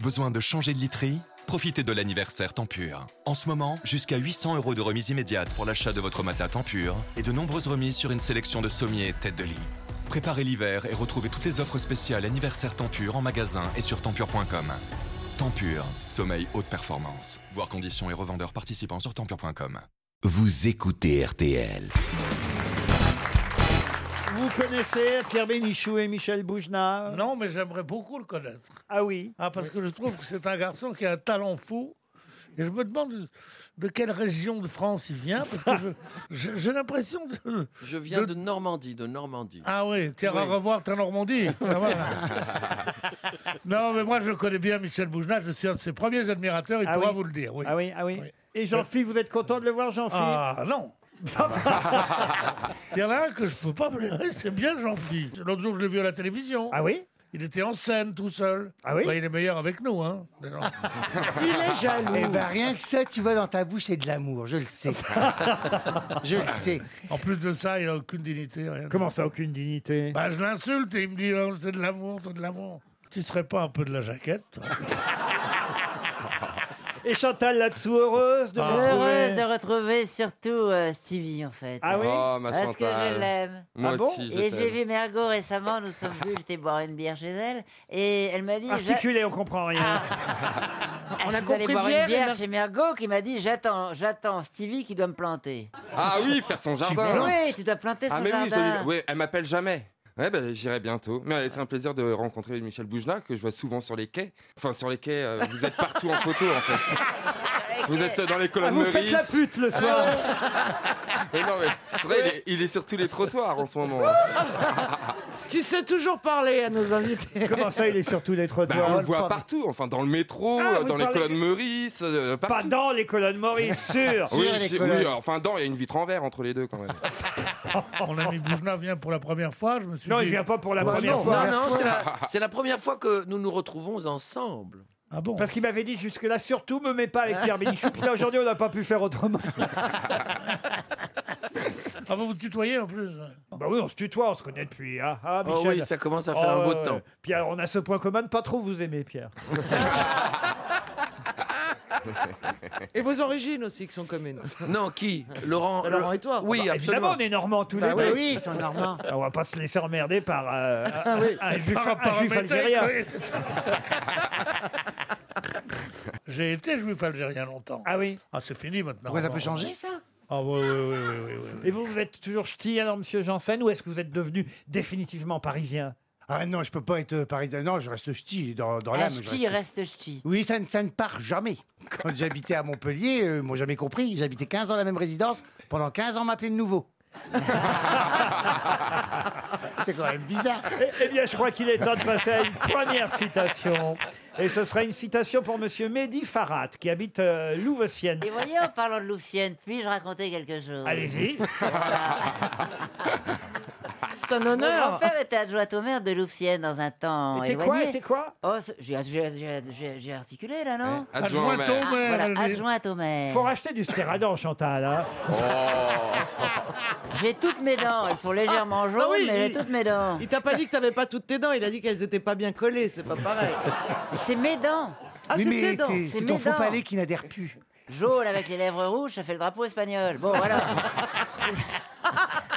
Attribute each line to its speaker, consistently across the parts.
Speaker 1: Besoin de changer de literie Profitez de l'anniversaire Tempur. En ce moment, jusqu'à 800 euros de remise immédiate pour l'achat de votre matelas Tempur et de nombreuses remises sur une sélection de sommiers et têtes de lit. Préparez l'hiver et retrouvez toutes les offres spéciales anniversaire Tempur en magasin et sur tempur.com. Tempur, sommeil haute performance. Voir conditions et revendeurs participants sur tempur.com.
Speaker 2: Vous écoutez RTL.
Speaker 3: Vous connaissez Pierre Bénichou et Michel Boujna
Speaker 4: Non, mais j'aimerais beaucoup le connaître.
Speaker 3: Ah oui
Speaker 4: Ah, parce que je trouve que c'est un garçon qui a un talent fou. Et je me demande de quelle région de France il vient, parce que je- je- j'ai l'impression de...
Speaker 5: Je viens
Speaker 4: de-
Speaker 5: de, Normandie, de Normandie.
Speaker 4: Ah oui, tiens,
Speaker 5: Oui.
Speaker 4: au revoir, ta Normandie. Ah, voilà. non, mais moi, je connais bien Michel Boujna, je suis un de ses premiers admirateurs, il
Speaker 3: Ah
Speaker 4: pourra
Speaker 3: oui.
Speaker 4: vous le dire. Oui.
Speaker 3: Ah oui, ah oui.
Speaker 4: Oui.
Speaker 3: Et Jean-Philippe, vous êtes content de le voir, Jean-Philippe
Speaker 4: Ah non Il y en a un que je peux pas blairer, c'est bien Jean-Philippe. L'autre jour, je l'ai vu à la télévision.
Speaker 3: Ah oui
Speaker 4: Il était en scène tout seul.
Speaker 3: Ah oui
Speaker 4: Bah, Il est meilleur avec nous, hein.
Speaker 6: Il est jaloux. Eh ben, rien que ça, tu vois, dans ta bouche, c'est de l'amour, je le sais. je le sais.
Speaker 4: En plus de ça, il n'a aucune dignité. Rien.
Speaker 3: Comment ça, aucune dignité
Speaker 4: Bah, je l'insulte et il me dit Oh, c'est de l'amour, c'est de l'amour. Tu serais pas un peu de la jaquette toi
Speaker 3: Et Chantal, là-dessous, heureuse
Speaker 6: Ah.
Speaker 7: Ah.
Speaker 3: de vous
Speaker 8: Heureuse de
Speaker 3: retrouver
Speaker 8: retrouver surtout euh, Stevie en fait.
Speaker 3: Ah oui
Speaker 7: Oh, ma
Speaker 8: Parce que je
Speaker 7: Chantal.
Speaker 8: l'aime.
Speaker 7: Moi
Speaker 3: Ah bon
Speaker 7: aussi, je
Speaker 8: Et j'ai
Speaker 7: t'aime.
Speaker 8: vu Mergo récemment, nous sommes venus, j'étais boire une bière chez elle, et elle m'a dit... j'a-
Speaker 3: Articulé, on comprend rien.
Speaker 8: Ah, je suis allée boire une bière chez Mergo qui m'a dit j'attends, j'attends Stevie qui doit me planter.
Speaker 7: Ah oui, faire son
Speaker 8: Mais
Speaker 7: jardin.
Speaker 8: oui, tu dois planter son
Speaker 7: Ah mais oui, je dois lui-
Speaker 8: jardin.
Speaker 7: oui, elle m'appelle jamais. Ouais, ben, j'irai bientôt. Mais euh, c'est un plaisir de rencontrer Michel Boujna, que je vois souvent sur les quais. Enfin, sur les quais, euh, vous êtes partout en photo, en fait. Vous êtes euh, dans les colonnes
Speaker 3: Ah, vous faites
Speaker 7: Meurice.
Speaker 3: la pute le soir
Speaker 7: Mais non, mais c'est vrai, il est- il est sur tous les trottoirs en ce moment.
Speaker 3: Ah,
Speaker 6: Tu sais toujours parler à nos invités.
Speaker 3: Comment ça, il est sur tous les
Speaker 7: Bah,
Speaker 3: trottoirs
Speaker 7: on le
Speaker 6: le
Speaker 7: voit
Speaker 6: parle.
Speaker 7: partout, enfin, dans le métro,
Speaker 3: Ah,
Speaker 7: euh,
Speaker 3: vous
Speaker 7: dans les
Speaker 3: parlez-
Speaker 7: colonnes Meurice, euh,
Speaker 3: Pas
Speaker 7: partout.
Speaker 3: dans les colonnes Maurice, sûr
Speaker 7: oui,
Speaker 6: Sur les
Speaker 7: c'est-
Speaker 6: colonnes.
Speaker 7: oui, euh, enfin, dans, il y a une vitre en verre entre les deux, quand même.
Speaker 4: Mon ami Boujna vient pour la première fois, je me suis
Speaker 3: Non,
Speaker 4: dit...
Speaker 3: il vient pas pour la
Speaker 6: Bah,
Speaker 3: première
Speaker 6: non,
Speaker 3: fois.
Speaker 6: la
Speaker 5: non, non,
Speaker 6: fois.
Speaker 5: c'est la, c'est la première fois que nous nous retrouvons ensemble.
Speaker 4: Ah bon
Speaker 3: Parce qu'il m'avait dit jusque-là, surtout me mets pas avec Pierre Bénichou. Puis là, aujourd'hui, on n'a pas pu faire autrement.
Speaker 4: Ah, vous vous tutoyez en plus hein.
Speaker 3: Bah oui, on se tutoie, on se connaît depuis. Ah, ah,
Speaker 5: Oh
Speaker 3: Michel.
Speaker 5: oui, ça commence à faire
Speaker 3: Oh,
Speaker 5: un beau
Speaker 3: ouais,
Speaker 5: temps.
Speaker 3: ouais. Puis alors, on a ce point commun de pas trop vous aimer, Pierre.
Speaker 6: Et vos origines aussi qui sont communes.
Speaker 5: Non, qui Laurent
Speaker 6: Bah, Laurent et toi.
Speaker 5: Oui,
Speaker 3: Bah, évidemment,
Speaker 5: absolument.
Speaker 3: on est normands tous
Speaker 6: Bah
Speaker 3: les
Speaker 6: oui,
Speaker 3: deux.
Speaker 6: oui, ils sont normands.
Speaker 3: Ah, On va pas se laisser emmerder par
Speaker 6: Ah,
Speaker 3: euh,
Speaker 5: Ah,
Speaker 3: un,
Speaker 6: oui.
Speaker 3: un juif,
Speaker 4: Par-
Speaker 3: un
Speaker 4: par un
Speaker 3: juif
Speaker 4: métèque,
Speaker 3: algérien.
Speaker 4: oui. J'ai été juif algérien longtemps.
Speaker 3: Ah oui.
Speaker 4: Ah, c'est fini maintenant.
Speaker 6: Pourquoi ça peut changer, ça
Speaker 4: Ah oui, oui, oui, oui, oui, oui, oui.
Speaker 3: Et vous, vous êtes toujours ch'ti alors, monsieur Janssen, ou est-ce que vous êtes devenu définitivement parisien
Speaker 6: Ah non, je peux pas être euh, parisien. Non, je reste ch'ti dans, dans
Speaker 8: Ah,
Speaker 6: l'âme. je
Speaker 8: ch'ti,
Speaker 6: reste-
Speaker 8: reste ch'ti.
Speaker 6: Oui, ça ne, ça ne part jamais. Quand j'habitais à Montpellier, euh, ils m'ont jamais compris. J'habitais 15 ans la même résidence. Pendant 15 ans, on m'appelait de nouveau. C'est quand même bizarre.
Speaker 3: eh, eh bien, je crois qu'il est temps de passer à une première citation. Et ce sera une citation pour monsieur Mehdi Farhat, qui habite euh, Louveciennes.
Speaker 8: Et voyez, en parlant de Louvciennes, puis-je raconter quelque chose
Speaker 3: Allez-y.
Speaker 6: C'est un
Speaker 8: Mon grand-père était adjoint au maire de Louvciennes dans un temps
Speaker 3: T'es quoi
Speaker 8: éloigné.
Speaker 3: T'es quoi
Speaker 8: Oh, c'est- j'ai- j'ai- j'ai j'ai- j'ai articulé là, non Ah,
Speaker 7: Adjoint au
Speaker 4: Adjoint au
Speaker 7: maire.
Speaker 4: maire,
Speaker 8: Voilà,
Speaker 4: elle dit.
Speaker 8: adjointe au maire.
Speaker 3: Faut racheter du stéradon, Chantal. hein.
Speaker 7: Oh.
Speaker 8: J'ai toutes mes dents, elles sont
Speaker 4: Ah,
Speaker 8: légèrement jaunes,
Speaker 4: bah
Speaker 9: oui,
Speaker 8: mais j'ai
Speaker 9: il-
Speaker 8: toutes mes dents.
Speaker 9: Il t'a pas dit que t'avais pas toutes tes dents, il a dit qu'elles étaient pas bien collées, c'est pas pareil.
Speaker 8: C'est mes dents.
Speaker 9: Ah,
Speaker 6: Oui,
Speaker 9: c'est
Speaker 6: mais
Speaker 9: tes dents.
Speaker 6: c'est-
Speaker 8: c'est
Speaker 6: c'est ton
Speaker 8: mes
Speaker 6: faux
Speaker 8: dents.
Speaker 6: palais qui n'adhère plus.
Speaker 8: Jaune avec les lèvres rouges, ça fait le drapeau espagnol. Bon, voilà.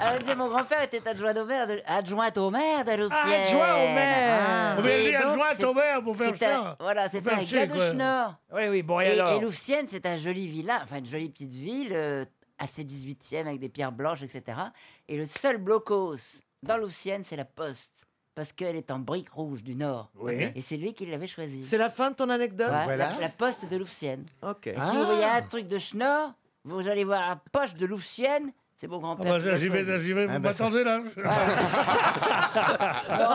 Speaker 8: Alors, il disait, mon grand-père était adjoint au maire de, adjoint au maire de Louvciennes.
Speaker 3: Adjoint au maire.
Speaker 8: Ah,
Speaker 4: Mais elle
Speaker 8: et
Speaker 4: dit
Speaker 8: donc,
Speaker 4: adjoint
Speaker 8: c'est-
Speaker 4: au maire, pour faire
Speaker 8: c'est un-
Speaker 4: ça.
Speaker 8: Voilà,
Speaker 4: Pour
Speaker 8: c'est
Speaker 4: faire
Speaker 8: un
Speaker 4: chier,
Speaker 8: gars de
Speaker 4: quoi.
Speaker 8: Schnorr.
Speaker 3: Oui, oui, bon, et,
Speaker 8: Et,
Speaker 3: alors
Speaker 8: et Louvciennes, c'est un joli village, enfin une jolie petite ville, euh, assez 18e avec des pierres blanches, etc. Et le seul blocos dans Louvciennes, c'est la poste, parce qu'elle est en briques rouges du Nord.
Speaker 3: Oui.
Speaker 8: Et c'est lui qui l'avait choisie.
Speaker 9: C'est la fin de ton anecdote
Speaker 8: Ouais,
Speaker 6: voilà.
Speaker 8: la, la poste de Louvciennes.
Speaker 9: Ok. Ah.
Speaker 8: Et si vous voyez un truc de Schnorr, vous allez voir la poche de Louvciennes, c'est mon
Speaker 4: Ah,
Speaker 8: grand-père.
Speaker 4: bah,
Speaker 8: qui l'a
Speaker 4: j'y
Speaker 8: choisi.
Speaker 4: vais, j'y vais, vous
Speaker 6: Ah, bah, ça-
Speaker 4: m'attendez là
Speaker 8: Non,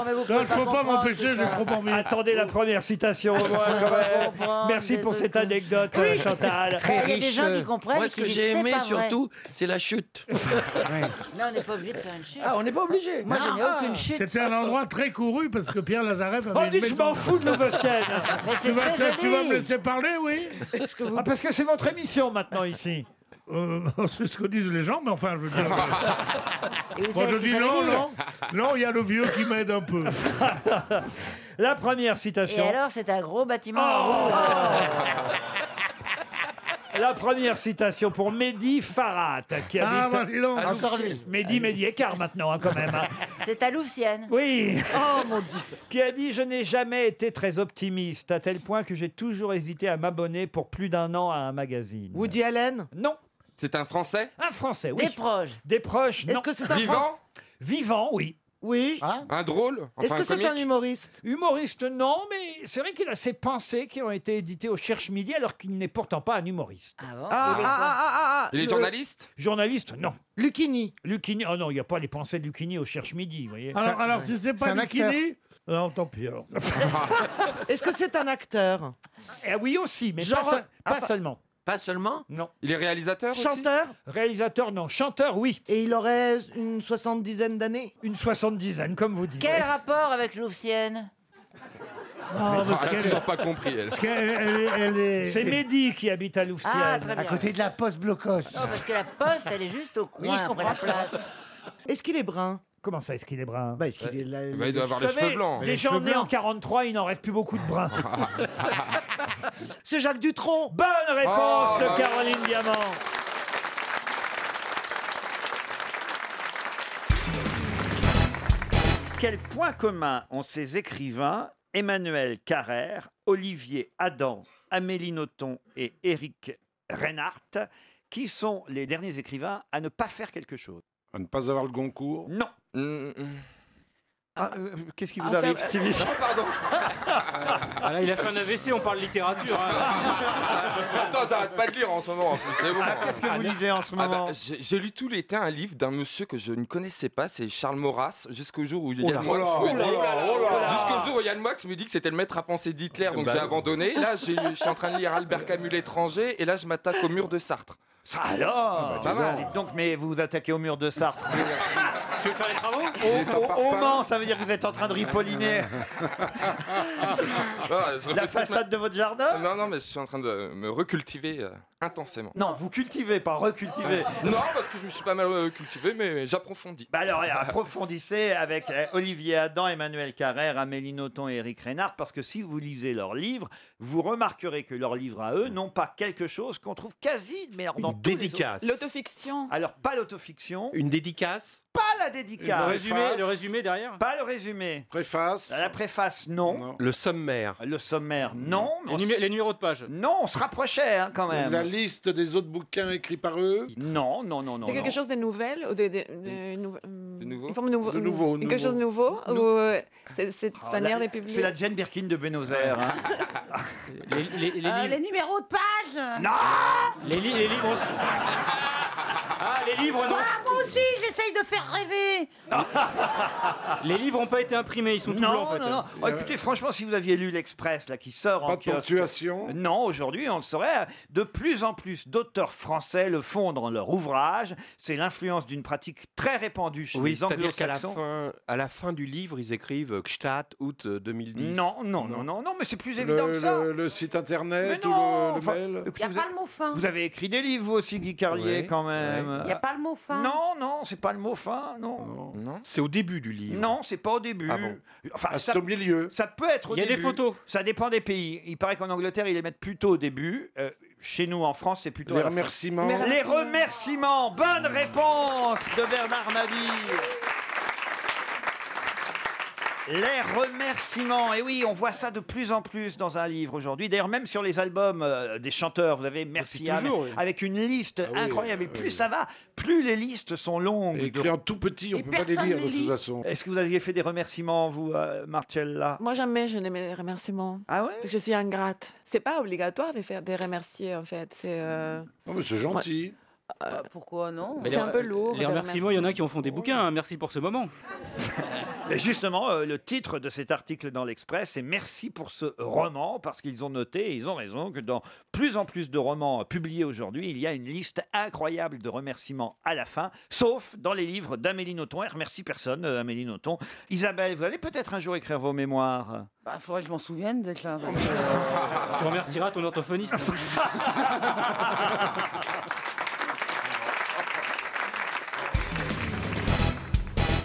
Speaker 8: mais vous
Speaker 4: Non, je peux pas
Speaker 8: comprendre
Speaker 4: m'empêcher,
Speaker 8: tout ça.
Speaker 4: j'ai trop envie.
Speaker 3: Attendez la première citation, au moins, quand même.
Speaker 8: comprendre
Speaker 3: Merci
Speaker 8: des
Speaker 3: pour
Speaker 8: trucs
Speaker 3: cette
Speaker 8: comme-
Speaker 3: anecdote, euh, Chantal.
Speaker 8: Il y
Speaker 6: Très
Speaker 8: a des
Speaker 6: riche,
Speaker 8: gens
Speaker 6: euh,
Speaker 8: qui comprennent.
Speaker 5: Moi, ce que
Speaker 8: qui
Speaker 5: j'ai
Speaker 8: disent,
Speaker 5: aimé
Speaker 8: c'est pas vrai.
Speaker 5: surtout, c'est la chute.
Speaker 8: Non, on n'est pas obligé de faire une chute.
Speaker 9: Ah, on n'est pas obligé. Ah.
Speaker 8: Moi, je n'ai aucune chute.
Speaker 4: C'était un endroit très couru parce que Pierre Lazareff avait
Speaker 3: On
Speaker 4: une
Speaker 3: dit que Oh, je
Speaker 4: maison.
Speaker 3: m'en fous de Louveciennes.
Speaker 8: Mais
Speaker 4: Tu
Speaker 8: c'est
Speaker 4: vas,
Speaker 8: très
Speaker 4: tu vas me
Speaker 8: joli.
Speaker 4: laisser parler, oui
Speaker 3: Ah, parce que c'est votre émission maintenant ici.
Speaker 4: Euh, c'est ce que disent les gens, mais enfin, je veux dire.
Speaker 8: Et vous
Speaker 4: Moi,
Speaker 8: savez
Speaker 4: je
Speaker 8: ce que
Speaker 4: dis
Speaker 8: ça veut
Speaker 4: non,
Speaker 8: dire
Speaker 4: non, non, il y a le vieux qui m'aide un peu.
Speaker 10: La première
Speaker 8: Et
Speaker 10: citation.
Speaker 8: alors, c'est un gros bâtiment.
Speaker 10: Oh
Speaker 8: en rouge.
Speaker 10: La première citation pour Mehdi Farhat, qui
Speaker 4: Ah, bah,
Speaker 10: habite...
Speaker 4: dis donc.
Speaker 8: Encore lui.
Speaker 10: Mehdi, Mehdi écart maintenant, hein, quand même. hein.
Speaker 8: C'est à Louvciennes.
Speaker 10: Oui
Speaker 6: Oh mon dieu.
Speaker 10: qui a dit Je n'ai jamais été très optimiste, à tel point que j'ai toujours hésité à m'abonner pour plus d'un an à un magazine.
Speaker 6: Woody Allen
Speaker 10: Non,
Speaker 7: C'est un Français
Speaker 10: un Français, oui.
Speaker 8: Des proches.
Speaker 10: Des proches,
Speaker 6: Est-ce
Speaker 10: non.
Speaker 6: que c'est un Français
Speaker 7: Vivant Ah.
Speaker 10: Vivant, oui.
Speaker 6: Oui.
Speaker 7: Un drôle
Speaker 6: Est-ce
Speaker 7: Enfin,
Speaker 6: que
Speaker 7: un
Speaker 6: c'est
Speaker 7: comique
Speaker 6: un humoriste
Speaker 10: Humoriste, non, mais c'est vrai qu'il a ses pensées qui ont été éditées au Cherche Midi alors qu'il n'est pourtant pas un humoriste.
Speaker 8: Ah bon
Speaker 6: Ah, ah,
Speaker 8: Il est quoi
Speaker 6: ah, ah, ah,
Speaker 7: Il est
Speaker 6: le-
Speaker 7: journaliste
Speaker 10: Journaliste, non.
Speaker 6: Lucchini.
Speaker 10: Lucchini, oh non, il n'y a pas les pensées de Lucchini au Cherche Midi, vous voyez.
Speaker 4: Alors, alors, tu sais
Speaker 11: C'est
Speaker 4: pas
Speaker 11: un acteur.
Speaker 4: Lucchini Non, tant pis alors.
Speaker 6: Ah. Est-ce que c'est un acteur
Speaker 10: Eh oui, aussi, mais
Speaker 6: Genre-
Speaker 10: pas, seul-
Speaker 6: ah,
Speaker 10: pas
Speaker 6: pas-
Speaker 10: seulement.
Speaker 1: Pas seulement
Speaker 7: Il est réalisateur aussi
Speaker 6: Chanteur
Speaker 10: Réalisateur, non. Chanteur, oui.
Speaker 6: Et il aurait une soixante-dizaine d'années
Speaker 10: Une soixante-dizaine, comme vous dites.
Speaker 8: Quel rapport avec Louvciennes
Speaker 4: Ah,
Speaker 7: Ah,
Speaker 4: parce
Speaker 7: Elle a
Speaker 4: qu'elle-
Speaker 7: toujours pas compris, elle.
Speaker 4: parce qu'elle- elle est- elle est-
Speaker 10: C'est Mehdi qui habite à Louvciennes.
Speaker 8: Ah, très
Speaker 11: À
Speaker 8: bien.
Speaker 11: côté de la poste blocos.
Speaker 8: Non, Oh, parce que la poste, elle est juste au coin, après la place.
Speaker 6: Est-ce qu'il est brun
Speaker 10: Comment ça, est-ce qu'il est brun
Speaker 6: Bah, est-ce qu'il est
Speaker 7: Eh ben, il doit avoir les
Speaker 10: Vous savez,
Speaker 7: cheveux blancs.
Speaker 10: Des gens nés en 43, il n'en reste plus beaucoup de bruns.
Speaker 6: C'est Jacques Dutronc.
Speaker 10: Bonne réponse
Speaker 7: Oh,
Speaker 10: de
Speaker 7: bravo.
Speaker 10: Caroline Diamant.
Speaker 3: Quel point commun ont ces écrivains, Emmanuel Carrère, Olivier Adam, Amélie Nothomb et Éric Reinhardt, qui sont les derniers écrivains à ne pas faire quelque chose
Speaker 12: À ne pas avoir le Goncourt.
Speaker 3: Non.
Speaker 7: Mm, mm. euh,
Speaker 3: Ah, euh, Qu'est-ce qui vous
Speaker 8: Enfin,
Speaker 3: arrive, Stevie Ah, bah,
Speaker 12: Ah, il a fait un AVC, on parle littérature.
Speaker 7: Attends, j'arrête pas de lire en ce moment. en plus, c'est bon.
Speaker 3: Ah, Qu'est-ce que vous lisez en ce
Speaker 7: Ah bah,
Speaker 3: moment
Speaker 7: J'ai j'ai lu tout l'été un livre d'un monsieur que je ne connaissais pas, c'est Charles Maurras, jusqu'au jour où Yann
Speaker 12: là,
Speaker 7: Moix
Speaker 12: oh là,
Speaker 7: me dit-
Speaker 12: oh là, oh là.
Speaker 7: Jusqu'au jour où Yann Moix me dit que c'était le maître à penser d'Hitler, donc
Speaker 12: Bah
Speaker 7: j'ai
Speaker 12: oui.
Speaker 7: abandonné. Là, j'ai- je suis en train de lire Albert Camus l'étranger, et là, je m'attaque au mur de Sartre.
Speaker 3: Ça
Speaker 12: Ah,
Speaker 3: alors
Speaker 7: bah, dis donc.
Speaker 3: Dites Ah, donc, mais vous vous attaquez au mur de Sartre.
Speaker 12: Tu veux faire les travaux
Speaker 3: au, au- au Mans, ça veut dire que vous êtes en train de ripolliner
Speaker 7: Ah, je
Speaker 3: la
Speaker 7: réfléchis toute ma-
Speaker 3: façade de votre jardin
Speaker 7: Non, non, mais je suis en train de me recultiver euh, intensément.
Speaker 3: Non, vous cultivez, pas recultivez.
Speaker 7: Non, parce que je me suis pas mal euh, cultivé, mais j'approfondis.
Speaker 3: Bah alors, approfondissez avec euh, Olivier Adam, Emmanuel Carrère, Amélie Nothomb et Éric Reynard, parce que si vous lisez leurs livres, vous remarquerez que leurs livres à eux
Speaker 12: Mm.
Speaker 3: n'ont pas quelque chose qu'on trouve quasi, mais alors dans
Speaker 1: Une
Speaker 3: tous les
Speaker 1: dédicace.
Speaker 3: autres.
Speaker 6: L'autofiction.
Speaker 3: Alors, pas l'autofiction,
Speaker 1: Une dédicace
Speaker 3: pas la dédicace,
Speaker 12: résumé, le
Speaker 6: derrière
Speaker 3: pas le résumé,
Speaker 12: Préface.
Speaker 3: la préface, non.
Speaker 12: Non.
Speaker 1: Le sommaire.
Speaker 3: Le sommaire, non. On s-
Speaker 6: numéros de page.
Speaker 3: Non, on se rapprochait hein, quand même.
Speaker 12: La liste des autres bouquins écrits par eux.
Speaker 3: Non, non, non, non.
Speaker 6: C'est quelque
Speaker 3: non.
Speaker 6: chose de nouvelle ou de, de- de- nou-
Speaker 7: nouveau
Speaker 6: une forme de nouveau,
Speaker 12: De nouveau,
Speaker 6: quelque chose de nouveau
Speaker 12: Nou-
Speaker 6: ou euh, c'est- cette
Speaker 3: Oh,
Speaker 6: manière
Speaker 3: la-
Speaker 6: de publier
Speaker 3: C'est la Jane Birkin de Buenos Aires. hein.
Speaker 12: Euh, Les,
Speaker 8: Euh, Ah, numéros de page
Speaker 3: non
Speaker 12: livres aussi. Ah, les livres, non.
Speaker 8: Moi aussi, j'essaye de faire rêver
Speaker 12: Les livres n'ont pas été imprimés, ils sont
Speaker 3: non, non, non. Oh, écoutez, franchement, si vous aviez lu l'Express là qui sort en
Speaker 12: Pas de
Speaker 3: kiosque,
Speaker 12: ponctuation.
Speaker 3: Non, aujourd'hui, on le saurait. De plus en plus d'auteurs français le font dans leur ouvrage. C'est l'influence d'une pratique très répandue chez
Speaker 1: Oui,
Speaker 3: les
Speaker 1: c'est-à-dire qu'à la
Speaker 3: anglo-saxons.
Speaker 1: fin, à la fin du livre, ils écrivent Gstaad, août euh, 2010.
Speaker 3: Non, non, non, non, non, mais c'est plus évident que ça.
Speaker 12: Le, le- le site
Speaker 3: mais
Speaker 12: internet ou
Speaker 3: non,
Speaker 12: le, le
Speaker 3: enfin,
Speaker 12: mail.
Speaker 3: Euh, écoutez, vous, avez,
Speaker 8: le mot fin.
Speaker 3: vous avez écrit des livres, vous aussi, Guy Carlier,
Speaker 1: Ouais,
Speaker 3: quand même.
Speaker 8: Il n'y a pas le mot fin.
Speaker 3: Non, non, c'est pas le mot fin, non.
Speaker 7: Non
Speaker 1: C'est au début du livre.
Speaker 3: Non, c'est pas au début.
Speaker 1: Ah bon.
Speaker 3: Enfin,
Speaker 12: Ah,
Speaker 3: ça
Speaker 12: c'est au milieu.
Speaker 3: Ça peut être au début. Ça dépend des pays. Il paraît qu'en Angleterre, ils les mettent plutôt au début. Euh, chez nous, en France, c'est plutôt.
Speaker 12: Les
Speaker 3: à la fin.
Speaker 12: remerciements.
Speaker 3: Les remerciements. Bonne réponse de Bernard Mabille. Les remerciements. Et oui, on voit ça de plus en plus dans un livre aujourd'hui. D'ailleurs, même sur les albums euh, des chanteurs, vous avez merci à-
Speaker 12: toujours, oui.
Speaker 3: avec une liste
Speaker 12: Ah oui,
Speaker 3: incroyable. Et
Speaker 12: oui,
Speaker 3: plus
Speaker 12: oui.
Speaker 3: ça va, plus les listes sont longues.
Speaker 12: Et écrits en tout petit, on
Speaker 8: Et
Speaker 12: peut pas les
Speaker 8: personne
Speaker 12: lire
Speaker 8: les
Speaker 12: de
Speaker 8: lit.
Speaker 12: toute façon.
Speaker 3: Est-ce que vous aviez fait des remerciements, vous, euh, Marcella
Speaker 6: Moi jamais je n'aimais les remerciements.
Speaker 3: Ah ouais
Speaker 6: Je suis ingrate. C'est pas obligatoire de faire des remercier en fait. C'est euh,
Speaker 3: Ah,
Speaker 12: Non, Ah, mais c'est gentil.
Speaker 8: Bah, pourquoi non
Speaker 6: c'est un peu lourd. de remercier.
Speaker 12: qui en font des bouquins. hein. Merci pour ce moment.
Speaker 3: Mais Justement, euh, le titre de cet article dans l'Express, c'est Merci pour ce roman, parce qu'ils ont noté, et ils ont raison, que dans plus en plus de romans euh, publiés aujourd'hui, il y a une liste incroyable de remerciements à la fin, sauf dans les livres d'Amélie Nothomb. Elle remercie personne, euh, Amélie Nothomb. Isabelle, vous allez peut-être un jour écrire vos mémoires.
Speaker 8: Il
Speaker 6: Bah,
Speaker 8: faudrait que je m'en souvienne déjà.
Speaker 12: Tu remercieras ton orthophoniste.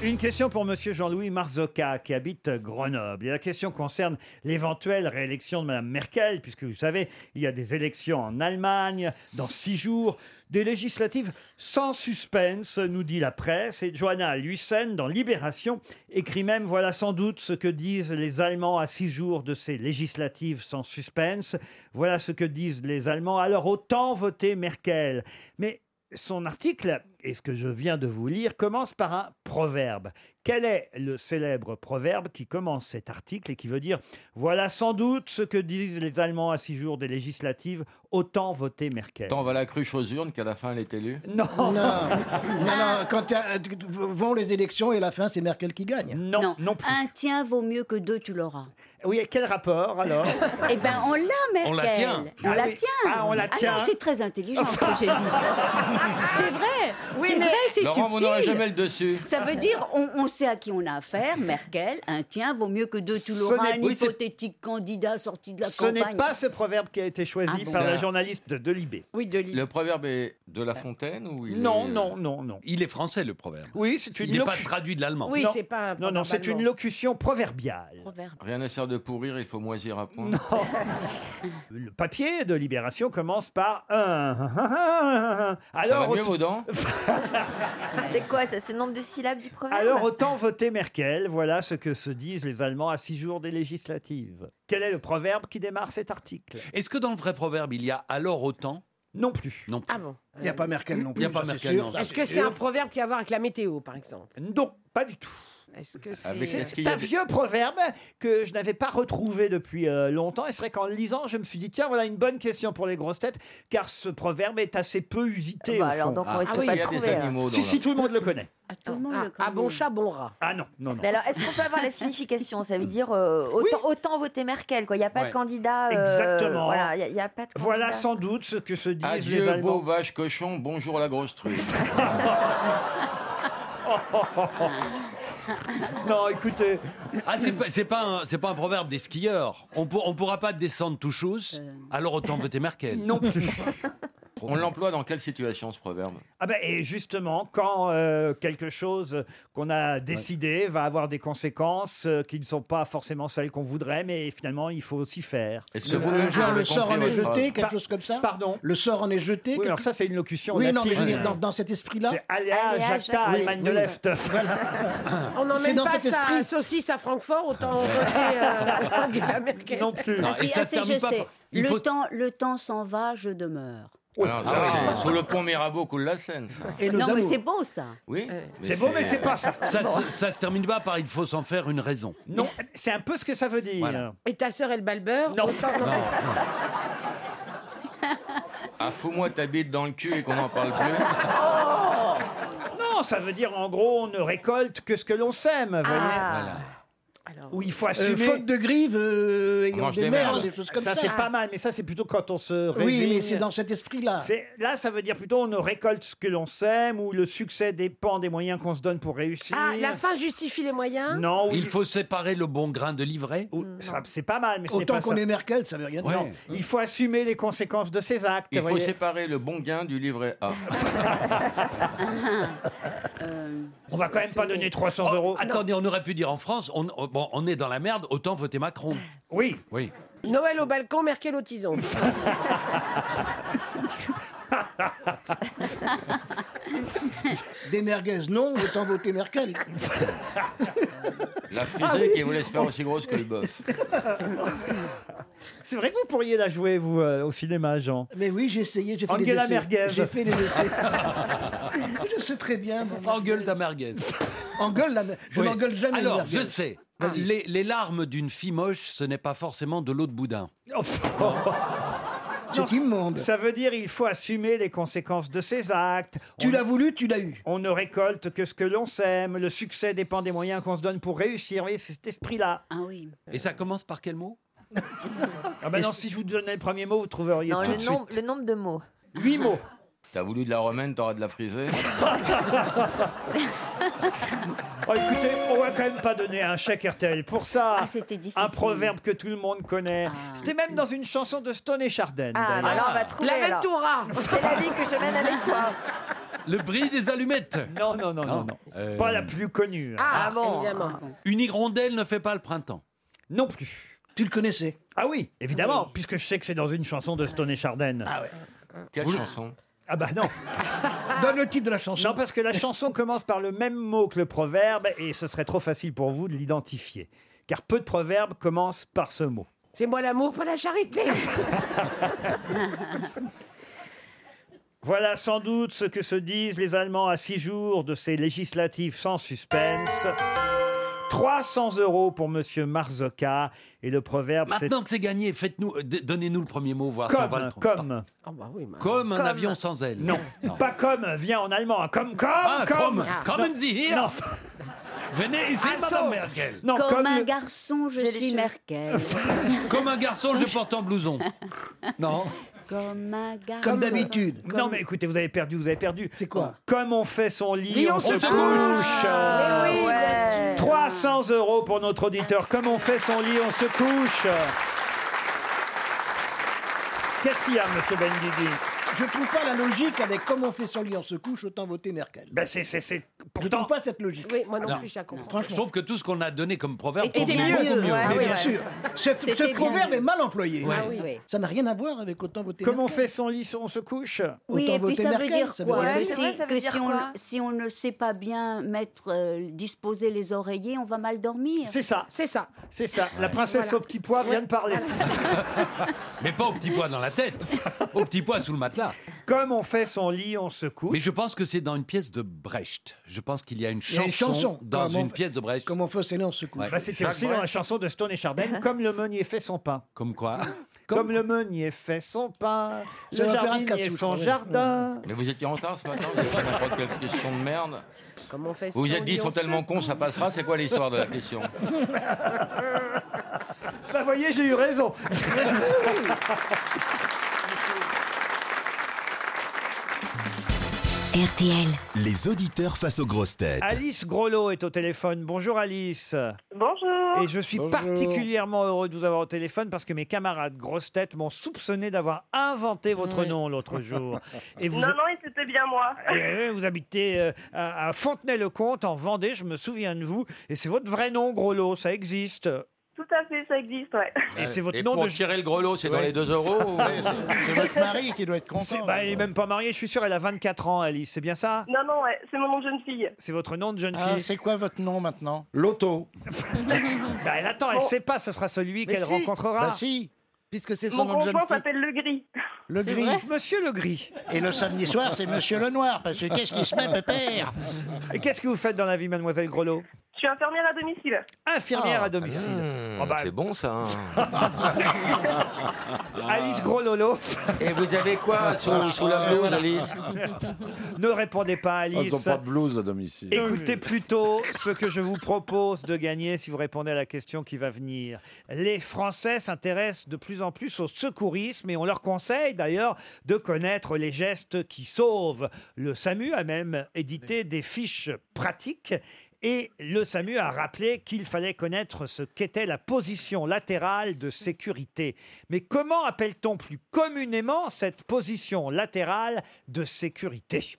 Speaker 3: Une question pour Monsieur Jean-Louis Marzoca qui habite Grenoble. Et la question concerne l'éventuelle réélection de Madame Merkel, puisque vous savez, il y a des élections en Allemagne dans six jours, des législatives sans suspense, nous dit la presse. Et Johanna Lucen, dans Libération, écrit même Voilà sans doute ce que disent les Allemands à six jours de ces législatives sans suspense. Voilà ce que disent les Allemands. Alors autant voter Merkel. Mais son article, et ce que je viens de vous lire, commence par un proverbe. Quel est le célèbre proverbe qui commence cet article et qui veut dire Voilà sans doute ce que disent les Allemands à six jours des législatives, autant voter Merkel
Speaker 7: Tant on va la cruche aux urnes qu'à la fin elle est élue.
Speaker 3: Non. Ah.
Speaker 9: Non, non, non, quand euh, vont les élections et à la fin, c'est Merkel qui gagne.
Speaker 3: Non, non,
Speaker 13: Un tien vaut mieux que deux, tu l'auras.
Speaker 3: Oui, et quel rapport alors
Speaker 13: Eh ben, on l'a, Merkel.
Speaker 3: On la tient.
Speaker 13: On
Speaker 3: Ah
Speaker 13: la
Speaker 3: oui.
Speaker 13: tient.
Speaker 3: Ah, on la tient.
Speaker 13: non, c'est très intelligent ce que j'ai dit. c'est vrai.
Speaker 14: Oui,
Speaker 13: c'est
Speaker 14: mais-
Speaker 13: vrai, c'est
Speaker 7: Laurent, vous n'aurez
Speaker 13: subtil.
Speaker 7: jamais le dessus.
Speaker 13: Ça veut dire, on, on sait à qui on a affaire. Merkel, un tien vaut mieux que deux. Tu
Speaker 3: Ce
Speaker 13: l'auras.
Speaker 3: n'est-
Speaker 13: Un
Speaker 3: oui, c'est-
Speaker 13: hypothétique candidat sorti de la
Speaker 3: Ce
Speaker 13: campagne.
Speaker 3: n'est pas ce proverbe qui a été choisi
Speaker 13: Ah bon
Speaker 3: par la
Speaker 7: Ah.
Speaker 3: journaliste de Libé.
Speaker 13: Oui, de l'idée.
Speaker 7: Le proverbe est de La Fontaine ou il
Speaker 3: Non,
Speaker 7: est-
Speaker 3: non, non, non.
Speaker 5: Il est français, le proverbe.
Speaker 3: Oui, c'est une
Speaker 5: Il n'est pas
Speaker 3: locu-
Speaker 5: traduit de l'allemand.
Speaker 3: Non.
Speaker 9: pas un
Speaker 3: Non, non,
Speaker 9: proverbe
Speaker 3: c'est
Speaker 9: allemand.
Speaker 3: une Ah, locution proverbiale.
Speaker 7: Rien ne sert de pourrir, il faut moisir à point.
Speaker 3: Le papier de Libération commence par un.
Speaker 7: Ça va
Speaker 3: Alors,
Speaker 7: mieux
Speaker 3: autant-
Speaker 7: vos dents
Speaker 15: C'est quoi ça C'est le nombre de syllabes du proverbe
Speaker 3: alors autant voter Merkel. Voilà ce que se disent les Allemands à six jours des législatives. Quel est le proverbe qui démarre cet article
Speaker 5: Est-ce que dans le vrai proverbe, il y a alors autant
Speaker 3: Non plus. Ah
Speaker 5: Non plus.
Speaker 9: Il n'y a pas Merkel non
Speaker 5: Il
Speaker 9: plus.
Speaker 5: n'y a pas
Speaker 9: ça, c'est
Speaker 5: Merkel,
Speaker 9: sûr.
Speaker 5: non.
Speaker 6: Est-ce que c'est un proverbe qui a à voir avec la météo, par exemple
Speaker 3: Non, pas du tout.
Speaker 6: Est-ce que
Speaker 15: Ah,
Speaker 3: Ah, C'est
Speaker 6: c'est...
Speaker 3: c'est un vieux proverbe que je n'avais pas retrouvé depuis euh, longtemps. Et c'est vrai qu'en le lisant, je me suis dit, tiens, voilà une bonne question pour les grosses têtes, car ce proverbe est assez peu usité.
Speaker 15: Ah bah
Speaker 3: au
Speaker 15: alors,
Speaker 3: fond.
Speaker 15: donc, on Ah, risque ah oui, pas de il y a des trouver, alors. animaux dans
Speaker 3: Si,
Speaker 15: la-
Speaker 3: si, tout le monde le connaît.
Speaker 6: Ah, ah, bon chat, bon rat.
Speaker 3: Ah non, non, non.
Speaker 15: Mais alors, est-ce qu'on peut avoir la signification Ça veut dire euh, autant, autant voter Merkel, quoi. Il n'y a pas
Speaker 3: Ouais.
Speaker 15: de candidat. euh,
Speaker 3: Exactement.
Speaker 15: Voilà, il n'y a, il y a pas de candidat.
Speaker 3: Voilà sans doute ce que se disent les
Speaker 7: Adieu,
Speaker 3: Allemands.
Speaker 7: beau vache cochon, bonjour la grosse truie.
Speaker 3: non, écoutez.
Speaker 5: Ah, c'est pas, c'est pas, un- c'est pas un proverbe des skieurs. On pour, on pourra pas descendre tout chose, alors autant voter Merkel.
Speaker 3: Euh. Non plus.
Speaker 7: On l'emploie dans quelle situation ce proverbe
Speaker 3: Ah ben, et justement, quand euh, quelque chose qu'on a décidé va avoir des conséquences euh, qui ne sont pas forcément celles qu'on voudrait, mais finalement, il faut aussi faire.
Speaker 7: Et
Speaker 9: Le, le genre, le sort en est jeté, quelque chose comme ça
Speaker 3: Pardon
Speaker 9: Le sort en est jeté
Speaker 3: Oui,
Speaker 9: quelque-
Speaker 3: alors ça, c'est une locution
Speaker 9: Oui, non, mais je veux
Speaker 3: latine.
Speaker 9: dire, dans, dans cet esprit-là
Speaker 3: C'est Aléa
Speaker 9: Aléa
Speaker 3: jacta,
Speaker 9: jacta, oui,
Speaker 3: Allemagne de
Speaker 9: oui.
Speaker 3: l'Est.
Speaker 6: On
Speaker 9: C'est
Speaker 6: n'emmène
Speaker 9: dans
Speaker 6: pas
Speaker 9: cet
Speaker 6: sa
Speaker 9: esprit.
Speaker 6: saucisse à Francfort, autant voter euh, Angela Merkel.
Speaker 3: Non plus.
Speaker 13: Ah, si,
Speaker 7: et ça
Speaker 13: ah,
Speaker 7: se
Speaker 13: si,
Speaker 7: termine
Speaker 13: je
Speaker 7: pas
Speaker 13: sais.
Speaker 7: par- il
Speaker 13: Le
Speaker 7: faut-
Speaker 13: temps, le temps s'en va, je demeure.
Speaker 7: Alors, ça, Ah,
Speaker 3: Ah,
Speaker 7: c'est Sous le pont Mirabeau coule la Seine. ça.
Speaker 13: non, mais c'est beau ça.
Speaker 7: Oui.
Speaker 9: Euh,
Speaker 3: C'est beau, mais c'est pas ça.
Speaker 5: euh, Ça, se- ça se termine pas par il faut s'en faire une raison.
Speaker 3: Non, euh, c'est un peu ce que ça veut dire.
Speaker 5: Voilà.
Speaker 6: Et ta sœur, elle balbeur
Speaker 3: Non.
Speaker 6: autant-
Speaker 7: Ah, fous-moi ta bite dans le cul et qu'on n'en parle plus.
Speaker 3: Oh Non, ça veut dire en gros, on ne récolte que ce que l'on sème. vous voyez
Speaker 6: Ah.
Speaker 3: Où il faut
Speaker 9: Euh,
Speaker 3: assumer.
Speaker 9: faute de grive, euh, ayant
Speaker 7: mange
Speaker 9: des,
Speaker 7: des
Speaker 9: mères,
Speaker 7: merdes.
Speaker 9: des choses comme ça.
Speaker 3: ça, c'est pas mal, mais ça, c'est plutôt quand on se résigne.
Speaker 9: Oui, mais c'est dans cet esprit-là.
Speaker 3: C'est- Là, ça veut dire plutôt on ne récolte ce que l'on sème ou le succès dépend des moyens qu'on se donne pour réussir.
Speaker 6: Ah, la fin justifie les moyens
Speaker 3: Non, ou-
Speaker 5: Il faut séparer le bon grain de l'ivraie.
Speaker 3: ou-
Speaker 6: Mm,
Speaker 3: ça, c'est pas mal, mais ce n'est
Speaker 9: Autant
Speaker 3: pas
Speaker 9: qu'on
Speaker 3: ça.
Speaker 9: est Merkel, ça veut rien dire.
Speaker 5: Ouais.
Speaker 9: Non.
Speaker 3: Il faut assumer les conséquences de ses actes.
Speaker 7: Il faut
Speaker 3: voyez.
Speaker 7: séparer le bon gain du livret A.
Speaker 3: On va quand même pas donner 300
Speaker 5: Oh,
Speaker 3: euros.
Speaker 9: ah,
Speaker 5: attendez, on aurait pu dire en France, on, oh, bon, on est dans la merde, autant voter Macron.
Speaker 3: Oui.
Speaker 5: Oui.
Speaker 6: Noël au balcon, Merkel au tison.
Speaker 9: Des merguez, non, autant voter Merkel.
Speaker 3: Ah,
Speaker 7: La frisée qui vous laisse faire aussi grosse que le bœuf.
Speaker 3: C'est vrai que vous pourriez la jouer, vous, euh, au cinéma, Jean.
Speaker 9: Mais oui, j'ai essayé, j'ai fait
Speaker 3: Angela
Speaker 9: les essais.
Speaker 3: Merguez.
Speaker 9: J'ai fait les essais. Ah, je sais très bien. mon-
Speaker 5: Engueule ta merguez.
Speaker 9: Engueule la mer- Je
Speaker 5: Oui.
Speaker 9: n'engueule jamais
Speaker 5: Alors,
Speaker 9: les merguez.
Speaker 5: je sais. Les, les larmes d'une fille moche, ce n'est pas forcément de l'eau de boudin.
Speaker 9: C'est immonde.
Speaker 3: Ça veut dire il faut assumer les conséquences de ses actes.
Speaker 9: Tu
Speaker 3: On-
Speaker 9: l'as voulu, tu l'as eu.
Speaker 3: On ne récolte que ce que l'on sème. Le succès dépend des moyens qu'on se donne pour réussir. Vous voyez, c'est cet esprit-là.
Speaker 13: Ah oui.
Speaker 5: Et ça commence par quel mot
Speaker 3: Ah ben non, si je vous donnais le premier mot, vous trouveriez
Speaker 15: Non,
Speaker 3: tout
Speaker 15: le
Speaker 3: de
Speaker 15: nombre,
Speaker 3: suite.
Speaker 15: le nombre de mots.
Speaker 3: Huit mots.
Speaker 7: T'as voulu de la romaine, t'auras de la frisée.
Speaker 3: Oh, écoutez, on va quand même pas donner un chèque RTL pour ça.
Speaker 13: Ah, c'était difficile.
Speaker 3: Un proverbe que tout le monde connaît. C'était même dans une chanson de Stone et Chardin.
Speaker 15: Ah,
Speaker 3: d'ailleurs.
Speaker 15: bah là, on va trouver.
Speaker 6: La
Speaker 15: alors.
Speaker 6: ventoura
Speaker 15: C'est la vie que je mène avec toi.
Speaker 5: Le prix des allumettes. Euh,
Speaker 3: Non, non, non, non. Pas la plus connue.
Speaker 6: Ah, bon évidemment.
Speaker 5: Une hirondelle ne fait pas le printemps.
Speaker 3: Non plus.
Speaker 9: Tu le connaissais
Speaker 3: Ah oui, évidemment, puisque je sais que c'est dans une chanson de Stone et Chardin. Ah ouais.
Speaker 7: Quelle chanson
Speaker 3: Ah bah non.
Speaker 9: Donne le titre de la chanson.
Speaker 3: Non, parce que la chanson commence par le même mot que le proverbe et ce serait trop facile pour vous de l'identifier. Car peu de proverbes commencent par ce mot.
Speaker 6: Fais-moi l'amour, pas la charité.
Speaker 3: Voilà sans doute ce que se disent les Allemands à six jours de ces législatives sans suspense. 300 euros pour Monsieur Marzoka et le proverbe c'est
Speaker 5: Maintenant que c'est gagné, faites-nous, euh, d- donnez-nous le premier mot, voir si on va le
Speaker 3: comme,
Speaker 5: tromper.
Speaker 3: comme.
Speaker 6: Ah bah oui, mais-
Speaker 5: Comme un
Speaker 3: Comme.
Speaker 5: avion sans ailes.
Speaker 3: Non, pas comme vient en allemand. hein. Comme, comme,
Speaker 5: Ah,
Speaker 3: comme.
Speaker 5: comme. Kommen Sie hier.
Speaker 3: Non.
Speaker 5: Venez ici,
Speaker 3: Ah,
Speaker 5: Madame
Speaker 3: non.
Speaker 5: Merkel.
Speaker 3: Non,
Speaker 13: comme,
Speaker 3: comme
Speaker 13: un
Speaker 3: le-
Speaker 13: garçon, je
Speaker 15: J'ai les
Speaker 13: suis
Speaker 15: cheveux.
Speaker 13: Merkel.
Speaker 5: Comme un garçon, je porte en blouson. Non.
Speaker 13: comme un garçon.
Speaker 3: Non, mais écoutez, vous avez perdu, vous avez perdu. C'est
Speaker 9: quoi
Speaker 3: Comme on fait son lit,
Speaker 9: Lit,
Speaker 3: on, se couche.
Speaker 9: Ah, mais oui, bien
Speaker 3: Euh, 300 euros pour notre auditeur. Comme on fait son lit, on se couche. Qu'est-ce qu'il y a, monsieur Benguigui
Speaker 9: Je trouve pas la logique avec comment on fait son lit en se couche, autant voter Merkel.
Speaker 3: ben c'est, c'est, c'est-
Speaker 9: Je
Speaker 3: pourtant,
Speaker 9: trouve pas cette logique.
Speaker 6: Oui, moi non,
Speaker 5: Non.
Speaker 6: plus, je la comprends.
Speaker 5: Je trouve que tout ce qu'on a donné comme proverbe
Speaker 6: Était
Speaker 5: tombait
Speaker 6: mieux,
Speaker 5: beaucoup
Speaker 6: ouais,
Speaker 9: Mais
Speaker 6: oui,
Speaker 9: bien
Speaker 6: ouais.
Speaker 9: sûr, cette-
Speaker 6: C'était
Speaker 9: ce
Speaker 6: bien
Speaker 9: proverbe est mal employé.
Speaker 5: Ouais.
Speaker 6: Ah oui.
Speaker 9: Ça n'a rien à voir avec autant voter
Speaker 3: comme on
Speaker 9: Merkel.
Speaker 3: fait son lit, on se couche.
Speaker 13: Oui,
Speaker 9: Autant
Speaker 13: et puis
Speaker 9: voter
Speaker 13: ça veut
Speaker 9: Merkel,
Speaker 13: dire
Speaker 9: ça veut
Speaker 13: quoi
Speaker 9: dire
Speaker 13: Que
Speaker 9: oui.
Speaker 13: si,
Speaker 9: C'est vrai, ça veut
Speaker 13: que
Speaker 9: dire
Speaker 13: si on,
Speaker 9: quoi
Speaker 13: si on ne sait pas bien mettre, euh, disposer les oreillers, on va mal dormir.
Speaker 3: C'est ça,
Speaker 6: C'est ça.
Speaker 3: c'est ça. La princesse
Speaker 6: Voilà.
Speaker 3: au petit pois vient de parler.
Speaker 5: Mais pas au petit pois dans la tête, au petit pois sous le matelas.
Speaker 3: Comme on fait son lit, on se couche.
Speaker 5: Mais je pense que c'est dans une pièce de Brecht. Je pense qu'il y a une
Speaker 9: Il y a
Speaker 5: chanson,
Speaker 9: une chanson.
Speaker 5: dans
Speaker 9: Comme on
Speaker 5: une
Speaker 9: fait-
Speaker 5: pièce de Brecht.
Speaker 9: Comme on fait son lit en se couche.
Speaker 5: Ouais.
Speaker 3: Bah, c'était
Speaker 5: Jacques
Speaker 3: aussi dans la chanson de Stone et Chardin, comme le meunier fait son pain.
Speaker 5: Comme quoi
Speaker 3: Comme, le meunier fait son pain,
Speaker 9: C'est
Speaker 3: le
Speaker 9: l'opéra de
Speaker 3: jardinier
Speaker 9: Katsu, je
Speaker 3: son
Speaker 9: crois, ouais.
Speaker 3: jardin.
Speaker 7: Mais vous étiez en retard ce matin, vous avez pas n'importe quelle question de merde.
Speaker 6: Comment on fait
Speaker 7: Vous vous
Speaker 6: son
Speaker 7: êtes dit,
Speaker 6: lit,
Speaker 7: ils
Speaker 6: on
Speaker 7: sont
Speaker 6: se-
Speaker 7: tellement cons, ça passera. C'est quoi l'histoire de la question
Speaker 3: Bah voyez, j'ai eu raison.
Speaker 2: RTL. Les auditeurs face aux grosses têtes.
Speaker 3: Alice Grolot est au téléphone. Bonjour Alice.
Speaker 16: Bonjour.
Speaker 3: Et je suis
Speaker 16: Bonjour.
Speaker 3: particulièrement heureux de vous avoir au téléphone parce que mes camarades grosses têtes m'ont soupçonné d'avoir inventé votre nom l'autre jour. Et vous,
Speaker 16: Non, non, et c'était bien moi.
Speaker 3: Eh oui, vous habitez euh, à, à Fontenay-le-Comte en Vendée, je me souviens de vous. Et c'est votre vrai nom, Grolot, ça existe.
Speaker 16: Tout à fait, ça existe, ouais.
Speaker 12: Euh,
Speaker 3: Et c'est votre
Speaker 7: Et
Speaker 3: nom
Speaker 7: pour
Speaker 3: de
Speaker 7: tirer le grelot, c'est dans les 2 euros ou-
Speaker 17: C'est votre mari qui doit être
Speaker 3: C'est-
Speaker 17: content.
Speaker 3: bah, elle est même pas mariée, je suis sûr, elle a 24 ans, Alice, c'est bien ça
Speaker 16: Non, non, ouais, c'est mon nom de jeune fille.
Speaker 3: C'est votre nom de jeune
Speaker 17: Ah,
Speaker 3: fille
Speaker 17: c'est quoi votre nom maintenant Oh.
Speaker 7: L'auto.
Speaker 3: Bah, Elle attend, elle
Speaker 16: Bon.
Speaker 3: sait pas, ce sera celui
Speaker 9: Mais
Speaker 3: qu'elle
Speaker 9: si.
Speaker 3: rencontrera.
Speaker 17: Bah si,
Speaker 9: Puisque c'est
Speaker 16: Mon conjoint s'appelle Le Gris.
Speaker 3: Ah
Speaker 17: le gris.
Speaker 3: Monsieur Le Gris,
Speaker 17: Et le samedi soir, c'est Monsieur le Noir, parce que qu'est-ce qui se met, pépère
Speaker 3: et qu'est-ce que vous faites dans la vie, mademoiselle Grelot
Speaker 16: Je suis infirmière à domicile.
Speaker 3: Infirmière
Speaker 17: Ah.
Speaker 3: à domicile. Oh, bah,
Speaker 7: Hmm, C'est bon ça. hein.
Speaker 3: Alice Grololo,
Speaker 7: Et vous avez quoi sous, sous la blouse, Alice
Speaker 3: ne répondez pas, Alice.
Speaker 18: Ah, Ils n'ont pas de blouse à domicile.
Speaker 3: Écoutez plutôt ce que je vous propose de gagner si vous répondez à la question qui va venir. Les Français s'intéressent de plus en plus au secourisme et on leur conseille d'ailleurs de connaître les gestes qui sauvent. Le SAMU a même édité des fiches pratiques. Et le SAMU a rappelé qu'il fallait connaître ce qu'était la position latérale de sécurité. Mais comment appelle-t-on plus communément cette position latérale de sécurité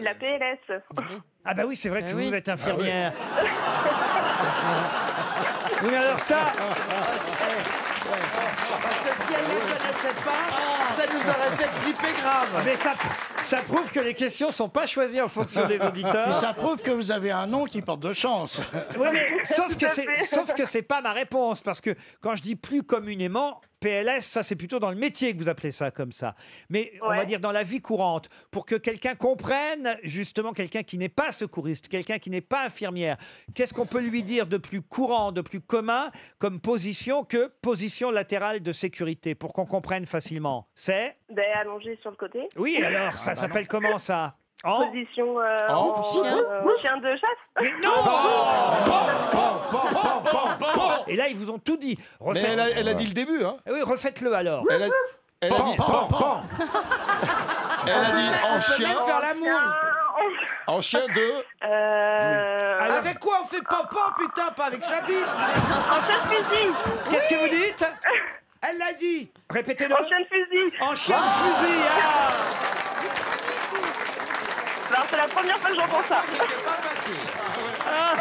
Speaker 16: La PLS.
Speaker 6: Mhm.
Speaker 3: ah bah oui, c'est vrai que vous êtes infirmière. oui. mais alors ça,
Speaker 14: Si elle ne connaissait pas, ça nous aurait fait flipper grave.
Speaker 3: mais ça, ça prouve que les questions sont pas choisies en fonction des auditeurs.
Speaker 17: Mais ça prouve que vous avez un nom qui porte de chance.
Speaker 3: Ouais, mais sauf que
Speaker 16: à
Speaker 3: c'est
Speaker 16: fait.
Speaker 3: sauf que c'est pas ma réponse parce que quand je dis plus communément PLS, ça c'est plutôt dans le métier que vous appelez ça comme ça. Mais on va
Speaker 16: Ouais.
Speaker 3: dire dans la vie courante pour que quelqu'un comprenne justement quelqu'un qui n'est pas secouriste, quelqu'un qui n'est pas infirmière. Qu'est-ce qu'on peut lui dire de plus courant, de plus commun comme position que position latérale de sécurité pour qu'on comprenne facilement. C'est
Speaker 16: Ben, allongée sur le côté. Ah, bah
Speaker 3: Oui, alors ça s'appelle comment ça En
Speaker 16: Position euh,
Speaker 3: Oh,
Speaker 16: en
Speaker 3: chien.
Speaker 16: euh, chien de chasse.
Speaker 3: non Et là, ils vous ont tout dit. Refaites-
Speaker 18: dit le début, hein
Speaker 3: Eh Oui, refaites-le alors.
Speaker 18: Elle a, elle a dit pan, pan. Elle a dit en chien,
Speaker 14: faire l'amour.
Speaker 18: en chien de.
Speaker 16: Euh,
Speaker 14: Avec quoi on fait papa, putain, pas avec sa bite
Speaker 16: En chien de fusil.
Speaker 3: Qu'est-ce que vous dites
Speaker 14: Elle l'a dit.
Speaker 3: Répétez-le.
Speaker 16: En chien de fusil.
Speaker 3: En chien de fusil. ah
Speaker 13: Alors c'est la première fois que j'entends ça. Ah.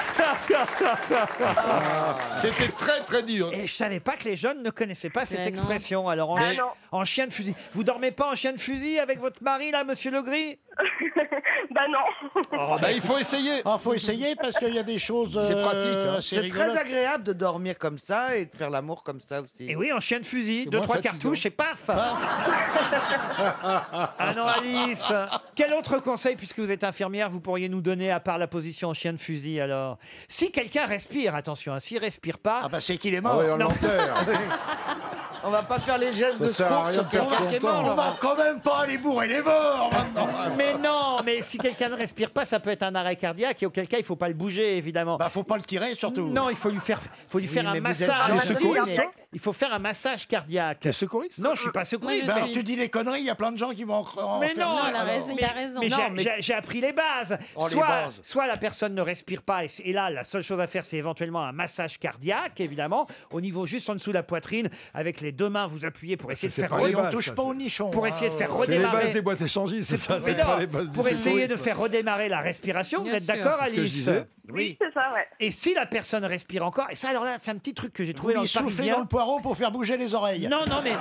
Speaker 18: Ah.
Speaker 3: C'était très très dur. Et je savais pas que les jeunes ne connaissaient pas cette
Speaker 19: Mais non.
Speaker 3: expression. Alors en,
Speaker 19: Ah
Speaker 3: chi-
Speaker 19: non.
Speaker 3: en chien de fusil. Vous dormez pas en chien de fusil avec votre mari là, monsieur Legris
Speaker 13: Bah non.
Speaker 3: bah, il faut essayer.
Speaker 9: Il Ah, faut essayer parce qu'il y a des choses.
Speaker 3: C'est
Speaker 9: euh,
Speaker 3: pratique, hein.
Speaker 9: assez
Speaker 3: C'est très
Speaker 9: rigolotes.
Speaker 3: agréable
Speaker 6: de dormir comme ça et de faire l'amour comme ça aussi.
Speaker 3: Et oui, en chien de fusil,
Speaker 6: C'est
Speaker 3: deux
Speaker 6: moins
Speaker 3: trois
Speaker 6: fatigant.
Speaker 3: cartouches et paf. ah non, Alice. Quel autre conseil, puisque vous êtes infirmière, vous pourriez nous donner à part la position en chien de fusil alors Si quelqu'un respire, attention, hein, s'il respire pas. Ah bah c'est qu'il est
Speaker 9: mort. Ah oui, on l'enterre.
Speaker 6: On va pas faire les gestes
Speaker 9: Ça
Speaker 6: de
Speaker 9: sert à rien
Speaker 6: secours sur
Speaker 9: de perdre
Speaker 6: quelqu'un
Speaker 9: son
Speaker 6: qui est
Speaker 9: temps.
Speaker 6: mort.
Speaker 9: On va
Speaker 6: quand même pas aller bourrer les morts
Speaker 3: Mais non, mais si quelqu'un ne respire pas, ça peut être un arrêt cardiaque et auquel cas il faut pas le bouger évidemment. Bah faut pas le tirer surtout. Non, il faut lui faire, faut lui
Speaker 9: Oui,
Speaker 3: faire un
Speaker 9: mais vous êtes
Speaker 3: massage.
Speaker 9: des
Speaker 3: Il faut-
Speaker 9: secouristes.
Speaker 3: Il faut faire un massage cardiaque. T'es secouriste Bah, Non, je suis pas secouriste.
Speaker 9: Ben, tu dis les conneries, il y a plein de gens qui vont en en
Speaker 3: Mais
Speaker 9: faire-
Speaker 3: non,
Speaker 9: alors.
Speaker 3: mais- Mais j'ai- j'ai- j'ai appris les bases.
Speaker 9: Oh, les
Speaker 3: soit,
Speaker 9: bases.
Speaker 3: soit la personne ne respire pas, et, c- et là, la seule chose à faire, c'est éventuellement un massage cardiaque, évidemment, au niveau juste en dessous de la poitrine, avec les deux mains, vous appuyez pour essayer de
Speaker 9: c'est
Speaker 3: faire
Speaker 9: pas les
Speaker 3: redé-
Speaker 9: bases, Ah, ça, c'est-
Speaker 3: Pour essayer de faire
Speaker 9: C'est les
Speaker 3: redémarrer.
Speaker 9: bases des boîtes échangistes, c'est ça,
Speaker 3: Mais
Speaker 9: c'est
Speaker 3: non,
Speaker 9: pas les bases du
Speaker 3: Pour essayer de
Speaker 9: secourisme.
Speaker 3: faire redémarrer la respiration, vous
Speaker 9: Bien
Speaker 3: êtes
Speaker 9: sûr.
Speaker 3: d'accord,
Speaker 9: C'est ce que je
Speaker 3: Alice
Speaker 9: disais.
Speaker 3: Oui.
Speaker 13: C'est ça, ouais.
Speaker 3: Et si la personne respire encore, et ça, alors là, c'est un petit truc que j'ai trouvé
Speaker 9: Oui,
Speaker 3: dans le
Speaker 9: souffler
Speaker 3: Parisien.
Speaker 9: dans le poireau pour faire bouger les oreilles.
Speaker 3: Non, non, mais.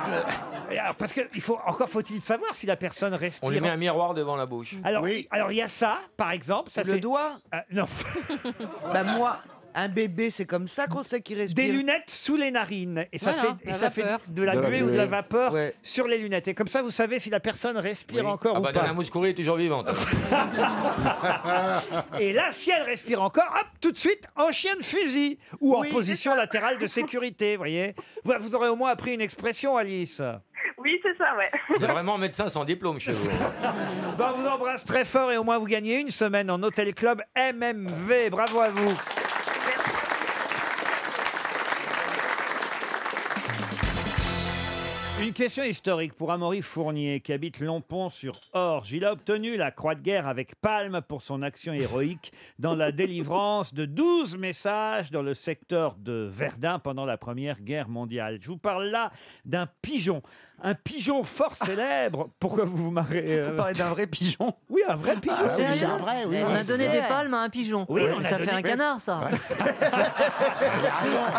Speaker 3: Et alors, parce que il faut, encore faut-il savoir si la personne respire.
Speaker 7: On lui met un miroir devant la bouche.
Speaker 3: Alors, alors il y a ça, par exemple. Ça,
Speaker 6: Le
Speaker 3: c'est-
Speaker 6: doigt
Speaker 3: Ah, Non.
Speaker 6: Bah moi, un bébé, c'est comme ça qu'on sait qu'il respire.
Speaker 3: Des lunettes sous les narines. Et ça,
Speaker 6: Voilà,
Speaker 3: fait, et
Speaker 6: la
Speaker 3: ça fait
Speaker 6: vapeur.
Speaker 3: de la
Speaker 7: De la
Speaker 3: buée ou
Speaker 7: buée.
Speaker 3: de la vapeur sur les lunettes. Et comme ça, vous savez si la personne respire encore
Speaker 7: Ah
Speaker 3: ou
Speaker 7: bah,
Speaker 3: pas.
Speaker 7: la mouscourie est toujours vivante. hein.
Speaker 3: Et là, si elle respire encore, hop, tout de suite, en chien de fusil ou en position latérale de sécurité, vous voyez. Voilà, Vous aurez au moins appris une expression, Alice.
Speaker 13: Oui, c'est ça, ouais.
Speaker 7: C'est vraiment médecin sans diplôme chez vous.
Speaker 3: Bon, Bah, on vous embrasse très fort et au moins vous gagnez une semaine en Hôtel Club MMV. Bravo à vous. Une question historique pour Amaury Fournier qui habite Lompon sur Orge. Il a obtenu la croix de guerre avec palme pour son action héroïque dans la délivrance de 12 messages dans le secteur de Verdun pendant la Première Guerre mondiale. Je vous parle là d'un pigeon. Un pigeon fort célèbre. Pourquoi vous vous marrez euh
Speaker 20: Vous parlez d'un vrai pigeon Ah,
Speaker 3: bah Oui, un vrai pigeon.
Speaker 20: On a donné des palmes à un pigeon.
Speaker 3: Oui, on a
Speaker 20: ça
Speaker 3: donné-
Speaker 20: fait un canard, ça.
Speaker 9: Ah,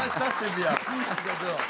Speaker 9: ça c'est bien. J'adore.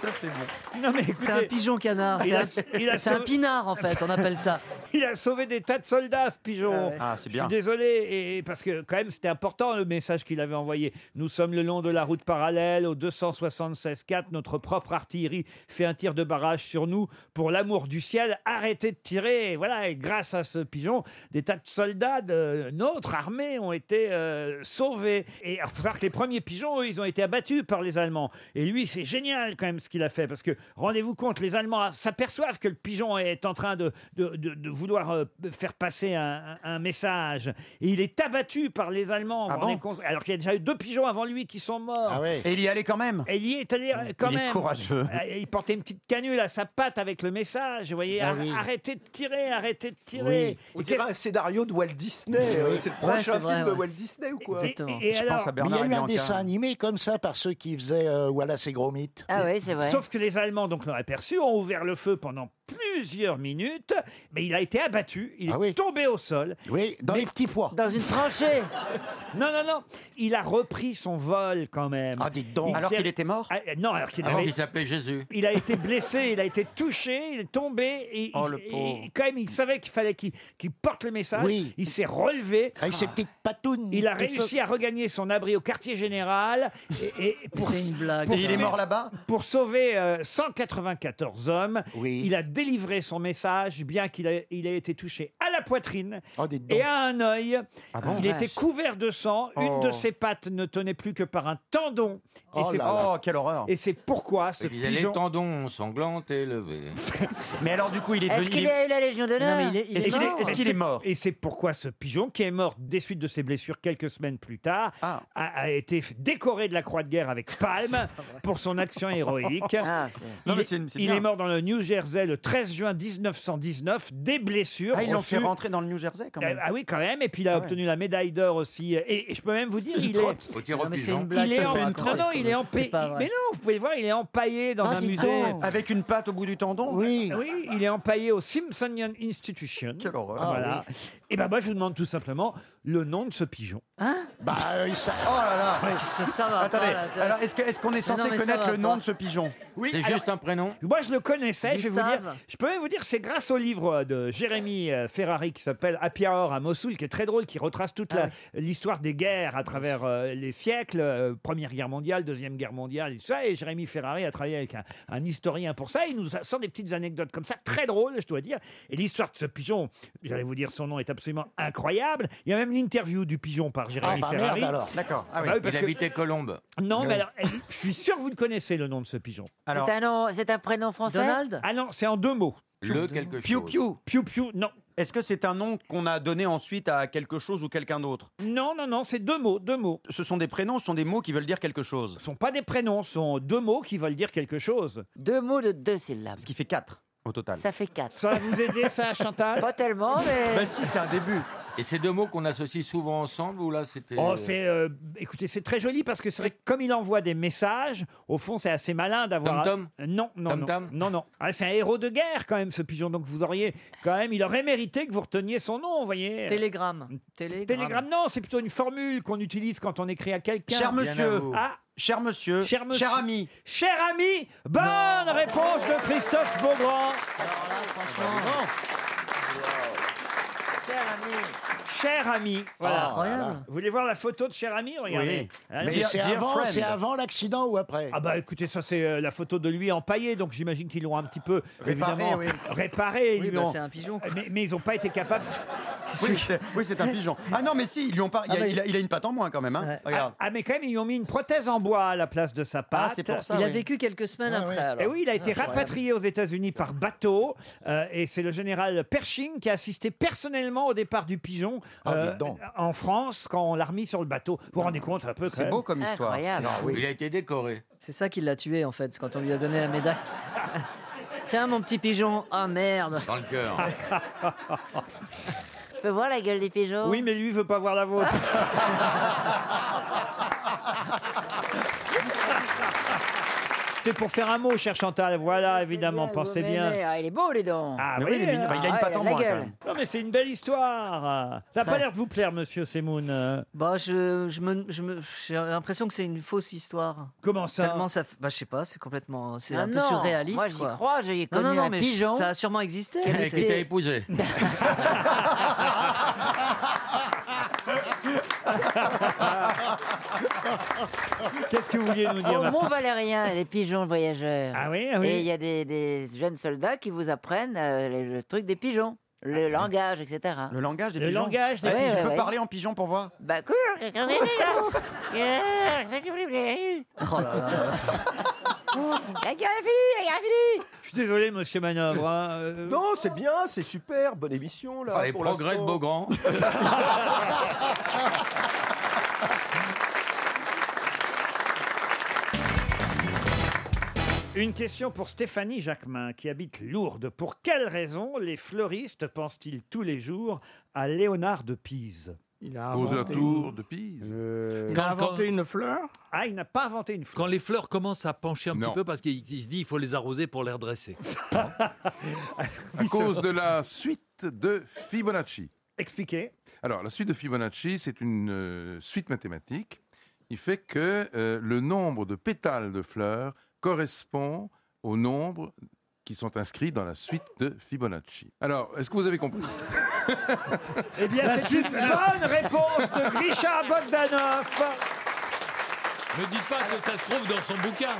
Speaker 9: Ça c'est bon.
Speaker 3: Non, mais
Speaker 20: C'est un pigeon canard.
Speaker 3: il
Speaker 20: C'est
Speaker 3: a- il
Speaker 20: un,
Speaker 3: a
Speaker 20: c'est un
Speaker 3: sauvé-
Speaker 20: pinard, en fait, on appelle ça.
Speaker 3: Il a sauvé des tas de soldats, ce pigeon.
Speaker 20: Ah ouais. Ah, c'est bien.
Speaker 3: Je suis désolé, et, et parce que quand même, c'était important le message qu'il avait envoyé. Nous sommes le long de la route parallèle, au 276-4. Notre propre artillerie fait un tir de barrage sur nous. Pour l'amour du ciel, arrêtez de tirer. Et voilà, et grâce à ce pigeon, des tas de soldats de notre armée ont été euh, sauvés. Et il faut savoir que les premiers pigeons, eux, ils ont été abattus par les Allemands. Et lui, c'est génial quand même ce qu'il a fait, parce que rendez-vous compte, les Allemands s'aperçoivent que le pigeon est en train de, de, de- de vouloir euh, faire passer un, un message. Et il est abattu par les Allemands. vous vous rendez compte Alors qu'il y a déjà eu deux pigeons avant lui qui sont morts.
Speaker 9: Et il y allait quand même.
Speaker 3: Et il y est allé euh, quand
Speaker 9: Il est
Speaker 3: même.
Speaker 9: courageux.
Speaker 3: Euh, Il portait une petite canule à sa patte avec le message. Vous voyez,
Speaker 9: Ah
Speaker 3: Ar-
Speaker 9: oui.
Speaker 3: arrêtez de tirer, arrêtez de tirer.
Speaker 9: On
Speaker 3: Et
Speaker 9: dirait
Speaker 3: quel-
Speaker 9: un scénario de Walt Disney. euh, C'est le
Speaker 3: Ouais,
Speaker 9: prochain
Speaker 3: c'est vrai,
Speaker 9: film de
Speaker 3: ouais.
Speaker 9: Walt Disney ou quoi
Speaker 3: Exactement. Et- et Je alors- pense
Speaker 9: Mais
Speaker 3: à Bernard
Speaker 9: il y a eu
Speaker 3: et
Speaker 9: un
Speaker 3: Bianca.
Speaker 9: dessin animé comme ça par ceux qui faisaient euh, Wallace et Gromit.
Speaker 8: Ah
Speaker 3: Ah Sauf que les Allemands donc l'ont aperçu, ont ouvert le feu pendant plusieurs minutes, mais il a été abattu, il est tombé au sol.
Speaker 9: Oui, dans les petits pois.
Speaker 3: Dans une tranchée. non, non, non. Il a repris son vol quand même. Ah,
Speaker 9: dites
Speaker 7: donc. Alors qu'il Ah,
Speaker 3: était mort euh, Non, alors qu'il
Speaker 7: Avant
Speaker 3: avait...
Speaker 7: qu'il s'appelait Jésus.
Speaker 3: Il a été blessé, il a été touché, il est tombé. Et,
Speaker 7: Oh,
Speaker 3: il-
Speaker 7: le
Speaker 3: et-
Speaker 7: pauvre.
Speaker 3: et quand même, il savait qu'il fallait qu'il qu'il porte le message.
Speaker 9: Oui. Ah,
Speaker 3: Il s'est relevé. Ah.
Speaker 9: Avec ses petites patounes.
Speaker 3: Il a
Speaker 9: tout ça.
Speaker 3: réussi à regagner son abri au quartier général. Et, et pour,
Speaker 9: C'est une blague,
Speaker 3: pour
Speaker 9: ça. Et il est mort là-bas
Speaker 3: Pour sauver euh, 194 hommes, il a délivré son message, bien qu'il ait, il ait été touché à la poitrine
Speaker 9: Oh,
Speaker 3: et à un œil.
Speaker 9: Ah bon
Speaker 3: il était
Speaker 9: Vache.
Speaker 3: couvert de sang. Une
Speaker 9: Oh.
Speaker 3: de ses pattes ne tenait plus que par un tendon.
Speaker 7: Oh
Speaker 3: c'est-
Speaker 7: là là. Oh, quelle
Speaker 9: horreur.
Speaker 3: Et c'est pourquoi ce
Speaker 7: Il disait les
Speaker 3: pigeon...
Speaker 7: tendons sanglants élevés.
Speaker 9: Mais alors du coup, il
Speaker 8: Est-ce qu'il a eu la Légion d'honneur
Speaker 3: Et c'est- c'est- Et c'est pourquoi ce pigeon, qui est mort des suites de ses blessures quelques semaines plus tard,
Speaker 8: Ah.
Speaker 3: a, a été décoré de la Croix de guerre avec palme pour son action héroïque.
Speaker 8: Ah, c'est-
Speaker 3: il
Speaker 8: Non, mais
Speaker 3: est,
Speaker 8: c'est- c'est
Speaker 3: il
Speaker 8: bien.
Speaker 3: est mort dans le New Jersey le 13 juin 1919 des blessures
Speaker 8: Ah, ils
Speaker 3: au
Speaker 8: l'ont fait
Speaker 6: c'est rentré dans le New Jersey quand
Speaker 3: Eh,
Speaker 6: même.
Speaker 3: Ah oui, quand même. Et puis il a
Speaker 6: Ah ouais.
Speaker 3: obtenu la médaille d'or aussi. Et, et je peux même vous dire,
Speaker 6: Une
Speaker 3: il
Speaker 6: trotte.
Speaker 3: est.
Speaker 6: Au tir au Non, mais c'est
Speaker 3: il
Speaker 6: pigeon. une blague,
Speaker 3: est
Speaker 6: ça
Speaker 3: en-
Speaker 6: fait une
Speaker 3: non,
Speaker 6: trotte,
Speaker 3: non,
Speaker 6: quand
Speaker 3: il
Speaker 6: même.
Speaker 3: est en
Speaker 6: C'est
Speaker 3: pa-
Speaker 6: pas vrai.
Speaker 3: Mais non, vous pouvez voir, il est empaillé dans
Speaker 6: Ah,
Speaker 3: un
Speaker 6: dis
Speaker 3: musée.
Speaker 6: donc. Avec une patte au bout du tendon.
Speaker 3: Oui. Oui, il est empaillé au Smithsonian Institution. Quelle horreur.
Speaker 6: Ah
Speaker 3: Voilà.
Speaker 6: oui.
Speaker 3: Et ben moi, je vous demande tout simplement le nom de ce pigeon.
Speaker 6: Hein Bah, euh, il s'a- oh là là.
Speaker 3: ça va pas,
Speaker 6: Attendez.
Speaker 3: là, ça-
Speaker 6: Alors, est-ce que- est-ce qu'on est,
Speaker 3: Mais non,
Speaker 6: censé
Speaker 3: mais ça
Speaker 6: connaître
Speaker 3: va
Speaker 6: le nom
Speaker 3: pas.
Speaker 6: de ce pigeon
Speaker 3: Oui,
Speaker 6: C'est
Speaker 3: alors-
Speaker 6: juste un prénom.
Speaker 3: Moi, je le connaissais, je vais vous
Speaker 6: Gustave.
Speaker 3: dire. Je peux même vous dire, c'est grâce au livre de Jérémy euh, Ferrari qui s'appelle Happy Hour à Mossoul, qui est très drôle, qui retrace toute
Speaker 6: Ah
Speaker 3: la- l'histoire des guerres à travers euh, les siècles, euh, Première Guerre mondiale, Deuxième Guerre mondiale, et tout ça. Et Jérémy Ferrari a travaillé avec un, un historien pour ça. Il nous sort des petites anecdotes comme ça, très drôles, je dois dire. Et l'histoire de ce pigeon, j'allais vous dire, son nom est absolument incroyable. Il y a même l'interview du pigeon par Jérémy
Speaker 6: bah merde
Speaker 3: Ferrari.
Speaker 6: alors. D'accord. Ah oui.
Speaker 3: Bah
Speaker 7: Il
Speaker 3: parce que-
Speaker 7: habitait Colombe.
Speaker 3: Non,
Speaker 7: Oui.
Speaker 3: mais alors, euh, je suis sûr que vous le connaissez, le nom de ce pigeon.
Speaker 8: C'est un, nom- c'est un prénom français
Speaker 3: Ah non, c'est en deux mots.
Speaker 7: Le quelque
Speaker 6: Piu
Speaker 7: chose.
Speaker 6: piu.
Speaker 3: Piu piu. Non.
Speaker 6: Est-ce que c'est un nom qu'on a donné ensuite à quelque chose ou quelqu'un d'autre
Speaker 3: Non, non, non, c'est deux mots, deux mots.
Speaker 6: Ce sont des prénoms, ce sont des mots qui veulent dire quelque chose.
Speaker 3: Ce sont pas des prénoms, ce sont deux mots qui veulent dire quelque chose.
Speaker 8: Deux mots de deux syllabes.
Speaker 6: Ce qui fait quatre au total.
Speaker 8: Ça fait quatre.
Speaker 3: Ça va vous aider, ça, Chantal
Speaker 8: Pas tellement, mais.
Speaker 3: Ben
Speaker 6: Bah si, c'est un début.
Speaker 7: Et ces deux mots qu'on associe souvent ensemble ou là c'était.
Speaker 3: Oh, c'est. euh, écoutez, c'est très joli parce que c'est vrai que comme il envoie des messages, au fond, c'est assez malin d'avoir.
Speaker 7: Tom
Speaker 3: Tom Non, non,
Speaker 7: Tom
Speaker 3: non.
Speaker 7: Tom
Speaker 3: Non, non. Ah, c'est un héros de guerre quand même, ce pigeon. Donc vous auriez quand même. Il aurait mérité que vous reteniez son nom, vous voyez.
Speaker 20: Télégramme. Télégramme.
Speaker 3: Télégramme, non, c'est plutôt une formule qu'on utilise quand on écrit à quelqu'un.
Speaker 6: Cher monsieur.
Speaker 3: Ah,
Speaker 6: Cher monsieur.
Speaker 3: cher monsieur.
Speaker 6: Cher ami.
Speaker 3: Cher ami, bonne réponse de Christophe Beaugrand. Cher ami, voilà.
Speaker 21: incroyable.
Speaker 3: Vous voulez voir la photo de cher ami Regardez.
Speaker 21: Oui. Mais c'est avant, c'est avant l'accident ou après
Speaker 3: Ah bah écoutez, ça c'est euh, la photo de lui empaillé, donc j'imagine qu'ils l'ont un petit peu
Speaker 6: Réparé,
Speaker 3: évidemment
Speaker 6: oui.
Speaker 3: réparé.
Speaker 6: Oui,
Speaker 3: ils
Speaker 6: bah,
Speaker 3: l'ont-
Speaker 6: c'est un
Speaker 3: pigeon. Mais, mais ils n'ont pas été capables.
Speaker 6: Oui, c'est oui, c'est un pigeon. Ah non, mais si, ils lui ont pas. il y a-
Speaker 3: Ah, mais-
Speaker 6: il, a, il a une patte en moins quand même. Hein. Regarde. Ah,
Speaker 3: Ah mais quand même, ils lui ont mis une prothèse en bois à la place de sa
Speaker 20: Ah,
Speaker 3: patte.
Speaker 6: c'est pour ça,
Speaker 20: Il a vécu quelques semaines après. alors.
Speaker 3: Et oui, il a été
Speaker 20: Incroyable.
Speaker 3: rapatrié aux États-Unis par bateau. euh, et c'est le général Pershing qui a assisté personnellement au départ du pigeon
Speaker 6: Ah,
Speaker 3: euh, en France quand on l'a remis sur le bateau. Vous vous rendez compte un peu quand même
Speaker 20: Incroyable.
Speaker 6: Ah,
Speaker 7: Il a été décoré.
Speaker 20: C'est ça qui l'a tué en fait, quand on lui a donné la médaille. Tiens mon petit pigeon. Ah merde.
Speaker 7: Dans le cœur.
Speaker 8: Je peux voir la gueule des pigeons Ah,
Speaker 3: Oui, mais lui veut pas voir la vôtre. C'était pour faire un mot, cher Chantal. Voilà, évidemment, pensez bien.
Speaker 8: Ah, il est beau, les dents.
Speaker 3: Ah oui, hein.
Speaker 8: de la gueule.
Speaker 3: Non, mais c'est une belle histoire. Ça n'a pas
Speaker 20: Ouais.
Speaker 3: l'air de vous plaire, monsieur Semoun. euh.
Speaker 20: Bah je, je me, je me- j'ai l'impression que c'est une fausse histoire.
Speaker 3: Comment ça
Speaker 20: Tellement ça, f- bah je sais pas, c'est complètement, c'est
Speaker 8: Ah
Speaker 20: un peu
Speaker 8: non,
Speaker 20: surréaliste.
Speaker 8: moi, j'y
Speaker 20: quoi.
Speaker 8: crois, j'ai
Speaker 20: Non, non,
Speaker 8: connu
Speaker 20: non,
Speaker 8: un
Speaker 20: mais
Speaker 8: pigeon
Speaker 20: Ça a sûrement existé.
Speaker 8: qui avait
Speaker 7: Qui t'a épousé
Speaker 3: Qu'est-ce que vous vouliez nous dire
Speaker 8: Au
Speaker 3: maintenant
Speaker 8: Mont Valérien, il y a des pigeons voyageurs.
Speaker 3: Ah oui, ah oui.
Speaker 8: Et il y a des, des jeunes soldats qui vous apprennent euh, le, le truc des pigeons,
Speaker 3: Ah,
Speaker 8: le langage, etc.
Speaker 6: Le langage des
Speaker 8: Le
Speaker 6: pigeons.
Speaker 8: langage des
Speaker 6: Ah,
Speaker 8: pigeons.
Speaker 6: Je peux
Speaker 8: Ouais, ouais.
Speaker 6: parler en pigeon pour voir
Speaker 8: Bah, cool, regardez Ah,
Speaker 3: Oh
Speaker 8: Ah, La gueule est finie, la gueule est finie.
Speaker 3: Je suis désolé, monsieur Manœuvre. hein, euh,
Speaker 9: Non, c'est bien, c'est super, bonne émission là.
Speaker 7: Ah, les
Speaker 9: pour
Speaker 7: progrès de
Speaker 9: l'instant.
Speaker 7: Beaugrand.
Speaker 3: Une question pour Stéphanie Jacquemin, qui habite Lourdes. Pour quelle raison les fleuristes pensent-ils tous les jours à Léonard de Pise
Speaker 12: Il a
Speaker 3: Aux
Speaker 12: inventé
Speaker 3: atours
Speaker 12: de Pise.
Speaker 3: Quand- quand-
Speaker 12: une fleur
Speaker 3: Ah, il n'a pas inventé une fleur.
Speaker 5: Quand les fleurs commencent à pencher un
Speaker 12: Non.
Speaker 5: petit peu, parce qu'il il se dit il faut les arroser pour les redresser.
Speaker 12: À cause de la suite de Fibonacci.
Speaker 3: Expliquez.
Speaker 12: Alors, la suite de Fibonacci, c'est une euh, suite mathématique. Il fait que euh, le nombre de pétales de fleurs correspond au nombre qui sont inscrits dans la suite de Fibonacci. Alors, est-ce que vous avez compris
Speaker 3: Eh bien,
Speaker 12: La
Speaker 3: c'est une
Speaker 12: suite-
Speaker 3: bonne réponse de Grisha Bogdanov.
Speaker 5: Ne dites pas que ça se trouve dans son bouquin.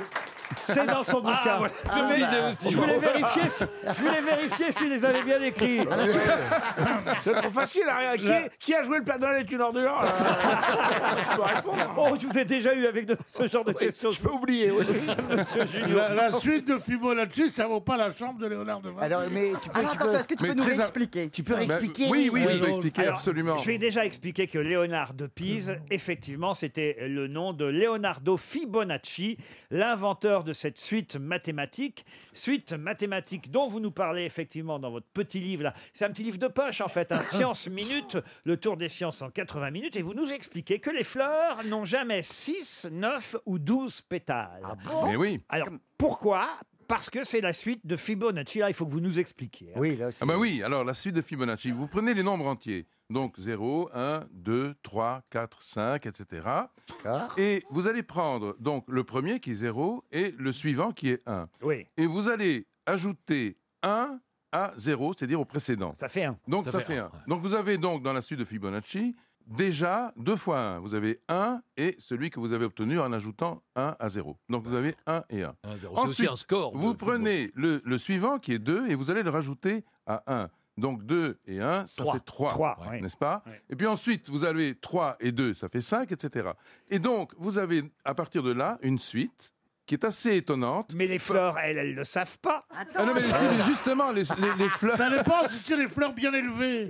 Speaker 3: C'est dans son
Speaker 5: Ah,
Speaker 3: bouquin. bah,
Speaker 5: voilà, je
Speaker 3: je,
Speaker 5: me
Speaker 3: voulais,
Speaker 5: disais aussi.
Speaker 3: je voulais vérifier, si- je voulais vérifier s'il les avait bien écrits.
Speaker 4: C'est trop facile à rien. Qui, est- qui a joué le plat est une ordure euh,
Speaker 3: Ah,
Speaker 4: Je peux répondre.
Speaker 3: Oh, je vous ai déjà eu avec de- ce genre de questions. Je peux oublier, oui. Monsieur Junior.
Speaker 4: La, la suite de Fibonacci, ça vaut pas la chambre de Léonard de Vinci.
Speaker 22: Alors, mais tu
Speaker 3: Ah,
Speaker 22: peux,
Speaker 4: Ah, Attends,
Speaker 22: tu peux-
Speaker 4: attends, est-ce que tu
Speaker 22: Mais
Speaker 4: peux nous
Speaker 22: très im-
Speaker 4: réexpliquer
Speaker 22: Tu peux
Speaker 4: Bah,
Speaker 22: réexpliquer
Speaker 12: oui, oui, je
Speaker 22: Ouais,
Speaker 12: peux
Speaker 22: non,
Speaker 12: expliquer,
Speaker 3: Alors,
Speaker 12: absolument.
Speaker 3: Je vais déjà expliquer que Léonard de Pise, effectivement, c'était le nom de Leonardo Fibonacci, l'inventeur auteur de cette suite mathématique. Suite mathématique dont vous nous parlez effectivement dans votre petit livre. là. C'est un petit livre de poche en fait, un Science Minute, le tour des sciences en 80 minutes. Et vous nous expliquez que les fleurs n'ont jamais 6, 9 ou 12 pétales. Ah
Speaker 12: bon Mais oui.
Speaker 3: Alors pourquoi parce que c'est la suite de Fibonacci. Là, il faut que vous nous expliquiez. hein. Oui,
Speaker 12: Ah bah oui, alors la suite de Fibonacci. Vous prenez les nombres entiers. Donc 0, 1, 2, 3, 4, 5, etc. Et vous allez prendre donc le premier qui est 0 et le suivant qui est 1.
Speaker 3: Oui.
Speaker 12: Et vous allez ajouter 1 à 0, c'est-à-dire au précédent.
Speaker 3: Ça fait 1.
Speaker 12: Donc ça, fait 1. Donc vous avez donc dans la suite de Fibonacci déjà 2 fois 1. Vous avez 1 et celui que vous avez obtenu en ajoutant 1 à 0. Donc vous avez 1 et 1.
Speaker 5: zéro. C'est aussi un score de
Speaker 12: Vous
Speaker 5: football.
Speaker 12: prenez le, le suivant qui est 2 et vous allez le rajouter à 1. Donc 2 et 1, ça
Speaker 5: Trois.
Speaker 12: fait 3,
Speaker 5: Trois,
Speaker 12: n'est-ce pas Et puis ensuite, vous avez 3 et 2, ça fait 5, etc. Et donc, vous avez à partir de là une suite qui est assez étonnante.
Speaker 3: Mais les fleurs, elles, elles ne le savent pas.
Speaker 12: Ah non, mais les- justement, les, les- les fleurs...
Speaker 23: Ça dépend si c'est des fleurs bien élevées.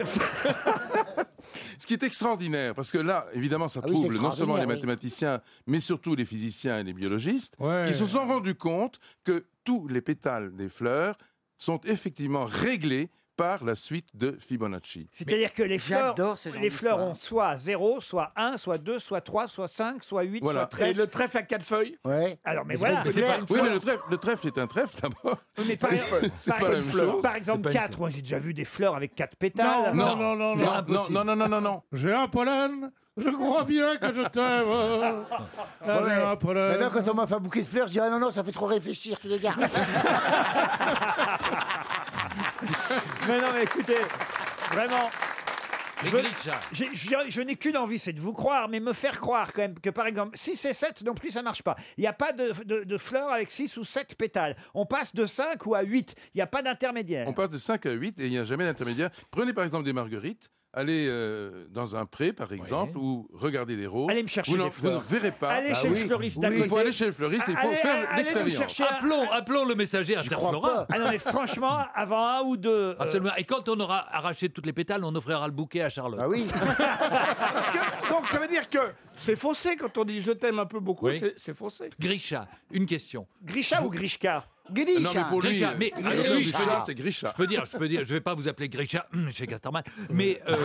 Speaker 12: Ce qui est extraordinaire, parce que là, évidemment, ça
Speaker 23: oui, c'est
Speaker 12: trouble non seulement les
Speaker 23: extraordinaire, oui.
Speaker 12: mathématiciens, mais surtout les physiciens et les biologistes,
Speaker 23: Ouais.
Speaker 12: qui se sont rendus compte que tous les pétales des fleurs sont effectivement réglés par la suite de Fibonacci.
Speaker 3: C'est-à-dire que les fleurs,
Speaker 12: j'adore ce genre
Speaker 3: les fleurs
Speaker 12: d'histoire.
Speaker 3: ont soit 0, soit 1, soit 2, soit 3, soit 5, soit 8,
Speaker 12: Voilà.
Speaker 3: soit 13.
Speaker 12: Et le
Speaker 3: trèfle à quatre feuilles
Speaker 12: Ouais.
Speaker 3: Alors, mais voilà.
Speaker 12: Oui, mais le trèfle, le trèfle est un trèfle d'abord.
Speaker 3: Mais par,
Speaker 12: C'est
Speaker 3: par-
Speaker 12: pas la même chose.
Speaker 3: par
Speaker 12: C'est
Speaker 3: exemple,
Speaker 12: pas une
Speaker 3: 4, moi j'ai déjà vu des fleurs avec 4 pétales.
Speaker 23: Non, non, non, non, non,
Speaker 12: non, non, non, non, non.
Speaker 23: J'ai un pollen, je crois bien que je t'aime. Ah, j'ai un pollen.
Speaker 17: Maintenant, quand on m'a fait un bouquet de fleurs, je dis Ah non, non, ça fait trop réfléchir, tu les gardes.
Speaker 3: Mais non, mais écoutez, vraiment.
Speaker 5: Les
Speaker 3: je-
Speaker 5: glitches, hein.
Speaker 3: j'ai- j'ai- Je n'ai qu'une envie, c'est de vous croire, mais me faire croire quand même que par exemple, 6 et 7 non plus, ça marche pas. Il n'y a pas de, de- de fleurs avec 6 ou 7 pétales. On passe de 5 ou à 8. Il n'y a pas d'intermédiaire.
Speaker 12: On passe de 5 à 8 et il n'y a jamais d'intermédiaire. Prenez par exemple des marguerites, allez euh, dans un pré par exemple, ou regardez des roses.
Speaker 3: Allez me chercher
Speaker 12: vous
Speaker 3: des
Speaker 12: n'en- Vous
Speaker 3: fleurs.
Speaker 12: ne verrez pas.
Speaker 3: Allez chez le fleuriste d'à
Speaker 12: Il faut
Speaker 3: côté.
Speaker 12: aller chez le fleuriste et il faut
Speaker 3: Allez,
Speaker 12: faire
Speaker 3: allez nous
Speaker 12: l'expérience.
Speaker 3: chercher un-
Speaker 5: Appelons, appelons le messager Interflora.
Speaker 3: Ah non, mais franchement, avant un ou deux.
Speaker 5: Absolument. Et quand on aura arraché toutes les pétales, on offrira le bouquet à Charlotte. Ah
Speaker 17: oui.
Speaker 14: Donc ça veut dire que c'est faussé quand on dit je t'aime un peu beaucoup,
Speaker 5: Oui.
Speaker 14: c'est- c'est faussé.
Speaker 5: Grisha, une question.
Speaker 3: Grisha ou Grishka
Speaker 14: Grisha.
Speaker 5: Non, mais pour lui,
Speaker 14: Grisha,
Speaker 5: euh,
Speaker 14: mais-
Speaker 5: alors,
Speaker 14: Grisha.
Speaker 5: je peux dire-
Speaker 12: C'est Grisha.
Speaker 5: Je peux dire, je peux dire, je vais pas vous appeler Grisha hum, chez Casterman, mais euh,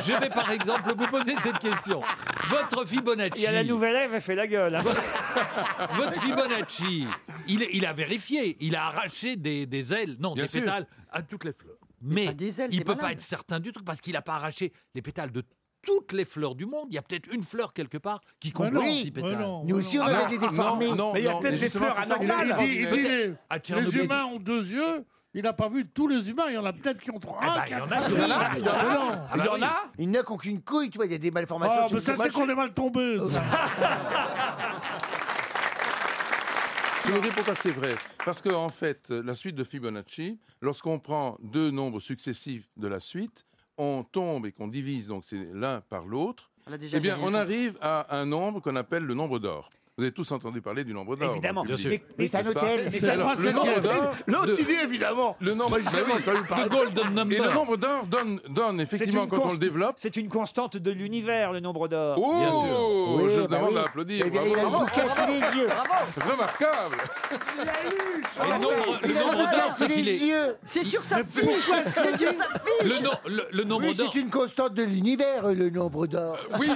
Speaker 5: je vais par exemple vous poser cette question. Votre Fibonacci.
Speaker 3: euh, Il y a la nouvelle Ève, elle fait la gueule. hein.
Speaker 5: Votre Fibonacci, il, il a vérifié, il a arraché des, des ailes, non,
Speaker 12: Bien
Speaker 5: des
Speaker 12: sûr.
Speaker 5: pétales à toutes les fleurs. Mais
Speaker 12: ailes,
Speaker 5: il
Speaker 12: t'es
Speaker 5: peut
Speaker 12: malade.
Speaker 5: pas être certain du truc parce qu'il n'a pas arraché les pétales de toutes les fleurs du monde. Il y a peut-être une fleur quelque part qui
Speaker 17: Mais
Speaker 5: comporte
Speaker 17: non,
Speaker 5: six
Speaker 17: mais
Speaker 5: pétales. Ah,
Speaker 17: non, Nous mais aussi, non. on a des déformés. Mais il y a peut-être
Speaker 5: mais
Speaker 17: des
Speaker 5: justement,
Speaker 17: fleurs
Speaker 5: c'est ça qui est
Speaker 17: anormales.
Speaker 23: Il dit- il dit,
Speaker 5: extraordinaire.
Speaker 23: les,
Speaker 5: À
Speaker 23: les
Speaker 5: Tchernobyl.
Speaker 23: humains ont deux yeux. Il n'a pas vu tous les humains. Il y en a peut-être qui ont trois.
Speaker 5: Ah bah, il y en a, il y en a, il y en a. Ah bah oui.
Speaker 17: Il n'y en a qui ont qu'une couille, tu vois, il y a des malformations.
Speaker 23: Ah, mais ça, c'est qu'on est mal tombé. ça.
Speaker 12: Je vous dis pourquoi c'est vrai. Parce que, en fait, euh, la suite de Fibonacci, lorsqu'on prend deux nombres successifs de la suite, on tombe et qu'on divise donc c'est l'un par l'autre,
Speaker 24: On a déjà
Speaker 12: eh bien,
Speaker 24: gagné.
Speaker 12: on arrive à un nombre qu'on appelle le nombre d'or. Vous avez tous entendu parler du nombre d'or.
Speaker 3: Évidemment.
Speaker 12: dans le
Speaker 3: Bien
Speaker 12: public.
Speaker 3: sûr. Mais- mais c'est un
Speaker 12: N'est-ce pas
Speaker 3: hôtel. Mais c'est
Speaker 12: Alors,
Speaker 3: trois
Speaker 12: le
Speaker 3: septièmes.
Speaker 12: nombre d'or
Speaker 14: L'autre,
Speaker 12: de-
Speaker 14: il dit, évidemment.
Speaker 12: Le nombre,
Speaker 14: Moi, justement,
Speaker 12: bah oui.
Speaker 14: quand il parle-
Speaker 12: Le golden number. Et le nombre d'or donne, donne
Speaker 3: C'est
Speaker 12: effectivement
Speaker 3: une
Speaker 12: quand on le
Speaker 3: const-
Speaker 12: développe.
Speaker 3: C'est une constante de l'univers, le nombre d'or.
Speaker 12: Oh, Bien sûr. je
Speaker 3: Oui, bah
Speaker 12: demande
Speaker 3: oui.
Speaker 12: à applaudir.
Speaker 3: Eh bien,
Speaker 12: Bravo.
Speaker 3: il a le
Speaker 12: Bravo.
Speaker 3: bouquet sous les yeux.
Speaker 12: Remarquable.
Speaker 5: Le nombre, le
Speaker 17: Il a
Speaker 5: nombre
Speaker 17: le
Speaker 5: d'or,
Speaker 17: regard
Speaker 5: c'est
Speaker 17: sous
Speaker 5: qu'il
Speaker 17: les
Speaker 5: est.
Speaker 17: yeux.
Speaker 6: C'est sur sa
Speaker 17: Mais fiche. pourquoi est-ce qu'on C'est sur dit- sa fiche.
Speaker 5: Le, no- le- le nombre
Speaker 17: Oui,
Speaker 5: d'or. Euh,
Speaker 17: c'est une constante de l'univers, le nombre d'or.
Speaker 12: Oui.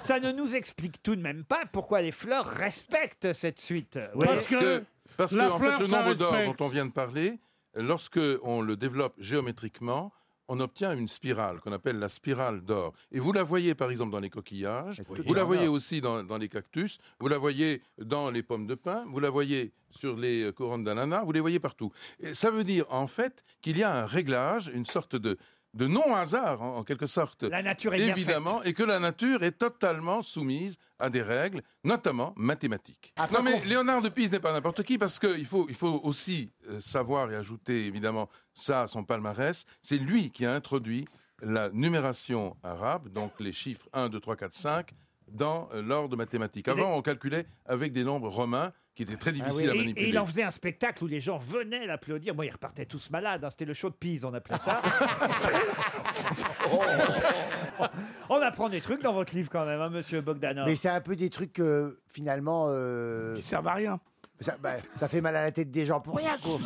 Speaker 3: Ça ne nous explique tout de même pas pourquoi les fleurs respectent cette suite. Vous
Speaker 12: Parce
Speaker 3: voyez
Speaker 12: que, parce que, en fait, le nombre d'or dont on vient de parler, lorsque on le développe géométriquement, on obtient une spirale qu'on appelle la spirale d'or. Et vous la voyez par exemple dans les coquillages,
Speaker 24: tout
Speaker 12: vous
Speaker 24: est
Speaker 12: la
Speaker 24: en
Speaker 12: voyez
Speaker 24: or.
Speaker 12: aussi dans, dans les cactus, vous la voyez dans les pommes de pin, vous la voyez sur les euh, couronnes d'ananas, vous les voyez partout. Et ça veut dire en fait qu'il y a un réglage, une sorte de, de non-hasard en, en quelque sorte.
Speaker 3: La nature est bien
Speaker 12: Évidemment, et que la nature est totalement soumise à des règles, notamment mathématiques.
Speaker 3: Ah,
Speaker 12: non mais Léonard de Pise n'est pas n'importe qui parce qu'il faut, il faut aussi euh, savoir et ajouter évidemment ça à son palmarès. C'est lui qui a introduit la numération arabe, donc les chiffres 1, 2, 3, 4, 5, dans euh, l'ordre mathématique. Avant, on calculait avec des nombres romains qui étaient très difficiles à
Speaker 3: Ah Et-
Speaker 12: manipuler.
Speaker 3: Et il en faisait un spectacle où les gens venaient l'applaudir. Bon, ils repartaient tous malades. hein. C'était le show de Pise, on appelait ça. on apprend des trucs dans votre livre quand même, hein, monsieur Bogdanov.
Speaker 9: Mais c'est un peu des trucs euh, finalement.
Speaker 17: euh,
Speaker 9: Qui
Speaker 3: servent à rien.
Speaker 9: Ça, bah, ça fait mal à la tête des gens pour rien, quoi.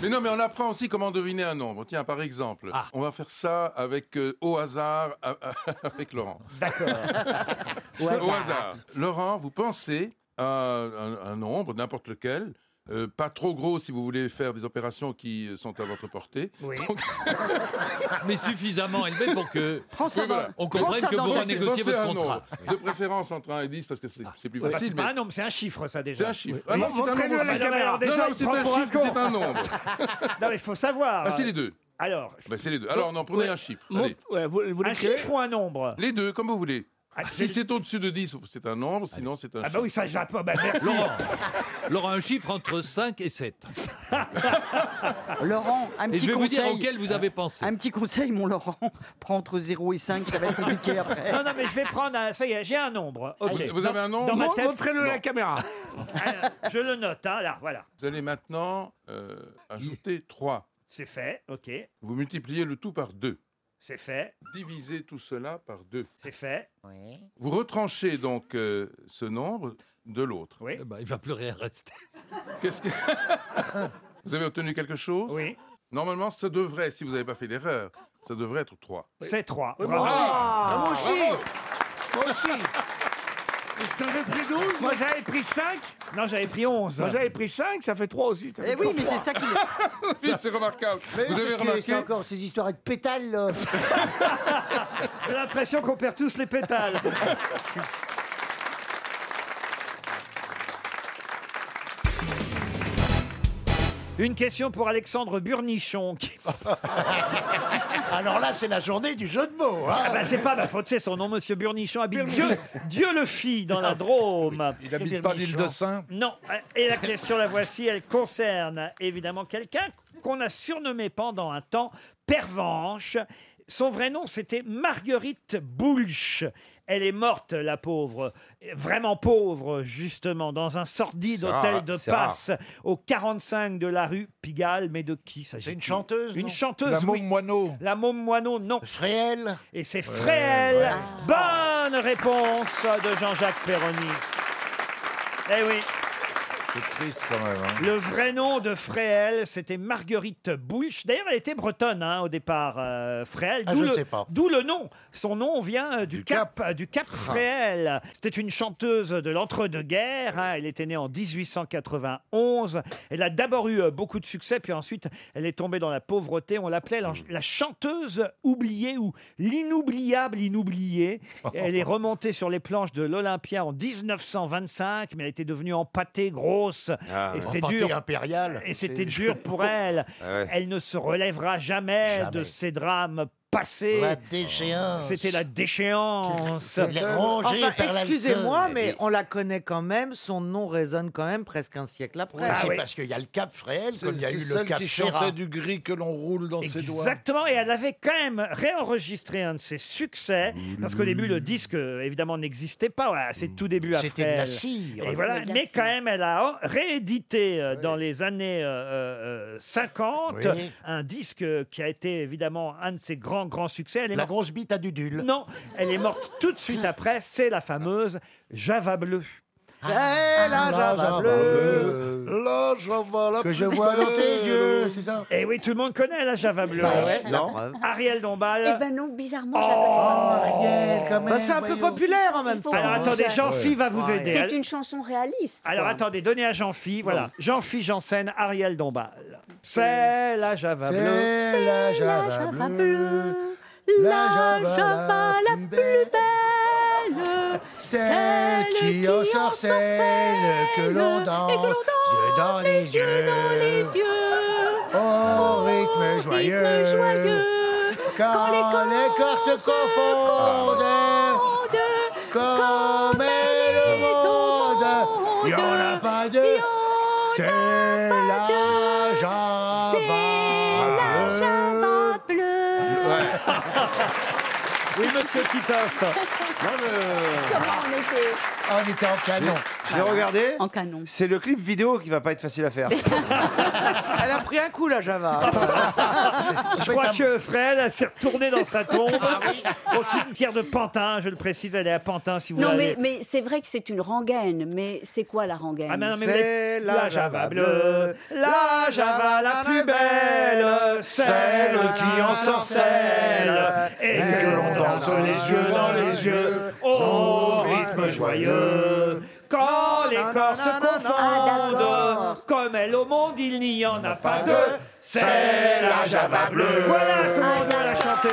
Speaker 12: Mais non, mais on apprend aussi comment deviner un nombre. Tiens, par exemple,
Speaker 25: Ah.
Speaker 12: on va faire ça avec euh, au hasard a- a- avec Laurent.
Speaker 3: D'accord.
Speaker 12: au, hasard. Laurent, vous pensez à un, un nombre, n'importe lequel. euh, pas trop gros si vous voulez faire des opérations qui euh, sont à votre portée.
Speaker 25: Mais suffisamment élevé pour que
Speaker 12: Prends ça
Speaker 25: Oui,
Speaker 12: dans-
Speaker 25: on
Speaker 12: prends
Speaker 25: comprenne
Speaker 12: ça
Speaker 25: que
Speaker 12: dans
Speaker 25: vous
Speaker 12: le-
Speaker 25: va négocier
Speaker 12: Pensez à
Speaker 25: votre
Speaker 12: un
Speaker 25: contrat.
Speaker 12: nombre. De préférence entre 1 et 10 parce que c'est c'est plus
Speaker 3: Bah,
Speaker 12: facile.
Speaker 3: c'est pas
Speaker 12: mais-
Speaker 3: un nombre, c'est un chiffre, ça déjà.
Speaker 12: C'est un chiffre.
Speaker 3: Oui.
Speaker 12: Ah non, c'est un
Speaker 3: Montrez-le
Speaker 12: nombre
Speaker 3: à la
Speaker 12: aussi.
Speaker 3: caméra.
Speaker 12: Non,
Speaker 3: Déjà,
Speaker 12: non,
Speaker 3: il
Speaker 12: c'est
Speaker 3: prend
Speaker 12: un Ah,
Speaker 3: pour
Speaker 12: chiffre,
Speaker 3: con.
Speaker 12: c'est un nombre.
Speaker 3: non, mais il faut savoir.
Speaker 12: Ah, c'est les deux.
Speaker 3: Alors.
Speaker 12: Bah, c'est les deux. Alors, on en prenait un chiffre. Allez.
Speaker 3: un chiffre ou un nombre
Speaker 12: Les deux, comme vous voulez.
Speaker 3: Ah, c'est-
Speaker 12: si c'est au-dessus de 10, c'est un nombre, sinon c'est un
Speaker 3: Ah bah oui, ça, j'ai pas- bah, merci.
Speaker 25: Laurent, Laurent, un chiffre entre 5 et 7.
Speaker 5: Laurent, un
Speaker 25: Et
Speaker 5: petit
Speaker 25: je vais vous dire
Speaker 5: conseil.
Speaker 25: auquel vous avez pensé.
Speaker 5: Un petit conseil, mon Laurent. Prends entre 0 et 5, ça va être compliqué après.
Speaker 3: Non, non, mais je vais prendre un. Ça y est, j'ai un nombre. Ok.
Speaker 12: Vous- vous avez un nombre
Speaker 3: Dans ma
Speaker 12: Mon-
Speaker 3: tête-
Speaker 12: montrez-le à la
Speaker 3: Non.
Speaker 12: caméra.
Speaker 3: Alors, je le note, hein, là, voilà.
Speaker 12: Vous allez maintenant euh, ajouter 3.
Speaker 3: C'est fait, ok.
Speaker 12: Vous multipliez le tout par 2.
Speaker 3: C'est fait.
Speaker 12: Divisez Euh, tout cela par 2.
Speaker 3: C'est fait.
Speaker 12: Vous retranchez donc euh, ce nombre de l'autre.
Speaker 3: Oui.
Speaker 5: Eh ben,
Speaker 12: il va plus rien rester. Qu'est-ce que... vous avez obtenu quelque chose
Speaker 3: Oui.
Speaker 12: Normalement, ça devrait, si vous n'avez pas fait d'erreur, ça devrait être 3.
Speaker 3: C'est 3.
Speaker 12: Oui,
Speaker 3: Bravo.
Speaker 12: moi aussi. Ah,
Speaker 4: moi aussi.
Speaker 12: bravo.
Speaker 4: Moi aussi. T'en avais pris 12 Moi j'avais pris 5
Speaker 3: Non, j'avais pris 11.
Speaker 4: Moi j'avais pris 5, ça fait 3 aussi.
Speaker 9: Eh oui, mais c'est ça qui-
Speaker 12: Oui, c'est remarquable.
Speaker 9: Mais
Speaker 12: vous
Speaker 9: oui,
Speaker 12: avez
Speaker 9: parce que
Speaker 12: remarqué
Speaker 9: C'est encore ces histoires de pétales. là.
Speaker 3: J'ai l'impression qu'on perd tous les pétales. Une question pour Alexandre Burnichon. Qui...
Speaker 9: Alors là, c'est la journée du jeu de mots. hein.
Speaker 3: Ah bah, c'est pas ma faute, c'est son nom, Monsieur Burnichon habite Dieu, Dieu le fit dans la Drôme.
Speaker 26: Ah Il habite pas l'île de Saint
Speaker 3: Non. Et la question, la voici, elle concerne évidemment quelqu'un qu'on a surnommé pendant un temps Pervenche. Son vrai nom, c'était Marguerite Boulch. Elle est morte, la pauvre, vraiment pauvre, justement, dans un sordide
Speaker 9: C'est rare,
Speaker 3: hôtel
Speaker 9: hein,
Speaker 3: de
Speaker 9: c'est rare.
Speaker 3: passe au 45 de la rue Pigalle. Mais de qui s'agit-il C'est une
Speaker 9: chanteuse,
Speaker 3: Une
Speaker 9: non
Speaker 3: chanteuse,
Speaker 9: La Môme
Speaker 3: Moineau. La Môme Moineau, non. Fréhel Et c'est
Speaker 9: Ouais,
Speaker 3: Fréhel.
Speaker 9: ouais.
Speaker 3: Bonne réponse de Jean-Jacques Perroni. Eh oui.
Speaker 26: C'est triste quand même. hein.
Speaker 3: Le vrai nom de Fréhel, c'était Marguerite Bouche. D'ailleurs, elle était bretonne hein, au départ, euh, Fréhel.
Speaker 9: Ah,
Speaker 3: D'où
Speaker 9: je
Speaker 3: le,
Speaker 9: ne sais pas. Ah.
Speaker 3: d'où le nom. Son nom vient euh, du, Cap, euh, du Cap Fréhel. C'était une chanteuse de l'entre-deux-guerres. hein. Elle était née en 1891. Elle a d'abord eu euh, beaucoup de succès, puis ensuite, elle est tombée dans la pauvreté. On l'appelait la,
Speaker 9: Hmm.
Speaker 3: la chanteuse oubliée ou l'inoubliable inoubliée. Elle est remontée sur les planches de l'Olympia en 1925, mais elle était devenue empâtée, grosse.
Speaker 9: Ah,
Speaker 3: et
Speaker 9: ouais.
Speaker 3: c'était
Speaker 9: Empâtée
Speaker 3: dur.
Speaker 9: impériale.
Speaker 3: Et c'était
Speaker 9: C'est-
Speaker 3: dur pour elle.
Speaker 9: Ah ouais.
Speaker 3: Elle ne se relèvera jamais,
Speaker 9: Jamais.
Speaker 3: de ces drames passés.
Speaker 9: La
Speaker 6: Ah,
Speaker 9: déchéance.
Speaker 3: C'était la déchéance.
Speaker 9: Quel- c'est rongé
Speaker 6: Enfin,
Speaker 9: par la
Speaker 6: excusez-moi,
Speaker 9: gueule.
Speaker 6: mais on la connaît quand même. Son nom résonne quand même presque un siècle après.
Speaker 9: Ouais, c'est parce qu'il y a le Cap Fréhel,
Speaker 6: Ah C'est-
Speaker 9: comme il y a
Speaker 6: c'est
Speaker 9: eu le
Speaker 6: celle
Speaker 9: Cap
Speaker 6: qui
Speaker 9: Ferrat.
Speaker 6: chantait
Speaker 26: Du gris que l'on roule dans ses doigts.
Speaker 3: Exactement, et elle avait quand même réenregistré un de ses succès,
Speaker 9: Mmh.
Speaker 3: parce qu'au début, le disque, euh, évidemment, n'existait pas, voilà, c'est tout début à
Speaker 9: C'était de la
Speaker 3: Frêle.
Speaker 9: cire.
Speaker 3: Et voilà,
Speaker 9: Oui, de la
Speaker 3: mais
Speaker 9: cire.
Speaker 3: quand même, elle a réédité euh, dans les années euh, euh, 50
Speaker 9: Oui.
Speaker 3: un disque qui a été évidemment un de ses grands, grands succès. Elle est
Speaker 9: La
Speaker 3: morte-
Speaker 9: grosse bite à Dudule.
Speaker 3: Non, elle est morte tout de suite après, c'est la fameuse Java Bleue.
Speaker 9: Ah.
Speaker 6: Elle a Java bleu.
Speaker 26: Là, j'en vois la
Speaker 3: Que
Speaker 9: je vois dans tes yeux, c'est ça
Speaker 3: Et Euh, Eh oui, tout le monde connaît la Java bleue.
Speaker 6: Bah ouais,
Speaker 3: Ouais.
Speaker 6: la preuve.
Speaker 3: Ariel Dombal. Oh,
Speaker 13: Eh ben non, bizarrement, je la connais pas.
Speaker 6: Bah, c'est un peu populaire en même
Speaker 13: Il faut
Speaker 6: temps.
Speaker 3: Alors,
Speaker 6: hein.
Speaker 3: attendez, Jean-Phi va vous aider.
Speaker 13: C'est
Speaker 3: Elle-
Speaker 13: une chanson réaliste.
Speaker 3: Alors
Speaker 13: quoi.
Speaker 3: attendez, donnez à Jean-Phi, voilà. Jean-Phi Janssen, Ariel Dombal. C'est la Java bleue.
Speaker 9: C'est la Java
Speaker 13: Java
Speaker 9: bleue.
Speaker 13: bleue,
Speaker 9: La Java
Speaker 13: la plus belle,
Speaker 9: Celle qui en sorcelle, que l'on danse, yeux dans les yeux, au rythme joyeux, quand, les corps se confondent, comme est le monde, il n'y en a pas deux, c'est la Java bleue.
Speaker 13: Java bleue.
Speaker 3: Oui, monsieur Titoff. euh,
Speaker 17: Comment on était
Speaker 2: Ah, on était en canon. J'ai regardé.
Speaker 17: En canon.
Speaker 2: C'est le clip vidéo qui va pas être facile à faire.
Speaker 27: Elle a pris un coup, la Java.
Speaker 3: Je crois que Fred elle s'est retournée dans sa tombe au cimetière de Pantin. Je le précise, elle est à Pantin si vous
Speaker 4: Non, mais,
Speaker 3: allez.
Speaker 4: mais c'est vrai que c'est une rengaine, mais c'est quoi la rengaine
Speaker 3: Ah, mais non, mais vous l'êtes- la Java bleue, la Java la plus belle, celle qui
Speaker 6: Ah,
Speaker 3: en sorcelle, et que l'on danse les yeux dans les yeux, au rythme joyeux. Quand les corps se confondent, comme elle au monde, il n'y en a pas deux, c'est la Java bleue. Voilà comment on doit la chanter.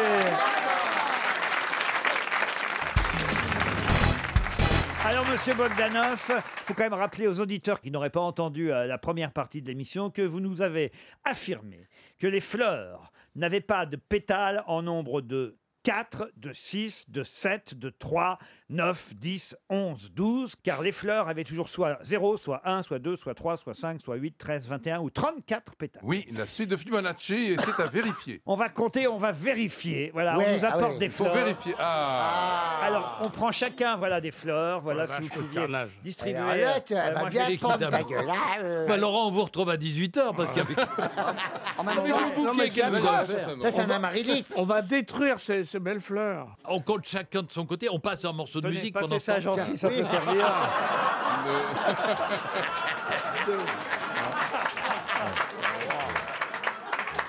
Speaker 3: Alors, monsieur Bogdanov, faut quand même rappeler aux auditeurs qui n'auraient pas entendu euh, la première partie de l'émission que vous nous avez affirmé que les fleurs n'avaient pas de pétales en nombre de 4, de 6, de 7, de 3, 9, 10, 11, 12, car les fleurs avaient toujours soit 0, soit 1, soit 2, soit 3, soit 5, soit 8, 13, 21 ou 34 pétales.
Speaker 12: Oui, la suite de Fibonacci, et c'est à vérifier.
Speaker 3: On va compter, on va vérifier. Voilà, on
Speaker 12: Ouais,
Speaker 3: nous
Speaker 12: ah
Speaker 3: apporte
Speaker 12: ouais.
Speaker 3: des
Speaker 12: Faut
Speaker 3: fleurs.
Speaker 12: vérifier. Ah.
Speaker 3: Alors, on prend chacun, voilà, des fleurs. Voilà,
Speaker 5: Oh la
Speaker 3: si vous
Speaker 5: vache, quel
Speaker 3: pouviez
Speaker 5: carnage.
Speaker 3: distribuer. Euh,
Speaker 5: Alors là, tu vas bien
Speaker 3: j'ai les
Speaker 5: prendre ta
Speaker 3: d'abord.
Speaker 5: gueule, hein,
Speaker 4: euh,
Speaker 5: Bah, Laurent, on vous retrouve à 18h parce qu'il y a...
Speaker 12: Ah.
Speaker 14: En même
Speaker 5: Non, mais
Speaker 14: temps-
Speaker 5: le bouquet,
Speaker 14: Non, mais c'est
Speaker 5: qu'est-ce que
Speaker 14: quoi,
Speaker 5: vous allez faire
Speaker 14: ça, c'est
Speaker 5: On va-
Speaker 14: un amaryllis. On va détruire ces, ces belles fleurs.
Speaker 5: On compte chacun de son côté, on passe un morceau de
Speaker 14: Tenez,
Speaker 5: musique
Speaker 14: passez
Speaker 5: pendant Ah.
Speaker 14: ça,
Speaker 5: ce temps.
Speaker 14: Jean-Phi, ça peut servir.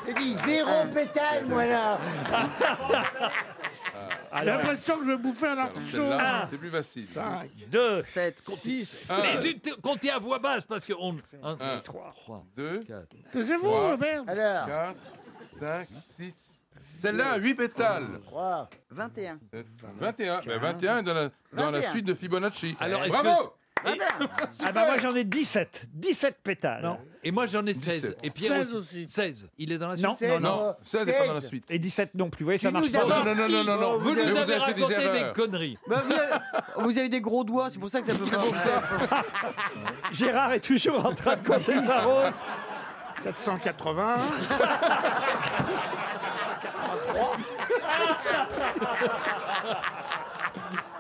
Speaker 17: J'ai dit zéro pétale, moi là.
Speaker 3: Ah.
Speaker 23: J'ai l'impression que je vais bouffer un artichaut. Ah.
Speaker 12: Celle-là, c'est plus facile.
Speaker 3: 2,
Speaker 5: 7,
Speaker 12: un.
Speaker 5: comptez à voix basse parce que on... hein. 1,
Speaker 12: Ah.
Speaker 5: 2, 3,
Speaker 12: 2,
Speaker 23: Taisez-vous,
Speaker 6: Oh,
Speaker 23: merde.
Speaker 12: Alors. 4, 5, 6. Celle-là, 8 pétales.
Speaker 24: 21.
Speaker 12: Euh, 21. Ben, 21 dans la, dans la
Speaker 24: 21.
Speaker 12: suite de Fibonacci.
Speaker 5: Alors, est-ce
Speaker 12: Bravo
Speaker 5: que... Et-
Speaker 3: Ah bah moi j'en ai 17. 17 pétales.
Speaker 5: Et moi j'en ai 16. Et Pierre
Speaker 3: 16
Speaker 5: aussi. 16. Il est dans la suite
Speaker 3: Non, non, non. Et 17 non plus. Vous voyez, ça marche pas.
Speaker 5: Vous, nous avez, raconté des,
Speaker 3: erreurs.
Speaker 5: conneries.
Speaker 24: Bah, vous, avez, vous avez des gros doigts, c'est pour ça que ça peut pas.
Speaker 3: Gérard est toujours en train de compter sa rose.
Speaker 14: 480.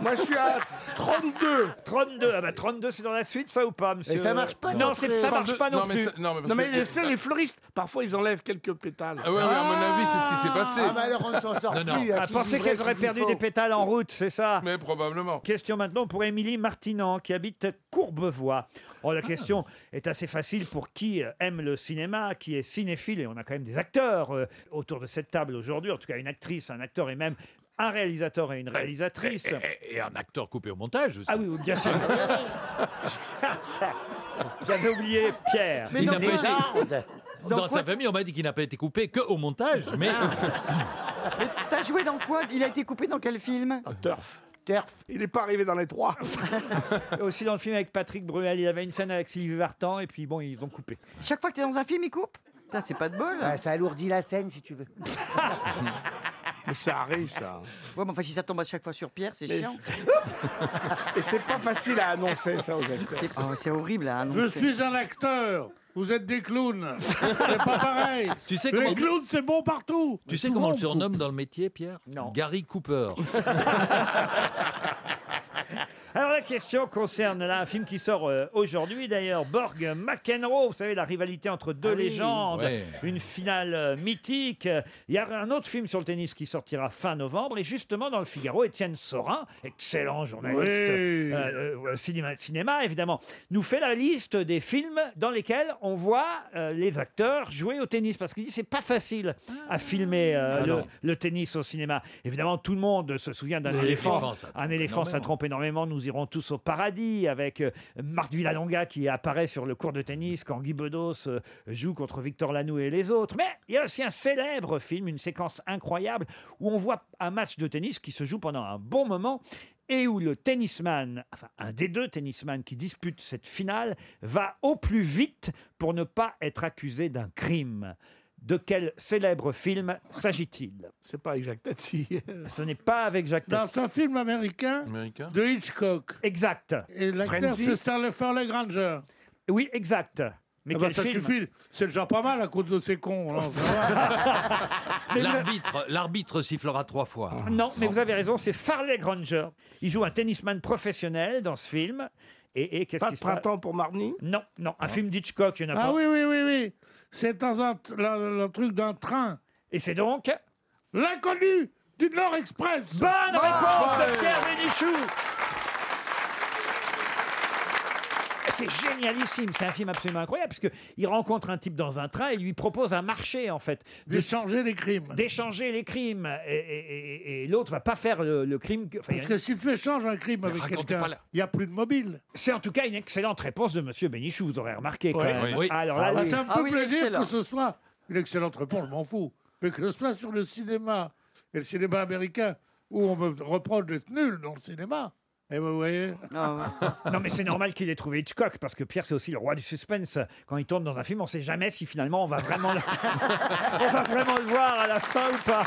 Speaker 3: Moi je suis à 32. 32. Ah bah 32 c'est dans la suite ça ou pas monsieur
Speaker 23: Et ça marche pas
Speaker 3: Non,
Speaker 23: euh, non
Speaker 3: c'est-
Speaker 23: plus.
Speaker 3: ça marche pas non,
Speaker 12: Non, mais
Speaker 3: plus.
Speaker 12: ça- non, mais parce
Speaker 23: Non mais
Speaker 12: que-
Speaker 23: laissez les fleuristes, parfois ils enlèvent quelques pétales.
Speaker 12: Ah ouais, ouais, à mon avis, c'est ce qui s'est passé.
Speaker 23: Ah bah alors, on ne s'en sort Non, non. plus, à
Speaker 3: Ah,
Speaker 23: qui
Speaker 3: pensez
Speaker 23: du vrai,
Speaker 3: qu'elles auraient
Speaker 23: qui du
Speaker 3: perdu
Speaker 23: faux.
Speaker 3: des pétales en route, c'est ça
Speaker 12: Mais probablement.
Speaker 3: Question maintenant pour Émilie Martinan, qui habite Courbevoie. Oh,
Speaker 23: Ah.
Speaker 3: la question est assez facile pour qui euh, aime le cinéma, qui est cinéphile, et on a quand même des acteurs euh, autour de cette table aujourd'hui, en tout cas une actrice, un acteur et même un réalisateur et une réalisatrice.
Speaker 12: Eh,
Speaker 5: Et, et- et un acteur coupé au montage aussi.
Speaker 3: Ah oui, oui, bien sûr. J'avais oublié Pierre.
Speaker 5: Il n'a pas été- Dans, sa famille, on m'a dit qu'il n'a pas été coupé que au montage, mais euh,
Speaker 24: Mais T'as joué dans quoi Il a été coupé dans quel film
Speaker 23: Turf. Turf. Il n'est pas arrivé dans les trois.
Speaker 3: Et aussi dans le film avec Patrick Bruel, il avait une scène avec Sylvie Vartan, et puis bon, ils ont coupé. Ah,
Speaker 24: Chaque fois que t'es dans un film, il coupe Putain, c'est pas de bol.
Speaker 27: Ouais, ça alourdit la scène si tu veux.
Speaker 23: Mais ça arrive ça.
Speaker 24: Ouais, mais enfin, si ça tombe à chaque fois sur Pierre, c'est
Speaker 23: Mais
Speaker 24: chiant.
Speaker 23: Et c'est pas facile à annoncer ça aux acteurs.
Speaker 24: C'est oh, c'est horrible à annoncer.
Speaker 23: Je
Speaker 4: Ah
Speaker 23: suis un acteur. Vous êtes des clowns. C'est pas pareil.
Speaker 5: Tu sais
Speaker 23: les
Speaker 5: comment-
Speaker 23: clowns, c'est bon partout.
Speaker 5: tu sais comment on le surnomme dans le métier, Pierre Gary Cooper.
Speaker 3: Alors la question concerne là, un film qui sort euh, aujourd'hui d'ailleurs, Borg McEnroe, vous savez la rivalité entre deux
Speaker 28: Ah oui.
Speaker 3: légendes,
Speaker 28: Ouais.
Speaker 3: une finale euh, mythique. Il y a un autre film sur le tennis qui sortira fin novembre et justement dans le Figaro, Étienne Sorin, excellent journaliste
Speaker 23: Oui.
Speaker 3: euh, euh, cinéma, cinéma, évidemment, nous fait la liste des films dans lesquels on voit euh, les acteurs jouer au tennis parce qu'il dit c'est pas facile à filmer euh,
Speaker 5: Ah
Speaker 3: le,
Speaker 5: non.
Speaker 3: le tennis au cinéma. Évidemment, tout le monde se souvient d'un
Speaker 5: Un
Speaker 3: éléphant.
Speaker 5: éléphant, ça trompe
Speaker 3: Un éléphant, ça
Speaker 5: énormément.
Speaker 3: trompe énormément. Nous irons tous au paradis avec euh, Marc Villalonga qui apparaît sur le cours de tennis quand Guy Bedos euh, joue contre Victor Lanoux et les autres. Mais il y a aussi un célèbre film, une séquence incroyable où on voit un match de tennis qui se joue pendant un bon moment et où le tennisman, enfin un des deux tennisman qui dispute cette finale, va au plus vite pour ne pas être accusé d'un crime. De quel célèbre film s'agit-il
Speaker 23: C'est pas avec Jacques Tati.
Speaker 3: Ce n'est pas avec Jacques
Speaker 23: Dans
Speaker 3: Tati.
Speaker 23: un film américain
Speaker 12: Américain
Speaker 23: de Hitchcock.
Speaker 3: Exact.
Speaker 23: Et l'acteur,
Speaker 3: Frenzy.
Speaker 23: c'est Starlefer Granger.
Speaker 3: Oui, exact. Mais
Speaker 23: Ah bah,
Speaker 3: quel
Speaker 23: ça
Speaker 3: film
Speaker 23: suffit. C'est déjà pas mal à cause de ces cons. hein. là, ça va.
Speaker 5: L'arbitre, l'arbitre sifflera trois fois.
Speaker 3: Non, mais vous avez raison, c'est Farley Granger. Il joue un tennisman professionnel dans ce film. Et, et qu'est-ce
Speaker 23: Pas
Speaker 3: qui
Speaker 23: de
Speaker 3: se passe
Speaker 23: Printemps
Speaker 3: pour Marnie Non, non, un film d'Hitchcock, il n'y en a pas.
Speaker 23: Ah oui, oui, oui, oui. C'est dans un, t- la- le truc d'un train.
Speaker 3: Et c'est donc Bah,
Speaker 23: L'inconnu du Nord Express.
Speaker 3: Bonne réponse de Pierre Bénichou. C'est génialissime, c'est un film absolument incroyable puisque il rencontre un type dans un train et lui propose un marché en fait.
Speaker 23: D'échanger les crimes.
Speaker 3: D'échanger les crimes et, et- et- et l'autre va pas faire le, le crime. que- enfin,
Speaker 23: Parce que si tu échanges un crime
Speaker 3: Mais
Speaker 23: avec
Speaker 3: racontez pas
Speaker 23: quelqu'un,
Speaker 3: là.
Speaker 23: il n'y a plus de mobile.
Speaker 3: C'est en tout cas une excellente réponse de Monsieur Bénichou, vous aurez remarqué quand
Speaker 23: Ouais.
Speaker 3: même. Alors là,
Speaker 23: Ah bah,
Speaker 3: lui-
Speaker 23: ça me fait plaisir que ce soit une excellente réponse, je m'en fous, mais que ce soit sur le cinéma et le cinéma américain où on me reproche d'être nul dans le cinéma. Et vous voyez
Speaker 1: Ah
Speaker 3: Non, mais c'est normal qu'il ait trouvé Hitchcock, parce que Pierre, c'est aussi le roi du suspense. Quand il tourne dans un film, on sait jamais si finalement on va vraiment le, on va vraiment le voir à la fin ou pas.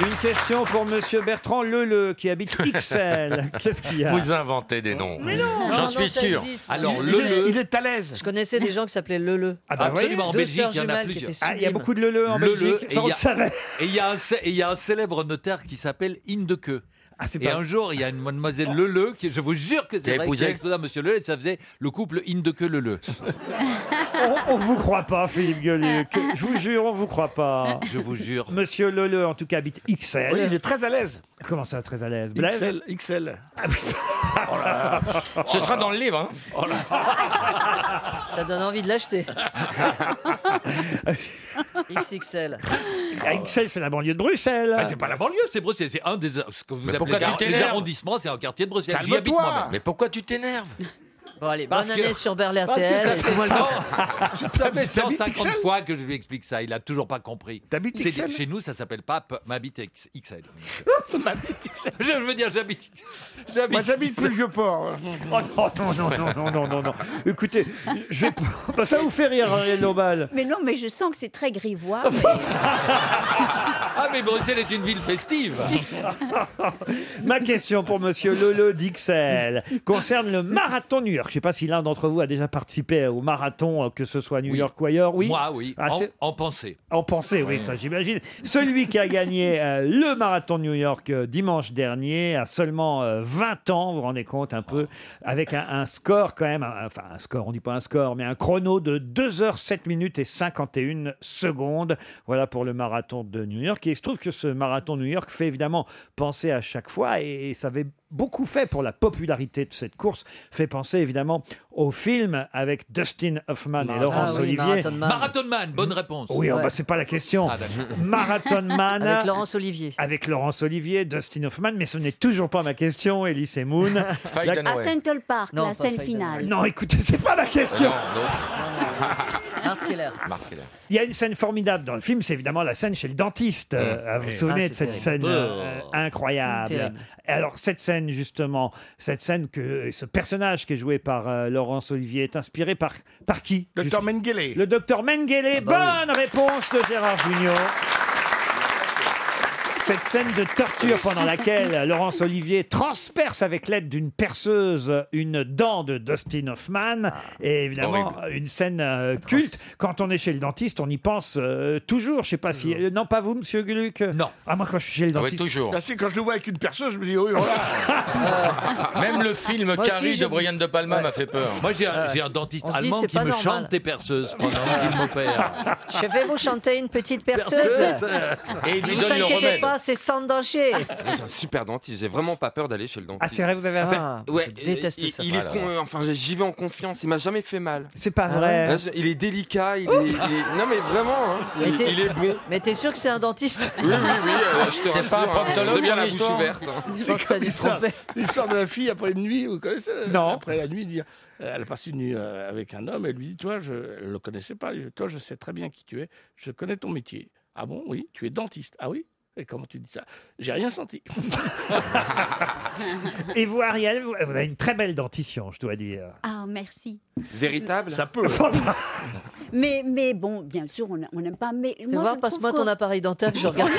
Speaker 3: Une question pour Monsieur Bertrand Leleu, qui habite XL. Qu'est-ce qu'il y a
Speaker 7: Vous inventez des noms.
Speaker 3: Mais non
Speaker 7: J'en
Speaker 3: Non,
Speaker 7: suis
Speaker 3: non, ça
Speaker 7: sûr.
Speaker 3: existe,
Speaker 7: Alors,
Speaker 3: oui.
Speaker 7: le,
Speaker 3: Il est-
Speaker 7: le-
Speaker 3: il
Speaker 1: est à l'aise. Je connaissais des gens qui s'appelaient Leleu.
Speaker 3: Ah
Speaker 5: Absolument, en
Speaker 1: Deux
Speaker 5: Belgique,
Speaker 1: sœurs
Speaker 5: il y en a
Speaker 1: jumelles qui
Speaker 5: plusieurs.
Speaker 1: étaient
Speaker 3: Ah, il y a
Speaker 1: sublimes.
Speaker 3: beaucoup de Leleu en
Speaker 5: Le-
Speaker 3: Belgique,
Speaker 5: et
Speaker 3: ça
Speaker 5: il
Speaker 3: on
Speaker 5: y
Speaker 3: le
Speaker 5: a-
Speaker 3: savait.
Speaker 5: Et il y, a un cé- et il y a un célèbre notaire qui s'appelle Hindeke.
Speaker 3: Ah, c'est
Speaker 5: et
Speaker 3: pas-
Speaker 5: un jour, il y a une mademoiselle Leleu, qui, je vous jure que
Speaker 7: Qui a
Speaker 5: c'est vrai,
Speaker 7: épousé.
Speaker 5: qui a épousé un monsieur Leleu, et ça faisait le couple Hindeke-Leleu.
Speaker 3: On, on vous croit pas, Philippe Gueluc. Je vous jure, on vous croit pas.
Speaker 5: Je vous jure.
Speaker 3: Monsieur Leleu, en tout cas, habite XL.
Speaker 1: Oui, il est très à l'aise.
Speaker 3: Comment ça, très à l'aise Blaise
Speaker 1: XL, XL.
Speaker 7: oh Ce sera dans le livre. hein.
Speaker 5: Oh
Speaker 1: Ça donne envie de l'acheter.
Speaker 20: XXL.
Speaker 3: Ah, XL, c'est la banlieue de Bruxelles.
Speaker 5: Ah, c'est pas la banlieue, c'est Bruxelles. C'est un des, ce que vous
Speaker 7: Mais
Speaker 5: appelez
Speaker 7: pourquoi
Speaker 5: les,
Speaker 7: tu
Speaker 5: ar- les
Speaker 7: t'énerves
Speaker 5: arrondissements, c'est un quartier de Bruxelles. J'y habite
Speaker 7: Calme-toi.
Speaker 5: moi-même.
Speaker 7: Mais pourquoi tu t'énerves
Speaker 20: Bon, allez,
Speaker 5: Parce
Speaker 20: bonne
Speaker 5: que-
Speaker 20: année sur Berlin
Speaker 5: Parce que ça
Speaker 20: RTL.
Speaker 5: fait, 100 ça fait
Speaker 20: T'habites
Speaker 5: 150
Speaker 20: XL?
Speaker 5: fois que je lui explique ça. Il a toujours pas compris.
Speaker 1: T'habites
Speaker 5: C'est-
Speaker 1: XL?
Speaker 5: Chez nous, ça s'appelle pas p- m'habite X- XL. Je je veux dire, j'habite. j'habite
Speaker 1: Moi, j'habite
Speaker 5: XL.
Speaker 1: plus le vieux port.
Speaker 3: Oh non, non, non, non, non, non, non, non. Écoutez, je vais- bah, ça vous fait rire, Ariel Dombal.
Speaker 13: Mais non, mais je sens que c'est très grivois.
Speaker 3: Oh,
Speaker 13: mais-
Speaker 5: Ah, mais Bruxelles est une ville festive.
Speaker 3: Ma question pour Monsieur Leleu d'Ixelles concerne le marathon de New York. Je ne sais pas si l'un d'entre vous a déjà participé au marathon, euh, que ce soit à New York ou ailleurs. Oui.
Speaker 5: Moi, oui.
Speaker 3: Ah,
Speaker 5: en,
Speaker 3: c'est-
Speaker 5: en pensée.
Speaker 3: En pensée, oui,
Speaker 5: Oui.
Speaker 3: ça j'imagine. Celui qui a gagné euh, le marathon de New York euh, dimanche dernier à seulement euh, 20 ans, vous vous rendez compte un peu, avec un, un score quand même, un- enfin un score, on dit pas un score, mais un chrono de 2 h 7 minutes et 51 secondes. Voilà pour le marathon de New York. Et il se trouve que ce marathon de New York fait évidemment penser à chaque fois et, et ça avait beaucoup fait pour la popularité de cette course, fait penser évidemment au film avec Dustin Hoffman et Laurence
Speaker 20: Ah oui,
Speaker 3: Olivier.
Speaker 20: Marathon Man.
Speaker 5: Marathon Man, bonne réponse.
Speaker 3: Oui, oh, bah, c'est pas la question. Marathon Man.
Speaker 20: Ah, Avec Laurence Olivier.
Speaker 3: Avec Laurence Olivier, Dustin Hoffman, mais ce n'est toujours pas ma question, Elise et Moon. La-
Speaker 13: à Central Park,
Speaker 3: Non,
Speaker 13: la
Speaker 3: pas
Speaker 13: scène
Speaker 3: Faye
Speaker 13: finale.
Speaker 3: Non, écoutez, c'est pas ma question.
Speaker 20: Ah Marthe Keller.
Speaker 3: Il y a une scène formidable dans le film, c'est évidemment la scène chez le dentiste. euh,
Speaker 20: Mmh.
Speaker 3: ah, vous vous
Speaker 20: Oui.
Speaker 3: souvenez
Speaker 20: Ah,
Speaker 3: de
Speaker 20: c'est
Speaker 3: cette scène
Speaker 20: terrible.
Speaker 3: euh, incroyable.
Speaker 20: Terrible.
Speaker 3: Et Alors cette scène justement, cette scène que ce personnage qui est joué par euh, Laurence Olivier est inspiré par par qui Docteur
Speaker 1: Mengele.
Speaker 3: Le docteur Mengele.
Speaker 1: bah
Speaker 3: Bonne réponse de Gérard Junior. Cette scène de torture pendant laquelle Laurence Olivier transperce avec l'aide d'une perceuse une dent de Dustin Hoffman. Et évidemment, une scène euh, culte. Quand on est chez le dentiste, on y pense euh, toujours. Je sais pas si. euh, non, pas vous, monsieur Gluck Non. Ah, moi, quand je suis chez le
Speaker 7: Ah ouais,
Speaker 3: dentiste.
Speaker 7: toujours.
Speaker 1: Ah, si, quand je le vois avec une perceuse, je me dis, oh, voilà.
Speaker 7: Même le film
Speaker 1: Moi aussi,
Speaker 7: Carrie
Speaker 1: j'ai-
Speaker 7: de Brian De Palma m'a fait peur.
Speaker 5: Moi, j'ai un, j'ai un dentiste
Speaker 20: On se dit,
Speaker 5: allemand
Speaker 20: c'est
Speaker 5: qui
Speaker 20: pas
Speaker 5: me
Speaker 20: normal.
Speaker 5: chante tes perceuses pendant qu'il m'opère.
Speaker 20: Je vais vous chanter une petite
Speaker 5: Perceuse.
Speaker 20: perceuse.
Speaker 18: hein.
Speaker 7: Et il lui
Speaker 20: Ne vous
Speaker 7: donne le
Speaker 20: inquiétez
Speaker 7: remède.
Speaker 20: pas, c'est sans danger.
Speaker 18: Mais J'ai un super dentiste, j'ai vraiment pas peur d'aller chez le dentiste.
Speaker 3: Ah, c'est vrai, vous avez
Speaker 1: ben,
Speaker 3: raison.
Speaker 18: Ouais,
Speaker 20: je déteste
Speaker 18: il,
Speaker 20: ça.
Speaker 3: Ah
Speaker 18: il est
Speaker 1: euh,
Speaker 20: Alors.
Speaker 18: con, enfin j'y vais en confiance, il m'a jamais fait mal.
Speaker 3: C'est pas
Speaker 18: Là, je- il est délicat, il est, il est- Non mais vraiment, hein,
Speaker 20: Mais
Speaker 18: il,
Speaker 20: t'es-
Speaker 18: il est bon.
Speaker 20: Mais t'es sûr que c'est un dentiste
Speaker 18: Oui, oui, oui, euh, je te C'est pas un rassure, hein, proctologue, j'ai bien la ton bouche histoire. ouverte. hein.
Speaker 20: Je pense que t'as dû te tromper.
Speaker 1: L'histoire de la fille après une nuit, vous connaissez euh,
Speaker 3: Non.
Speaker 1: Après la nuit, dire, euh, elle a passé une nuit euh, avec un homme, elle lui dit, toi, je ne le connaissais pas, Elle lui dit, toi, je sais très bien qui tu es, je connais ton métier. Ah bon, oui, tu es dentiste. Ah oui et comment tu dis ça J'ai rien senti.
Speaker 3: Et vous, Ariel, vous vous avez une très belle dentition, je dois dire.
Speaker 13: Ah, merci.
Speaker 18: Véritable Ça
Speaker 3: peut.
Speaker 13: Mais, mais bon, bien sûr, on on n'aime pas. Mais
Speaker 20: Fais
Speaker 13: moi,
Speaker 20: voir,
Speaker 13: je
Speaker 20: passe-moi
Speaker 13: trouve
Speaker 20: ton
Speaker 13: qu'on-
Speaker 20: appareil dentaire, je regarde.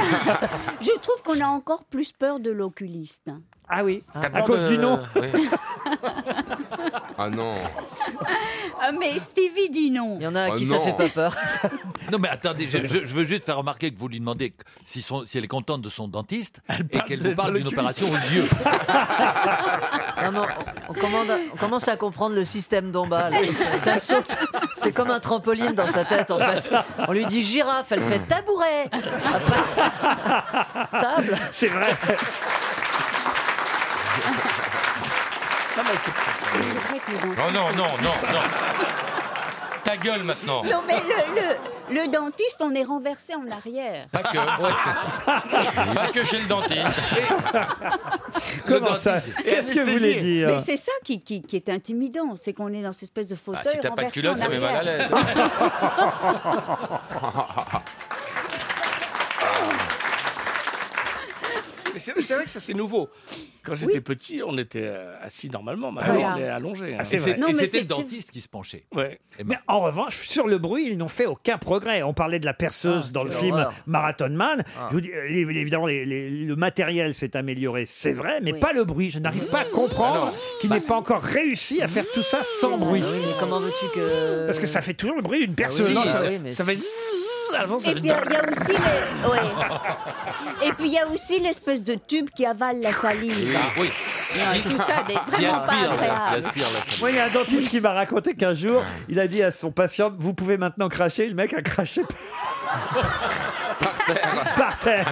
Speaker 13: Je trouve qu'on a encore plus peur de l'oculiste.
Speaker 3: Ah oui,
Speaker 13: Ah.
Speaker 3: à cause du nom.
Speaker 18: Oui.
Speaker 7: Ah non.
Speaker 13: Ah, mais Stevie dit non. Il y en a
Speaker 7: à Ah qui ça non. fait pas
Speaker 13: peur.
Speaker 5: Non, mais attendez, je, je- je veux juste faire remarquer que vous lui demandez que si, son- si elle est contente de son dentiste et qu'elle vous parle d'une opération aux yeux.
Speaker 20: Non, mais on, on commande- on commence à comprendre le système d'en bas. là. Ça saute. C'est comme un trampoline dans sa tête, en fait. On lui dit girafe, elle fait tabouret. Après, table.
Speaker 3: C'est vrai.
Speaker 7: Oh, Non, non, non, non, non. Ta gueule maintenant.
Speaker 13: Non, mais le, le- le dentiste, on est renversé en arrière.
Speaker 7: Pas que. Pas que chez le dentiste.
Speaker 3: Comment ça Qu'est-ce que vous voulez dire
Speaker 13: Mais c'est ça qui, qui- qui est intimidant, c'est qu'on est dans cette espèce de fauteuil
Speaker 7: Ah, si t'as pas de
Speaker 13: renversé
Speaker 7: culotte,
Speaker 13: en
Speaker 7: ça met mal à
Speaker 13: arrière.
Speaker 1: Mais c'est c'est vrai que ça, c'est nouveau. Quand j'étais petit, on était euh, assis normalement. Maintenant,
Speaker 3: Voilà.
Speaker 1: on est allongé. hein.
Speaker 3: Ah, c'est vrai. Non,
Speaker 5: Et
Speaker 3: mais
Speaker 5: c'était
Speaker 3: c'est-
Speaker 5: le dentiste qui se penchait.
Speaker 1: Ouais.
Speaker 3: Mais en revanche, sur le bruit, ils n'ont fait aucun progrès. On parlait de la perceuse
Speaker 20: Ah,
Speaker 3: dans le
Speaker 5: quelle
Speaker 3: film
Speaker 5: horreur.
Speaker 3: Marathon Man.
Speaker 5: Ah.
Speaker 3: Je vous dis, euh, évidemment, les- les- le matériel s'est amélioré, c'est vrai, mais
Speaker 20: Oui. Ah Bah.
Speaker 3: pas le bruit. Je n'arrive pas à comprendre qu'il n'ait pas encore réussi à faire tout ça sans bruit.
Speaker 20: Ah Oui, mais comment veux-tu que. Ah
Speaker 3: Parce que ça fait toujours le bruit d'une perceuse.
Speaker 20: oui,
Speaker 3: Non,
Speaker 20: ça-
Speaker 3: ça,
Speaker 20: oui, mais
Speaker 3: ça fait...
Speaker 13: Et puis il y a aussi les- Et puis il y a aussi l'espèce de tube qui avale la salive.
Speaker 5: Oui.
Speaker 13: Tout ça n'est
Speaker 5: Qui
Speaker 13: vraiment pas
Speaker 5: aspire, qui
Speaker 13: agréable.
Speaker 5: aspire la salive.
Speaker 3: Moi, il y a un dentiste qui m'a raconté qu'un jour, il a dit à son patient Vous pouvez maintenant cracher. Le mec a craché par terre.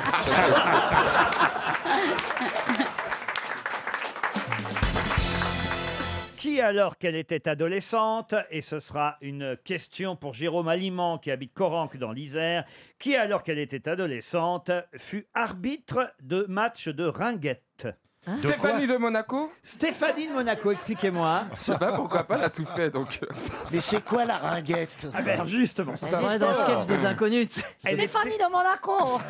Speaker 3: Qui, alors qu'elle était adolescente, et ce sera une question pour Jérôme Aliment qui habite Coranque dans l'Isère, qui, alors qu'elle était adolescente, fut arbitre de match de ringuette
Speaker 20: Hein
Speaker 7: Stéphanie
Speaker 3: de Monaco Stéphanie de Monaco, expliquez-moi.
Speaker 7: Je sais pas pourquoi pas, elle a tout fait donc.
Speaker 3: Mais c'est quoi la ringuette Ah ben justement.
Speaker 20: C'est vrai dans le sketch des inconnus. tu sais.
Speaker 6: Stéphanie de Monaco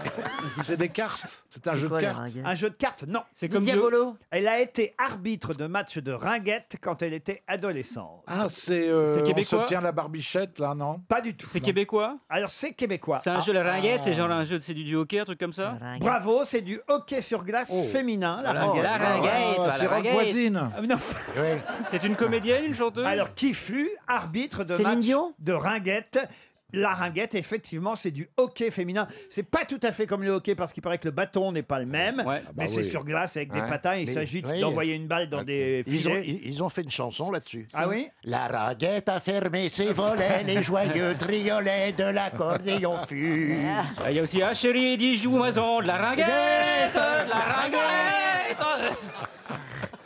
Speaker 3: C'est des cartes. C'est
Speaker 20: un C'est jeu de quoi, la cartes. ringuette
Speaker 3: Un jeu de cartes, non. C'est
Speaker 20: comme Diabolo.
Speaker 3: Elle a été arbitre de match de ringuette quand elle était adolescente.
Speaker 29: Ah, c'est. euh,
Speaker 3: C'est québécois
Speaker 29: On se tient la barbichette, là, non
Speaker 3: Pas du tout.
Speaker 29: C'est
Speaker 3: québécois Alors c'est québécois.
Speaker 20: C'est un jeu de
Speaker 3: Ah.
Speaker 20: ringuette, c'est genre un jeu, de- c'est du, du hockey, un truc comme ça
Speaker 3: Bravo, c'est du hockey sur glace
Speaker 20: Oh.
Speaker 3: féminin, la
Speaker 20: Oh, la
Speaker 3: ringuette.
Speaker 20: ringuette, Ah, voilà, la c'est ringuette. Rangvoisine.
Speaker 3: Ah, mais non.
Speaker 20: C'est une comédienne, une chanteuse
Speaker 3: Alors qui fut arbitre de
Speaker 20: Céline
Speaker 3: match
Speaker 20: Dion
Speaker 3: de ringuette la ringuette, effectivement, c'est du hockey féminin. C'est pas tout à fait comme le hockey parce qu'il paraît que le bâton n'est pas le même, mais
Speaker 9: bah
Speaker 3: c'est
Speaker 9: oui.
Speaker 3: sur glace avec des
Speaker 9: Ouais.
Speaker 3: patins. Il
Speaker 9: Mais-
Speaker 3: s'agit
Speaker 9: oui.
Speaker 3: d'envoyer une balle dans des
Speaker 9: Ils ont,
Speaker 3: filets.
Speaker 9: ils- ils ont fait une chanson là-dessus.
Speaker 3: Ah oui
Speaker 9: La raguette a fermé ses volets, les joyeux triolets de l'accordéon fusent.
Speaker 20: Ah, Il y a aussi Achérie et Dijou, Mazon, de la ringuette, de la ringuette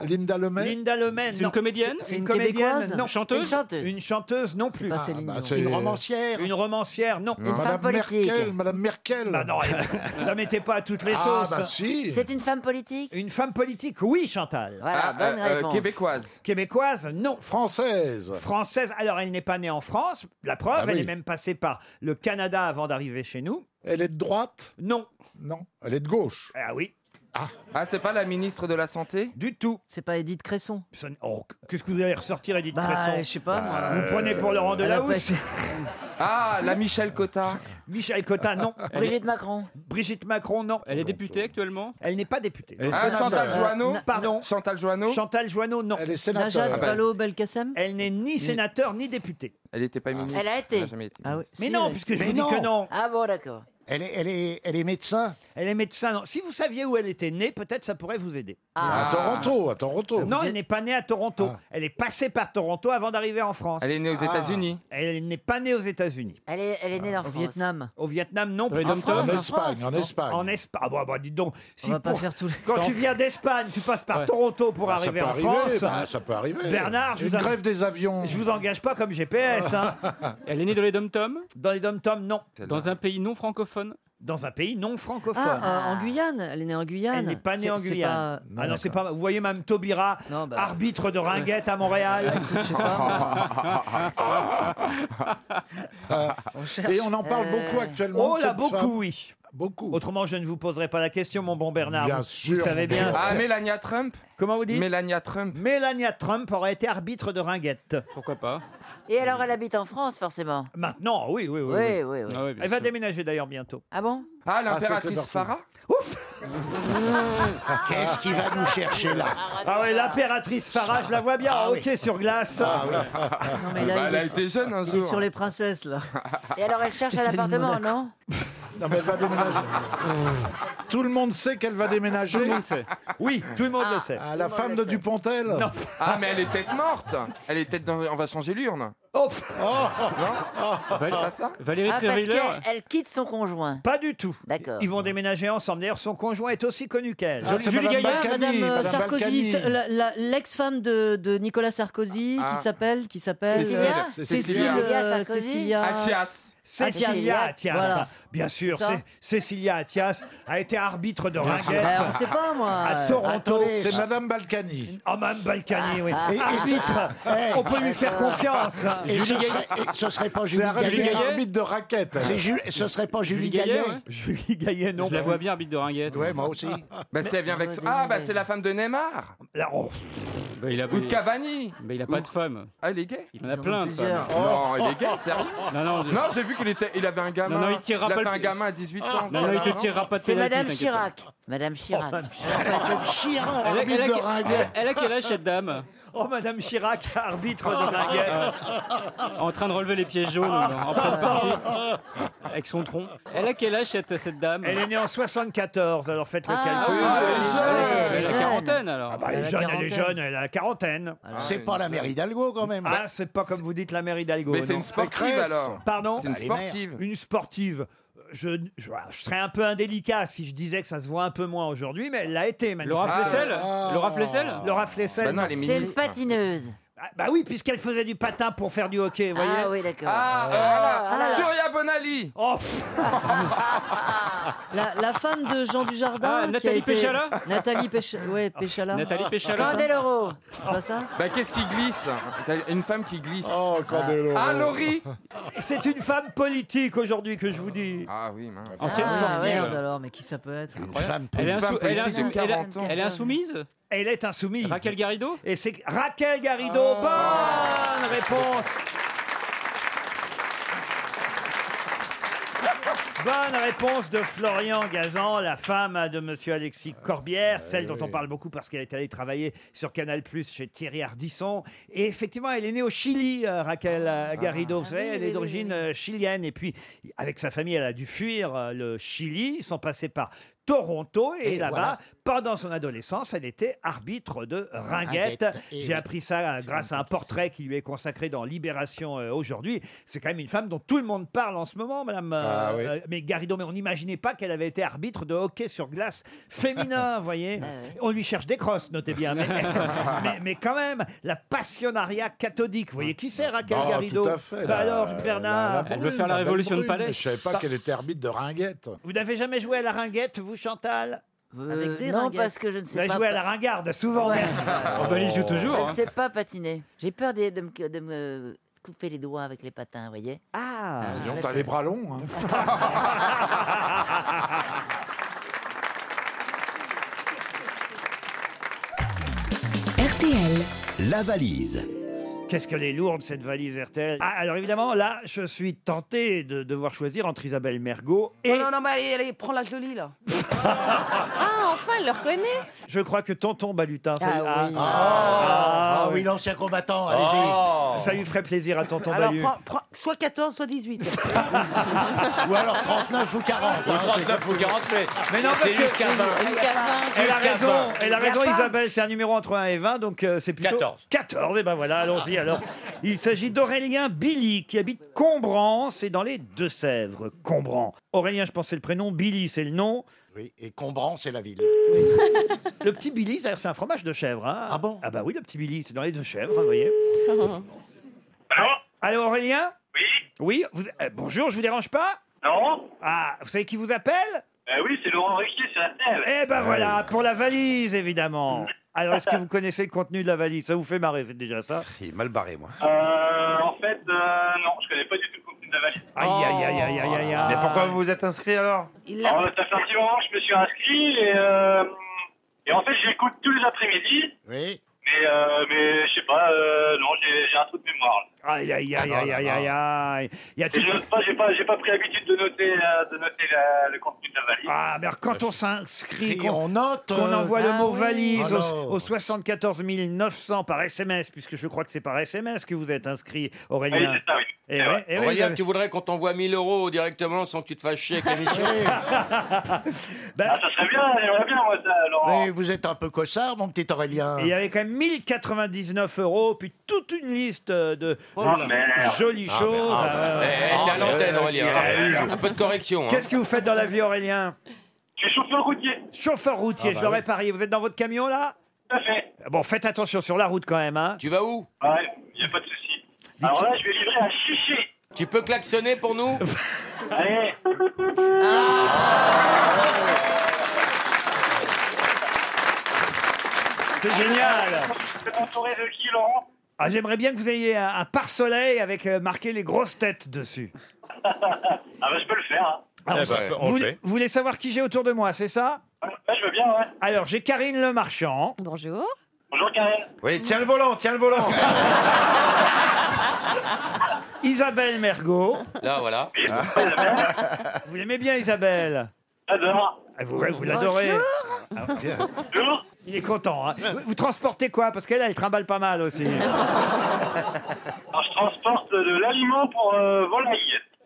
Speaker 29: Linda Lemay
Speaker 3: Linda Lemay.
Speaker 20: C'est une
Speaker 3: non.
Speaker 20: comédienne
Speaker 3: C'est-
Speaker 20: C'est
Speaker 3: C'est une
Speaker 20: une
Speaker 3: comédienne
Speaker 20: québécoise
Speaker 3: non.
Speaker 20: Une chanteuse Une chanteuse.
Speaker 3: Une chanteuse non plus.
Speaker 9: pas Ah, Céline bah, Dion. c'est- Une romancière.
Speaker 3: Euh, Une romancière, non.
Speaker 9: Une femme Madame politique. Merkel,
Speaker 29: Madame Merkel.
Speaker 3: Bah non, elle- la mettez pas à toutes les
Speaker 9: Ah,
Speaker 3: sauces.
Speaker 9: bah si.
Speaker 3: C'est une femme politique Une femme politique, oui, Chantal.
Speaker 9: Voilà, Ah, bonne euh, euh, réponse.
Speaker 3: québécoise. Québécoise, non. Française. Française. Alors, elle n'est pas née en France. La preuve,
Speaker 29: Bah
Speaker 3: elle
Speaker 29: oui.
Speaker 3: est même passée par le Canada avant d'arriver chez nous.
Speaker 29: Elle est de droite
Speaker 3: Non.
Speaker 29: Non. Elle est de gauche.
Speaker 3: Ah oui.
Speaker 29: Ah,
Speaker 16: Ah, c'est pas la ministre de la Santé
Speaker 3: Du tout.
Speaker 20: C'est pas Edith Cresson
Speaker 3: Ça n- oh, Qu'est-ce que vous allez ressortir, Edith
Speaker 20: Bah,
Speaker 3: Cresson
Speaker 20: je sais pas, moi.
Speaker 3: Vous prenez pour Laurent
Speaker 20: Elle a
Speaker 3: Delahousse
Speaker 20: passé-
Speaker 16: Ah, la Michel Cotta.
Speaker 3: Michel Cotta, non.
Speaker 16: Elle est- Brigitte
Speaker 3: Macron. Brigitte Macron, non. Elle est députée
Speaker 16: actuellement
Speaker 3: Elle n'est pas députée.
Speaker 16: Elle est Ah, sénateur. Chantal Joanneau
Speaker 3: Pardon.
Speaker 16: Chantal Joanneau
Speaker 3: Chantal Joanneau, non. Elle est
Speaker 20: Najat Vallaud Belkacem
Speaker 3: Elle n'est ni sénateur ni députée.
Speaker 16: Elle n'était pas ministre.
Speaker 8: Elle a été.
Speaker 16: jamais été.
Speaker 3: Mais non, puisque je
Speaker 9: Mais
Speaker 3: vous dis que non.
Speaker 8: Ah bon, d'accord.
Speaker 9: Elle est, elle, est, elle est médecin
Speaker 3: Elle est médecin. Non. Si vous saviez où elle était née, peut-être ça pourrait vous aider.
Speaker 9: Ah.
Speaker 29: À Toronto, à Toronto.
Speaker 3: Non, elle n'est pas née à Toronto. Elle est passée par Toronto avant d'arriver en France.
Speaker 16: Elle est née aux Ah. États-Unis.
Speaker 3: Elle n'est pas née aux États-Unis.
Speaker 8: Elle est, elle est
Speaker 6: Ah,
Speaker 8: née en France.
Speaker 3: Au Vietnam, non.
Speaker 8: Dans les En dom-toms France, en Espagne, France. en
Speaker 3: Espagne. En Espagne. Ah bah, bah, dis donc. si
Speaker 20: va pas
Speaker 3: pour-
Speaker 20: faire tous les-
Speaker 3: Quand tu viens d'Espagne, tu passes par
Speaker 29: Ouais.
Speaker 3: Toronto pour
Speaker 29: Bah, ça
Speaker 3: arriver
Speaker 29: peut
Speaker 3: en
Speaker 29: arriver,
Speaker 3: France.
Speaker 29: bah, ça peut arriver.
Speaker 3: Bernard, je
Speaker 29: Une
Speaker 3: vous en-
Speaker 29: grève des avions. Ah.
Speaker 3: Je vous engage pas comme GPS. hein.
Speaker 20: Elle est née dans les dom-toms
Speaker 3: Dans les dom-toms, non.
Speaker 20: Dans un pays non francophone
Speaker 3: Dans un pays non francophone.
Speaker 20: Ah, euh, en Guyane Elle est née en Guyane
Speaker 3: Elle n'est pas née
Speaker 20: C'est-
Speaker 3: en
Speaker 20: c'est
Speaker 3: Guyane.
Speaker 20: pas-
Speaker 3: Ah non, c'est pas. Vous voyez même Taubira, arbitre de ringuette à
Speaker 20: Ouais,
Speaker 3: Montréal.
Speaker 20: écoute, je sais pas.
Speaker 29: Et on en
Speaker 20: Euh.
Speaker 29: parle beaucoup actuellement.
Speaker 3: Oh
Speaker 29: de
Speaker 3: là,
Speaker 29: cette
Speaker 3: beaucoup,
Speaker 29: femme.
Speaker 3: oui.
Speaker 29: Beaucoup.
Speaker 3: Autrement, je ne vous poserai pas la question, mon bon Bernard.
Speaker 29: Bien
Speaker 3: vous,
Speaker 29: sûr,
Speaker 3: vous savez
Speaker 29: mon
Speaker 3: bien.
Speaker 16: Ah, Melania Trump
Speaker 3: Comment vous dites
Speaker 16: Melania Trump.
Speaker 3: Melania Trump aurait été arbitre de ringuette.
Speaker 16: Pourquoi pas
Speaker 8: Et alors, elle habite en France, forcément.
Speaker 3: Maintenant, oui, oui, oui.
Speaker 8: Oui, oui, oui. Ah oui,
Speaker 3: Elle va déménager d'ailleurs bientôt.
Speaker 8: Ah bon
Speaker 16: Ah,
Speaker 3: Ah, c'est que
Speaker 16: l'impératrice
Speaker 3: partout.
Speaker 16: Farah
Speaker 9: Qu'est-ce qu'il va nous chercher là
Speaker 3: Ah ouais, l'impératrice Farah, je la vois
Speaker 29: Ah
Speaker 3: bien en hockey sur glace.
Speaker 20: Ah,
Speaker 15: Ah,
Speaker 20: Non, mais là,
Speaker 16: Bah,
Speaker 15: bah,
Speaker 20: il est sur-
Speaker 15: hein,
Speaker 20: Il est sur les princesses, là.
Speaker 15: Ah,
Speaker 8: Et alors, elle cherche un
Speaker 20: Stéphanie
Speaker 8: appartement,
Speaker 20: Monaco.
Speaker 8: non
Speaker 4: Non, mais elle va déménager. Tout le monde sait qu'elle va déménager. Tout le monde sait.
Speaker 3: Oui, tout le monde
Speaker 4: le sait. la femme de Dupontel.
Speaker 7: Ah, mais elle est peut-être morte. Elle est peut-être dans... On va changer l'urne.
Speaker 3: Oh,
Speaker 15: Oh.
Speaker 7: Non C'est pas ça
Speaker 8: Ah, parce qu'elle elle quitte son conjoint.
Speaker 3: Pas du tout.
Speaker 8: D'accord.
Speaker 3: Ils vont déménager ensemble. D'ailleurs, son conjoint est aussi connu qu'elle.
Speaker 20: Ah, Julie Gaillard, Madame euh, Sarkozy, c'est la- la- l'ex-femme de, de Nicolas Sarkozy,
Speaker 3: Ah.
Speaker 20: qui s'appelle, qui s'appelle
Speaker 3: Cécilia
Speaker 20: euh, Cécile,
Speaker 3: Cécilia.
Speaker 20: euh,
Speaker 3: Cécilia Sarkozy.
Speaker 20: Cécilia.
Speaker 3: Attias. Cécilia Attias,
Speaker 20: Voilà.
Speaker 3: bien sûr.
Speaker 20: Ça.
Speaker 3: Cé- Cécilia Attias a été arbitre de
Speaker 4: Bien sûr.
Speaker 3: raquette.
Speaker 4: Eh, on sait pas, moi.
Speaker 3: À Toronto.
Speaker 4: Attendez. C'est Madame Balkany.
Speaker 3: Ah, Madame Balkany, oui. Ah,
Speaker 4: Et- et-
Speaker 3: arbitre.
Speaker 4: Eh,
Speaker 3: on peut lui faire
Speaker 4: d'accord.
Speaker 3: confiance.
Speaker 4: Et
Speaker 9: ce serait- et ce serait pas Julie
Speaker 4: C'est
Speaker 9: Gaillet.
Speaker 4: un arbitre de raquette.
Speaker 9: C'est Ju- ce serait pas Julie Gaillet
Speaker 3: hein.
Speaker 4: hein.
Speaker 3: Julie Gaillet, non.
Speaker 7: Je la vois bien, arbitre de ringuette.
Speaker 9: Ouais, moi aussi.
Speaker 7: Bah, si elle vient avec. Ah, bah, c'est la femme de Neymar. Ou de Cavani.
Speaker 15: Mais il a pas de oh. femme.
Speaker 7: Ah, il est gay
Speaker 15: Il en a plein de femmes.
Speaker 7: Non, il est gay, sérieux
Speaker 15: Non, non, je-
Speaker 7: Non, j'ai vu qu'il était, il avait un gamin.
Speaker 15: Non, non, il tirera
Speaker 7: a
Speaker 15: pas
Speaker 7: fait
Speaker 15: le-
Speaker 7: un gamin à 18 ans.
Speaker 15: Non,
Speaker 7: ça,
Speaker 15: non, il te
Speaker 7: là,
Speaker 15: tirera pas de
Speaker 8: C'est
Speaker 15: pénalty,
Speaker 8: Madame
Speaker 15: t'inquiète
Speaker 8: Chirac. Madame
Speaker 3: Oh,
Speaker 8: Chirac. Madame Chirac,
Speaker 15: Elle a- elle a-
Speaker 8: arbitre de ringuette.
Speaker 15: elle a quel âge cette dame
Speaker 3: Oh, Madame Chirac, arbitre
Speaker 9: Oh,
Speaker 15: de
Speaker 3: ringuette.
Speaker 15: En train de relever les pièces jaunes
Speaker 3: Ah.
Speaker 15: en pleine partie. Avec son tronc. Elle a quel âge cette, cette dame
Speaker 3: Elle est née en 74, alors faites le calcul.
Speaker 15: elle est jeune. Elle a la quarantaine, alors.
Speaker 3: Ah bah, elle est jeune, elle est jeune, elle a la quarantaine.
Speaker 9: C'est pas la mairie d'Algo quand même.
Speaker 3: Ah, c'est pas comme vous dites la mairie d'Algo.
Speaker 9: Mais c'est
Speaker 3: non.
Speaker 9: une sportive, Pécresse. alors.
Speaker 3: Pardon
Speaker 9: C'est une Elle est sportive.
Speaker 3: Une sportive. Je, je, ah, je serais un peu indélicat si je disais que ça se voit un peu moins aujourd'hui, mais elle l'a été.
Speaker 15: Laura Flessel
Speaker 9: Ah.
Speaker 15: Laura Flessel
Speaker 3: Laura Flessel.
Speaker 15: Bah non, elle est
Speaker 8: C'est une patineuse.
Speaker 3: Ah, Bah oui, puisqu'elle faisait du patin pour faire du hockey, vous voyez.
Speaker 8: Ah oui, d'accord.
Speaker 7: Ah,
Speaker 8: Ah,
Speaker 7: euh,
Speaker 8: là, là.
Speaker 7: Surya Bonali.
Speaker 3: Oh,
Speaker 20: La, la femme de Jean Dujardin.
Speaker 15: Ah,
Speaker 20: qui
Speaker 15: Nathalie
Speaker 20: a été-
Speaker 15: Péchala
Speaker 20: Nathalie Péch- ouais, Péchala. Ah.
Speaker 7: Nathalie Péchala.
Speaker 20: Candeloro. C'est pas ça
Speaker 7: Bah, qu'est-ce qui glisse T'as Une femme qui glisse. Oh,
Speaker 4: Candelo.
Speaker 7: Ah, Laurie
Speaker 3: C'est une femme politique aujourd'hui que je vous dis.
Speaker 7: Ah oui, mince.
Speaker 15: Ancienne
Speaker 20: ah,
Speaker 15: sportive.
Speaker 20: Merde alors, mais qui ça peut être
Speaker 15: Incroyable. Elle est, insou- elle est insou- elle est- elle est insoumise
Speaker 3: Elle est insoumise.
Speaker 15: Raquel Garrido Oh.
Speaker 3: Et c'est Raquel Garrido. Bonne réponse. Bonne réponse de Florian Gazan, la femme de Monsieur Alexis
Speaker 15: Ah
Speaker 3: Corbière, celle dont on parle beaucoup parce qu'elle est allée travailler sur Canal Plus chez Thierry Ardisson. Et effectivement, elle est née au Chili, euh, Raquel euh, Garrido. Vous savez,
Speaker 15: Ah. oui,
Speaker 3: elle
Speaker 15: oui,
Speaker 3: est
Speaker 15: oui,
Speaker 3: d'origine euh, chilienne. Et puis, avec sa famille, elle a dû fuir euh, le Chili. Ils sont passés par Toronto. Et,
Speaker 15: Et
Speaker 3: là-bas,
Speaker 15: voilà.
Speaker 3: pendant son adolescence, elle était arbitre de ringuette.
Speaker 15: Ringuette, et
Speaker 3: J'ai
Speaker 15: oui.
Speaker 3: appris ça euh, grâce à un portrait qui lui est consacré dans Libération euh, aujourd'hui. C'est quand même une femme dont tout le monde parle en ce moment, madame. euh,
Speaker 4: Ah oui.
Speaker 3: euh, mais Garrido, mais on n'imaginait pas qu'elle avait été arbitre de hockey sur glace féminin, vous voyez.
Speaker 4: Ah
Speaker 3: On lui cherche des crosses, notez bien. Mais, mais- mais quand même, la passionnariat cathodique, vous voyez. Qui c'est, Raquel
Speaker 4: Ah,
Speaker 3: Garrido
Speaker 4: tout à fait.
Speaker 3: Bah
Speaker 4: la-
Speaker 3: alors,
Speaker 4: la- la
Speaker 3: Bernard. Bah,
Speaker 4: brune, belle brune. Mais Je savais pas qu'elle était arbitre de ringuette.
Speaker 3: Vous n'avez jamais joué à la ringuette, vous, Chantal
Speaker 8: Avec des Euh, non, ringuettes. parce que je ne sais
Speaker 3: Vous avez
Speaker 8: pas
Speaker 3: joué à
Speaker 8: pa-
Speaker 3: la ringarde, souvent.
Speaker 8: Ouais.
Speaker 3: On hein.
Speaker 8: Je ne sais pas patiner. J'ai peur de, de me, de me couper les doigts avec les patins, vous voyez
Speaker 3: Ah,
Speaker 4: Dis donc, t'as les bras longs. hein.
Speaker 9: Ah,
Speaker 3: RTL.
Speaker 30: La valise.
Speaker 3: Qu'est-ce qu'elle est lourde, cette valise RTL Ah, Alors évidemment, là, je suis tenté de devoir choisir entre Isabelle Mergot et...
Speaker 6: Oh non, non, mais allez, allez, prends la jolie, là. ah, enfin, elle le reconnaît.
Speaker 3: Je crois que Tonton Balutin... c'est-
Speaker 6: Ah oui.
Speaker 9: Ah oui, l'ancien combattant, allez-y.
Speaker 3: Ah. Ça lui ferait plaisir à Tonton
Speaker 6: Alors,
Speaker 3: Balu.
Speaker 6: prends, prends soit 14, soit 18.
Speaker 9: Ou alors 39 ou 40. hein, c'est comme-
Speaker 6: ou 40, mais...
Speaker 3: Mais non, parce
Speaker 6: C'est
Speaker 3: que...
Speaker 6: jusqu'à vingt. Jusqu'à vingt.
Speaker 3: Elle a
Speaker 6: Jusqu'à
Speaker 3: raison,
Speaker 6: vingt.
Speaker 3: elle a
Speaker 6: Il y a
Speaker 3: raison
Speaker 6: pas-
Speaker 3: Isabelle, c'est un numéro entre 1 et 20, donc euh, c'est plutôt... 14. 14, et ben voilà, allons-y alors. Il s'agit d'Aurélien Billy, qui habite Combran, c'est dans les Deux-Sèvres, Combran. Aurélien, je pense, c'est le prénom, Billy, c'est le nom.
Speaker 9: Oui, et Combran, c'est la ville.
Speaker 3: Le petit Billy, d'ailleurs, c'est un fromage de chèvre. Ah bon Ah bah oui, le petit Billy, c'est dans les deux chèvres, vous voyez. Allô Aurélien Oui Oui, vous- euh, bonjour, je vous dérange pas Non. Ah, vous savez qui vous appelle
Speaker 31: Bah
Speaker 32: oui, c'est Laurent Ruquier sur la table.
Speaker 3: Eh
Speaker 9: Ah
Speaker 3: ben voilà, pour la valise, évidemment. Alors, est-ce que vous connaissez le contenu de la valise Ça vous fait marrer, c'est déjà ça Il est mal barré, moi.
Speaker 32: Euh, en fait, euh, non, je connais pas du tout le contenu de la valise.
Speaker 3: Aïe, aïe, aïe, aïe, aïe, aïe, aïe. Mais pourquoi
Speaker 32: vous vous êtes inscrit alors
Speaker 6: Il
Speaker 32: Alors, Ça fait un petit moment que je me suis inscrit et, euh, et en fait, j'écoute tous les après-midi.
Speaker 9: Oui.
Speaker 32: Mais
Speaker 31: Et, euh, mais je sais pas, euh, non, j'ai j'ai un trou de mémoire.
Speaker 3: Aïe, aïe, aïe, aïe, aïe, aïe, aïe. Il y a
Speaker 31: Et
Speaker 3: tout...
Speaker 31: je note pas, j'ai pas, j'ai pas pris l'habitude de noter, euh, de noter la- le contenu de la valise.
Speaker 3: Ah, mais alors, quand on s'inscrit,
Speaker 31: Et
Speaker 3: qu'on
Speaker 31: on note,
Speaker 3: qu'on
Speaker 31: euh,
Speaker 3: envoie le
Speaker 31: ah
Speaker 3: mot
Speaker 31: oui.
Speaker 3: valise
Speaker 31: Alors.
Speaker 3: au, au 74 900 par SMS, puisque je crois que c'est par SMS que vous êtes inscrit, Aurélien.
Speaker 31: Oui, c'est ça, oui.
Speaker 3: Eh
Speaker 31: C'est
Speaker 3: ouais,
Speaker 31: vrai.
Speaker 3: eh oui,
Speaker 7: Aurélien,
Speaker 3: vous
Speaker 7: tu voudrais qu'on t'envoie 1000 euros directement sans que tu te fasses chier avec l'émission
Speaker 3: Ben,
Speaker 31: Ah, ça serait bien, j'aimerais bien, moi, ça, Laurent.
Speaker 9: Mais vous êtes un peu cossard, mon petit Aurélien.
Speaker 3: Et il y avait quand même 1099 euros, puis toute une liste euh, de
Speaker 31: Oh là
Speaker 3: de
Speaker 31: là.
Speaker 3: jolies
Speaker 7: Ah,
Speaker 3: choses.
Speaker 7: merde.
Speaker 3: Ah, ouais, ouais.
Speaker 7: Eh, t'es à l'antenne,
Speaker 31: Ah,
Speaker 7: Aurélien. hein. Un peu de correction. hein.
Speaker 3: Qu'est-ce que vous faites dans la vie, Aurélien
Speaker 31: Je suis chauffeur routier.
Speaker 3: Chauffeur routier,
Speaker 7: Ah bah
Speaker 3: je l'aurais
Speaker 7: oui.
Speaker 3: parié. Vous êtes dans votre camion, là
Speaker 31: Tout à fait.
Speaker 3: Bon, faites attention sur la route quand même. Hein.
Speaker 7: Tu vas où
Speaker 31: Ouais, y a pas de souci. Alors là, je vais livrer un chiché.
Speaker 7: Tu peux klaxonner pour nous
Speaker 31: Allez.
Speaker 20: Ah.
Speaker 3: C'est génial
Speaker 31: C'est entouré de qui, Laurent
Speaker 3: Ah, J'aimerais bien que vous ayez un, un pare-soleil avec euh, marqué les grosses têtes dessus.
Speaker 31: Ah bah, je peux le faire. hein.
Speaker 17: Eh
Speaker 3: Alors, Ah,
Speaker 17: ben,
Speaker 3: vous, vous voulez- vous voulez savoir qui j'ai autour de moi, c'est ça
Speaker 31: Ouais, je veux bien, ouais.
Speaker 3: Alors, j'ai Karine Le Marchand.
Speaker 33: Bonjour.
Speaker 31: Bonjour, Karine.
Speaker 17: Oui, tiens le volant, tiens le volant.
Speaker 3: Isabelle Mergot.
Speaker 7: Là, voilà.
Speaker 32: Ah,
Speaker 3: Vous l'aimez bien, Isabelle
Speaker 31: J'adore.
Speaker 3: Ah, Vous, ouais, vous l'adorez. Ah, bien. Il est content. hein. Vous- Vous transportez quoi Parce qu'elle, elle trimballe pas mal aussi.
Speaker 31: Alors, je transporte de l'aliment pour euh, volaille.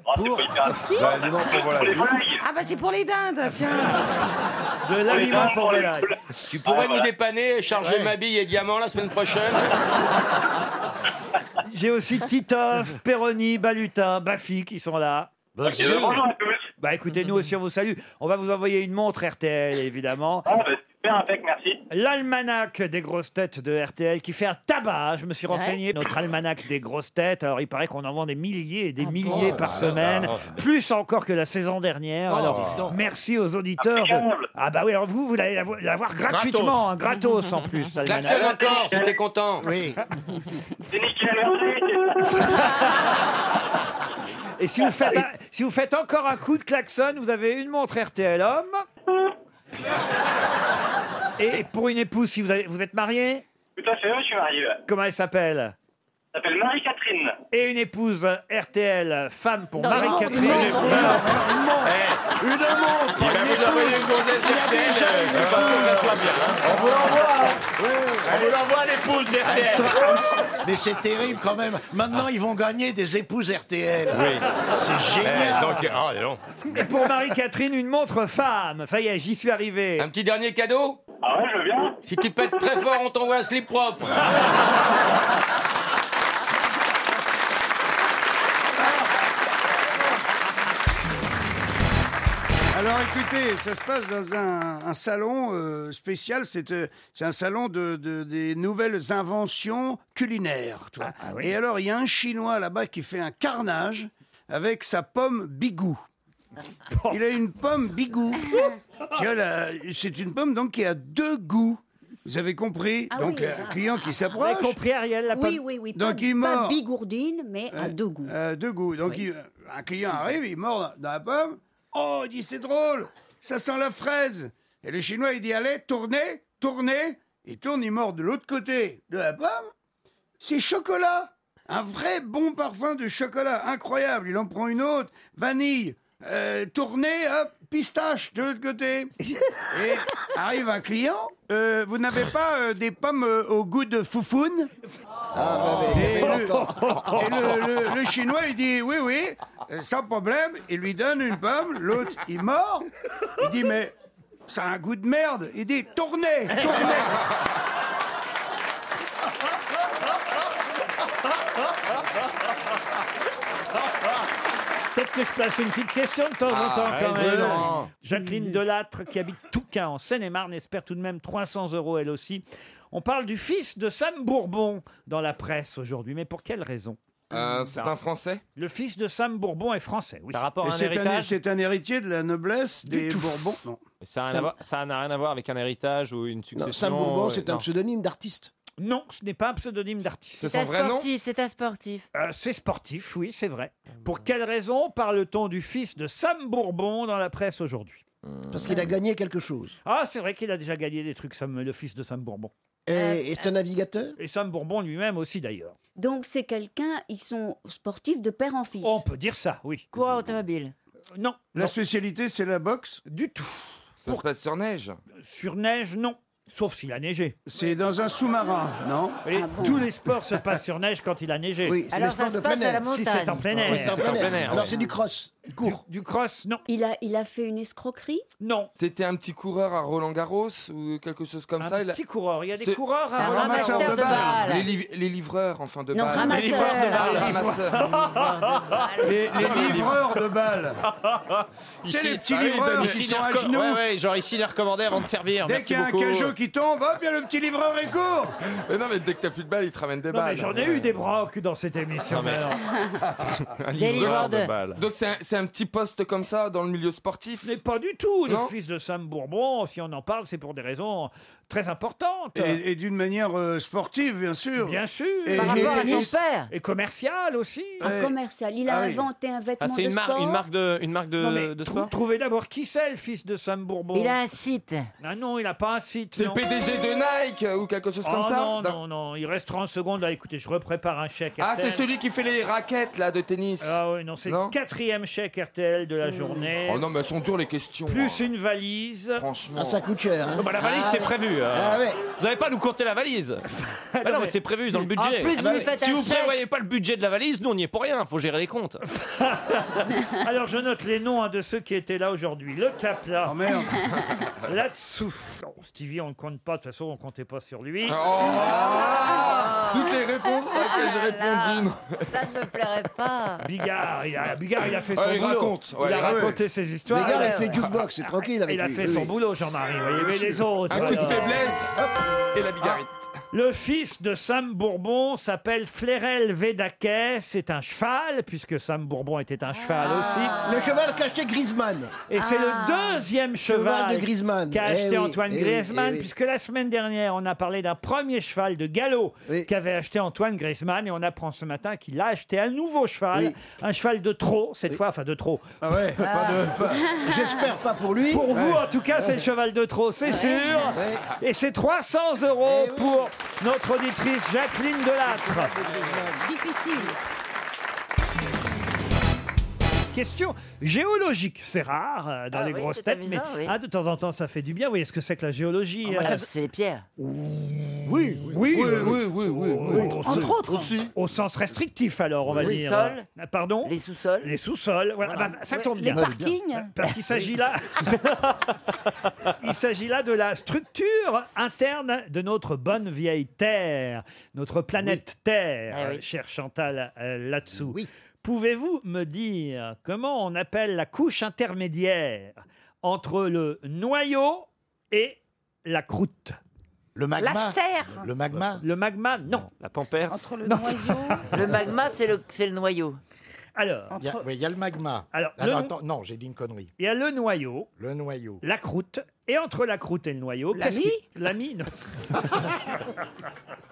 Speaker 31: Ah, c'est pas hyper intéressant.
Speaker 6: Qui
Speaker 31: Pour les volailles.
Speaker 6: Ah bah c'est pour les dindes, tiens.
Speaker 3: De
Speaker 31: l'aliment pour les
Speaker 3: volailles.
Speaker 7: Tu pourrais
Speaker 31: Ouais,
Speaker 7: nous
Speaker 31: voilà.
Speaker 7: dépanner et charger ma bille et diamant la semaine prochaine
Speaker 3: J'ai aussi Titoff, Perroni, Balutin, Baffy qui sont là.
Speaker 31: Ok, bah, bonjour à tous.
Speaker 3: Bah écoutez, nous aussi on vous salue. On va vous envoyer une montre RTL évidemment.
Speaker 31: Ah, bah, super, impec, merci.
Speaker 3: L'almanach des grosses têtes de RTL qui fait un tabac. Je me suis renseigné. Notre almanach des grosses têtes. Alors il paraît qu'on en vend des milliers et des milliers
Speaker 17: bon
Speaker 3: par
Speaker 17: Oh là
Speaker 3: semaine,
Speaker 17: là.
Speaker 3: plus encore que la saison dernière.
Speaker 17: Oh, dis
Speaker 3: alors
Speaker 17: donc.
Speaker 3: merci aux auditeurs.
Speaker 17: Impeccable.
Speaker 3: Ah bah oui, alors vous vous allez l'avoir l'avoir gratuitement, hein, gratos, en plus.
Speaker 7: Klaxonne
Speaker 3: l'almanach.
Speaker 7: encore si t'es content.
Speaker 3: Oui.
Speaker 31: C'est nickel, merci.
Speaker 3: Et si vous faites un- si vous faites encore un coup de klaxon, vous avez une montre RTL homme. Et pour une épouse, si vous, avez- vous êtes marié,
Speaker 31: Tout à fait, ouais, je suis Euh, marié. ouais.
Speaker 3: comment elle s'appelle
Speaker 31: Je m'appelle Marie-Catherine.
Speaker 3: et une épouse RTL femme pour
Speaker 31: Non,
Speaker 3: Marie-Catherine.
Speaker 31: non, non, non, non,
Speaker 17: Oh, Une montre
Speaker 31: Il va vous envoyer une
Speaker 17: gonzesse d'RTL, je sais pas comment ça soit bien. On vous l'envoie Ah, On vous l'envoie à l'épouse d'RTL
Speaker 9: Mais c'est terrible quand même. Maintenant, ils vont gagner des épouses RTL.
Speaker 17: Oui.
Speaker 31: Eh,
Speaker 9: C'est génial.
Speaker 7: Eh,
Speaker 31: ah,
Speaker 3: Et pour Marie-Catherine, une montre femme. Ça y est, j'y suis arrivé.
Speaker 7: Un petit dernier cadeau
Speaker 31: Ah ouais, je veux bien.
Speaker 7: Si tu pètes très fort, on t'envoie un slip propre.
Speaker 17: Alors écoutez, ça se passe dans un, un salon euh, spécial, c'est euh, c'est un salon de, de- des nouvelles inventions culinaires. tu vois.
Speaker 9: Ah,
Speaker 17: Et alors il y a un Chinois là-bas qui fait un carnage avec sa pomme bigou. Il a une pomme bigou. qui a la- C'est une pomme donc qui a deux goûts. Vous avez compris
Speaker 13: Ah
Speaker 17: Donc euh,
Speaker 13: oui.
Speaker 17: un client qui s'approche.
Speaker 3: Vous avez compris, Ariel, la
Speaker 13: Oui, oui, oui. Pas,
Speaker 17: Donc il
Speaker 13: pas
Speaker 17: mord.
Speaker 13: bigourdine, mais à
Speaker 17: Euh,
Speaker 13: deux goûts.
Speaker 17: euh, deux goûts. Donc
Speaker 13: Oui.
Speaker 17: il- un client arrive, il mord dans la pomme. Oh, il dit c'est drôle, ça sent la fraise. Et le chinois il dit allez, tournez, tournez. Il tourne, il mord de l'autre côté de la pomme. C'est chocolat. Un vrai bon parfum de chocolat. Incroyable. Il en prend une autre. Vanille. Euh, tournez, hop, pistache de l'autre côté. Et arrive un client. Euh, vous n'avez pas euh, des pommes euh, au goût de foufoune Ah,
Speaker 9: Ah, bah,
Speaker 17: et le, et le- le- le chinois, il dit oui, oui, euh, sans problème. Il lui donne une pomme. L'autre, il mord. Il dit mais ça a un goût de merde. Il dit tournez, tournez.
Speaker 3: Peut-être que je place une petite question de temps en
Speaker 17: Ah,
Speaker 3: temps quand
Speaker 17: vas-y,
Speaker 3: même.
Speaker 17: Laurent.
Speaker 3: Jacqueline Delattre, qui habite Touquin en Seine-et-Marne, espère tout de même 300 euros elle aussi. On parle du fils de Sam Bourbon dans la presse aujourd'hui, mais pour quelle raison Ben,
Speaker 16: Euh, c'est un Français
Speaker 3: Le fils de Sam Bourbon est français, oui. Par rapport
Speaker 17: Et c'est un, c'est un héritier de la noblesse des Bourbons. Non.
Speaker 14: Ça n'a rien,
Speaker 17: Ça-
Speaker 14: à voir- ça n'a rien à voir avec un héritage ou une succession. euh, non.
Speaker 3: pseudonyme d'artiste. Non, ce n'est pas un pseudonyme d'artiste.
Speaker 14: C'est son un vrai nom
Speaker 8: sportif, c'est un sportif.
Speaker 3: Euh, c'est sportif, oui, c'est vrai.
Speaker 17: Ah, bah.
Speaker 3: Pour quelle raison parle-t-on du fils de Sam Bourbon dans la presse aujourd'hui
Speaker 17: Mmh.
Speaker 4: Parce qu'il a gagné quelque chose.
Speaker 3: Ah, c'est vrai qu'il a déjà gagné des trucs, Sam- le fils de Sam Bourbon.
Speaker 17: Euh,
Speaker 9: Et, et c'est un navigateur
Speaker 3: Et Sam Bourbon lui-même aussi d'ailleurs.
Speaker 13: Donc c'est quelqu'un, ils sont sportifs de père en fils.
Speaker 3: On peut dire ça, oui.
Speaker 8: Coureur automobile.
Speaker 3: Non.
Speaker 17: La spécialité, c'est la boxe
Speaker 3: Du tout.
Speaker 7: Ça se passe sur neige.
Speaker 3: Sur neige, non. Sauf s'il a neigé.
Speaker 17: C'est dans un sous-marin, non
Speaker 3: Et Tous les sports se passent sur neige quand il a neigé.
Speaker 17: Oui, c'est Ah Alors, le sport ça se de passe plein à la air.
Speaker 3: Si c'est en plein air.
Speaker 9: Oui, c'est en plein air. Alors c'est du cross.
Speaker 3: Il court. Du, cross, non.
Speaker 13: Il a, il a fait une escroquerie
Speaker 3: Non.
Speaker 7: C'était un petit coureur à Roland Garros ou quelque chose comme ça.
Speaker 3: Un
Speaker 7: il a-
Speaker 3: petit coureur. Il y a des
Speaker 7: C'est-
Speaker 3: coureurs à
Speaker 7: C'est
Speaker 3: Roland
Speaker 7: ramasseur
Speaker 3: Garros.
Speaker 7: de balles. Les, liv- les livreurs, enfin, de
Speaker 13: Non,
Speaker 7: balles.
Speaker 13: ramasseur.
Speaker 7: Les livreurs de Ah, balles.
Speaker 17: Les livreurs.
Speaker 7: Ramasseurs.
Speaker 17: Les, les livreurs de balles. C'est les petits
Speaker 5: Ah oui,
Speaker 17: livreurs
Speaker 5: Denis,
Speaker 17: qui
Speaker 5: ici,
Speaker 17: sont
Speaker 5: les
Speaker 17: à
Speaker 5: reco-
Speaker 17: genoux.
Speaker 5: Ouais, ouais, genre ici les recommandés avant de servir.
Speaker 17: Dès
Speaker 5: Merci
Speaker 17: qu'il y a un
Speaker 5: beaucoup.
Speaker 17: cajot qui tombe, hop, il y a le petit livreur et court.
Speaker 7: Mais non, mais dès que t'as plus de balles, ils te ramènent des
Speaker 3: Non, mais
Speaker 7: balles.
Speaker 3: j'en ai eu des brocs dans cette émission.
Speaker 7: Non, mais-
Speaker 3: alors.
Speaker 7: Un
Speaker 3: Des
Speaker 7: livreur
Speaker 3: livreurs de balles.
Speaker 7: Donc c'est un, c'est un petit poste comme ça dans le milieu sportif
Speaker 3: Mais pas du tout. Le
Speaker 7: Non.
Speaker 3: fils de Sam Bourbon, si on en parle, c'est pour des raisons très importantes.
Speaker 17: Et, et d'une manière euh, sportive, bien sûr.
Speaker 3: Bien sûr.
Speaker 17: Et-
Speaker 3: Par
Speaker 17: et-
Speaker 3: rapport à
Speaker 17: et-
Speaker 3: son père. Et commercial aussi.
Speaker 13: Un commercial. Il a
Speaker 17: Ah oui.
Speaker 13: inventé un vêtement
Speaker 5: Ah, c'est
Speaker 13: de
Speaker 5: une, mar-
Speaker 13: sport.
Speaker 5: une marque de, une marque de,
Speaker 3: Non, mais
Speaker 5: de
Speaker 3: trou-
Speaker 5: sport
Speaker 3: trouvez d'abord qui c'est le fils de Sam Bourbon.
Speaker 8: Il a un site.
Speaker 3: Ah non, il n'a pas un site.
Speaker 7: C'est le
Speaker 3: non.
Speaker 7: PDG de Nike euh, ou quelque chose
Speaker 3: Oh
Speaker 7: comme ça
Speaker 3: non,
Speaker 7: Non.
Speaker 3: non, non, il reste 30 secondes là, écoutez, je reprépare un chèque.
Speaker 7: Ah, c'est
Speaker 3: RTL.
Speaker 7: celui qui fait les raquettes là de tennis.
Speaker 3: Ah oui, non, c'est le quatrième chèque RTL de la journée.
Speaker 7: Oh non, mais elles sont dures les questions. hein.
Speaker 3: Plus une valise.
Speaker 7: Franchement.
Speaker 9: Ah, ça coûte cher. hein.
Speaker 5: Non, bah, la valise,
Speaker 9: Ah,
Speaker 5: c'est
Speaker 9: ouais.
Speaker 5: prévu.
Speaker 7: hein.
Speaker 5: euh.
Speaker 9: Ah ouais.
Speaker 5: Vous n'avez pas à nous compter la valise. Bah non, mais c'est prévu dans le budget.
Speaker 8: En plus,
Speaker 5: Ah bah
Speaker 8: vous
Speaker 5: oui.
Speaker 8: faites
Speaker 5: si
Speaker 8: un
Speaker 5: vous
Speaker 8: chèque.
Speaker 5: prévoyez pas le budget de la valise, nous, on n'y est pour rien. faut gérer les comptes.
Speaker 3: Alors je note les noms hein, de ceux qui étaient là aujourd'hui. Le
Speaker 9: Oh,
Speaker 3: Capla.
Speaker 17: merde.
Speaker 3: Là-dessous. Non, Stevie, on ne compte pas, de toute façon, on ne comptait pas sur lui.
Speaker 7: Oh.
Speaker 3: Ah.
Speaker 7: Toutes les réponses
Speaker 8: Ah,
Speaker 7: auxquelles j'ai répondu. non.
Speaker 8: Ça ne me plairait pas.
Speaker 3: Bigard, il a, Bigard, il a fait son
Speaker 7: Ah, il
Speaker 3: boulot.
Speaker 7: raconte. Ouais,
Speaker 3: il a
Speaker 7: il raconte.
Speaker 3: raconté ses histoires.
Speaker 9: Les gars, il a
Speaker 3: Euh,
Speaker 9: fait jukebox, c'est tranquille avec
Speaker 3: Il a
Speaker 9: lui.
Speaker 3: fait son
Speaker 9: Oui.
Speaker 3: boulot, Jean-Marie. Vous voyez, mais les autres.
Speaker 7: Un coup de
Speaker 3: alors.
Speaker 7: faiblesse et la bigarrite.
Speaker 3: Le fils de Sam Bourbon s'appelle Flérel Védaquet. C'est un cheval, puisque Sam Bourbon était un cheval aussi.
Speaker 9: Ah. Le cheval caché Griezmann.
Speaker 3: Et c'est le deuxième cheval,
Speaker 9: Cheval de Griezmann.
Speaker 3: qu'a
Speaker 9: Eh oui,
Speaker 3: acheté Antoine
Speaker 9: eh oui,
Speaker 3: Griezmann,
Speaker 9: eh oui.
Speaker 3: puisque la semaine dernière, on a parlé d'un premier cheval de galop qu'avait acheté Antoine Griezmann, et on apprend ce matin qu'il a acheté un nouveau cheval,
Speaker 9: Oui.
Speaker 3: un cheval de trot, cette fois, enfin de trot.
Speaker 17: Ah ouais, pas de. pas-
Speaker 9: J'espère pas pour lui.
Speaker 3: Pour vous,
Speaker 9: Ouais.
Speaker 3: en tout cas, c'est le cheval de trop, c'est sûr. Et c'est 300
Speaker 8: Eh
Speaker 3: euros pour notre auditrice Jacqueline Delattre.
Speaker 34: Difficile.
Speaker 3: Question géologique, c'est rare euh, dans
Speaker 8: Ah
Speaker 3: les
Speaker 8: oui,
Speaker 3: grosses
Speaker 8: c'est
Speaker 3: têtes,
Speaker 8: amusant, oui.
Speaker 3: mais hein, de temps en temps, ça fait du bien. Vous voyez ce que c'est que la géologie
Speaker 8: Moi, ça,
Speaker 3: euh,
Speaker 8: c'est les pierres.
Speaker 3: Oui, oui, oui, oui,
Speaker 8: Entre autres. hein.
Speaker 3: Aussi. Au sens restrictif, alors, on va
Speaker 8: Les
Speaker 3: dire.
Speaker 8: sols.
Speaker 3: Ah, Pardon
Speaker 8: Les sous-sols.
Speaker 3: Les sous-sols, voilà, bah, ça tombe bien. Parce qu'il s'agit là, il s'agit là de la structure interne de notre bonne vieille Terre, notre planète Terre,
Speaker 8: Ah oui.
Speaker 3: chère Chantal euh, là-dessous. Pouvez-vous me dire comment on appelle la couche intermédiaire entre le noyau et la croûte
Speaker 9: Le
Speaker 6: magma. La serre.
Speaker 9: Le magma.
Speaker 3: Le magma, non.
Speaker 5: La pampère.
Speaker 6: Entre le noyau.
Speaker 8: Le magma, c'est le, c'est le noyau.
Speaker 3: Alors,
Speaker 9: Il y a- oui, il y a le magma.
Speaker 3: Alors,
Speaker 9: Ah
Speaker 3: le-
Speaker 9: non, attends, non, j'ai dit une connerie.
Speaker 3: il y a le noyau,
Speaker 9: Le noyau.
Speaker 3: la croûte, et entre la croûte et le noyau,
Speaker 6: La
Speaker 3: qu'est-ce
Speaker 6: mie
Speaker 3: qui- La mie, non.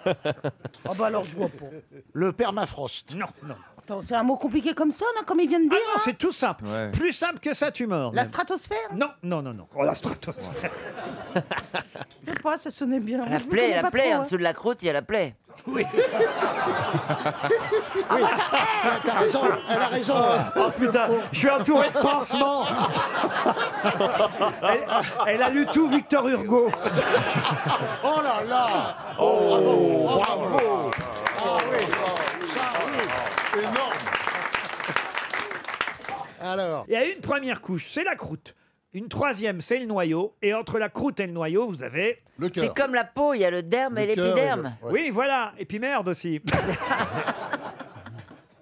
Speaker 6: Ah bah alors je vois pas.
Speaker 9: Le permafrost.
Speaker 3: Non, non.
Speaker 6: Attends, c'est un mot compliqué comme ça, là, comme il vient de dire.
Speaker 3: Non, c'est tout simple. Plus simple que ça, tu meurs.
Speaker 6: La stratosphère
Speaker 3: Ah, Non, non, non, non. Oh, la stratosphère.
Speaker 6: Je sais pas, ça sonnait bien.
Speaker 8: La
Speaker 6: Je me
Speaker 8: plaie,
Speaker 6: connais
Speaker 8: la
Speaker 6: pas
Speaker 8: plaie.
Speaker 6: trop,
Speaker 8: en dessous de la croûte, il y a la plaie.
Speaker 9: Ah, T'as raison, elle a raison.
Speaker 3: Oh putain, je suis entouré de pansements. elle, elle a lu tout Victor Hugo.
Speaker 9: Oh là là. Oh, bravo. oh, bravo. Ah oui. Ça, oui. Énorme. Alors,
Speaker 3: Il y a une première couche, c'est la croûte. Une troisième, c'est le noyau. Et entre la croûte et le noyau, vous avez...
Speaker 9: le cœur.
Speaker 8: C'est comme la peau, il y a le derme et
Speaker 9: Le cœur
Speaker 8: l'épiderme.
Speaker 9: le- ouais.
Speaker 3: Oui, voilà. Et puis merde aussi.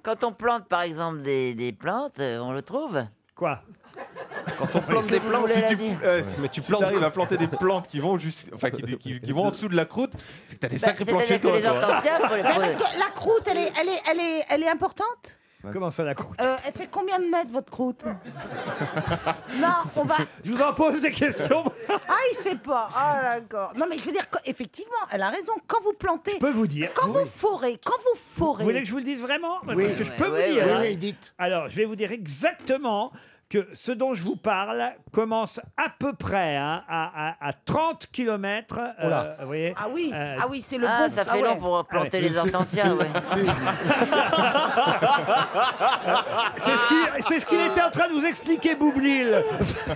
Speaker 8: Quand on plante, par exemple, des, des plantes, euh, on le trouve.
Speaker 3: Quoi
Speaker 1: Quand on plante des
Speaker 8: Vous
Speaker 1: plantes,
Speaker 8: voulez
Speaker 1: si
Speaker 8: la
Speaker 1: tu
Speaker 8: dire
Speaker 1: euh, si-
Speaker 5: Mais tu
Speaker 1: si
Speaker 5: plantes
Speaker 1: t'arrives
Speaker 5: quoi
Speaker 1: à planter des plantes qui vont juste, enfin qui, qui- qui vont en dessous de la croûte, c'est que t'as des
Speaker 8: Bah,
Speaker 1: sacrés planches
Speaker 8: C'est-à-dire
Speaker 1: chez
Speaker 8: que
Speaker 1: toi.
Speaker 8: les
Speaker 1: toi.
Speaker 8: hortensias, faut les
Speaker 6: hein. Mais
Speaker 8: trouver.
Speaker 6: parce que la croûte, elle est, elle est, elle est, elle est importante
Speaker 3: Comment ça, la croûte
Speaker 6: Euh, Elle fait combien de mètres, votre croûte Non, on va...
Speaker 3: Je vous en pose des questions.
Speaker 6: Ah, il sait pas. Ah, d'accord. Non, mais je veux dire, que- effectivement, elle a raison. Quand vous plantez...
Speaker 3: Je peux vous dire.
Speaker 6: Quand vous forez, quand vous
Speaker 3: Vous voulez
Speaker 6: forez...
Speaker 3: que je vous le dise vraiment
Speaker 9: Oui.
Speaker 3: Parce que je peux
Speaker 8: Ouais,
Speaker 3: vous
Speaker 8: ouais,
Speaker 3: dire.
Speaker 9: Oui,
Speaker 3: hein.
Speaker 9: oui, dites.
Speaker 3: Alors, je vais vous dire exactement que ce dont je vous parle commence à peu près hein, à, à- euh, à 30 km.
Speaker 6: Oula. Ah oui,
Speaker 3: euh,
Speaker 6: ah oui, c'est le Ah, bon- ça fait ah ouais. long pour planter les hortensias, ouais.
Speaker 3: C'est ce qui- c'est ce qu'il était en train de vous expliquer, Boublil.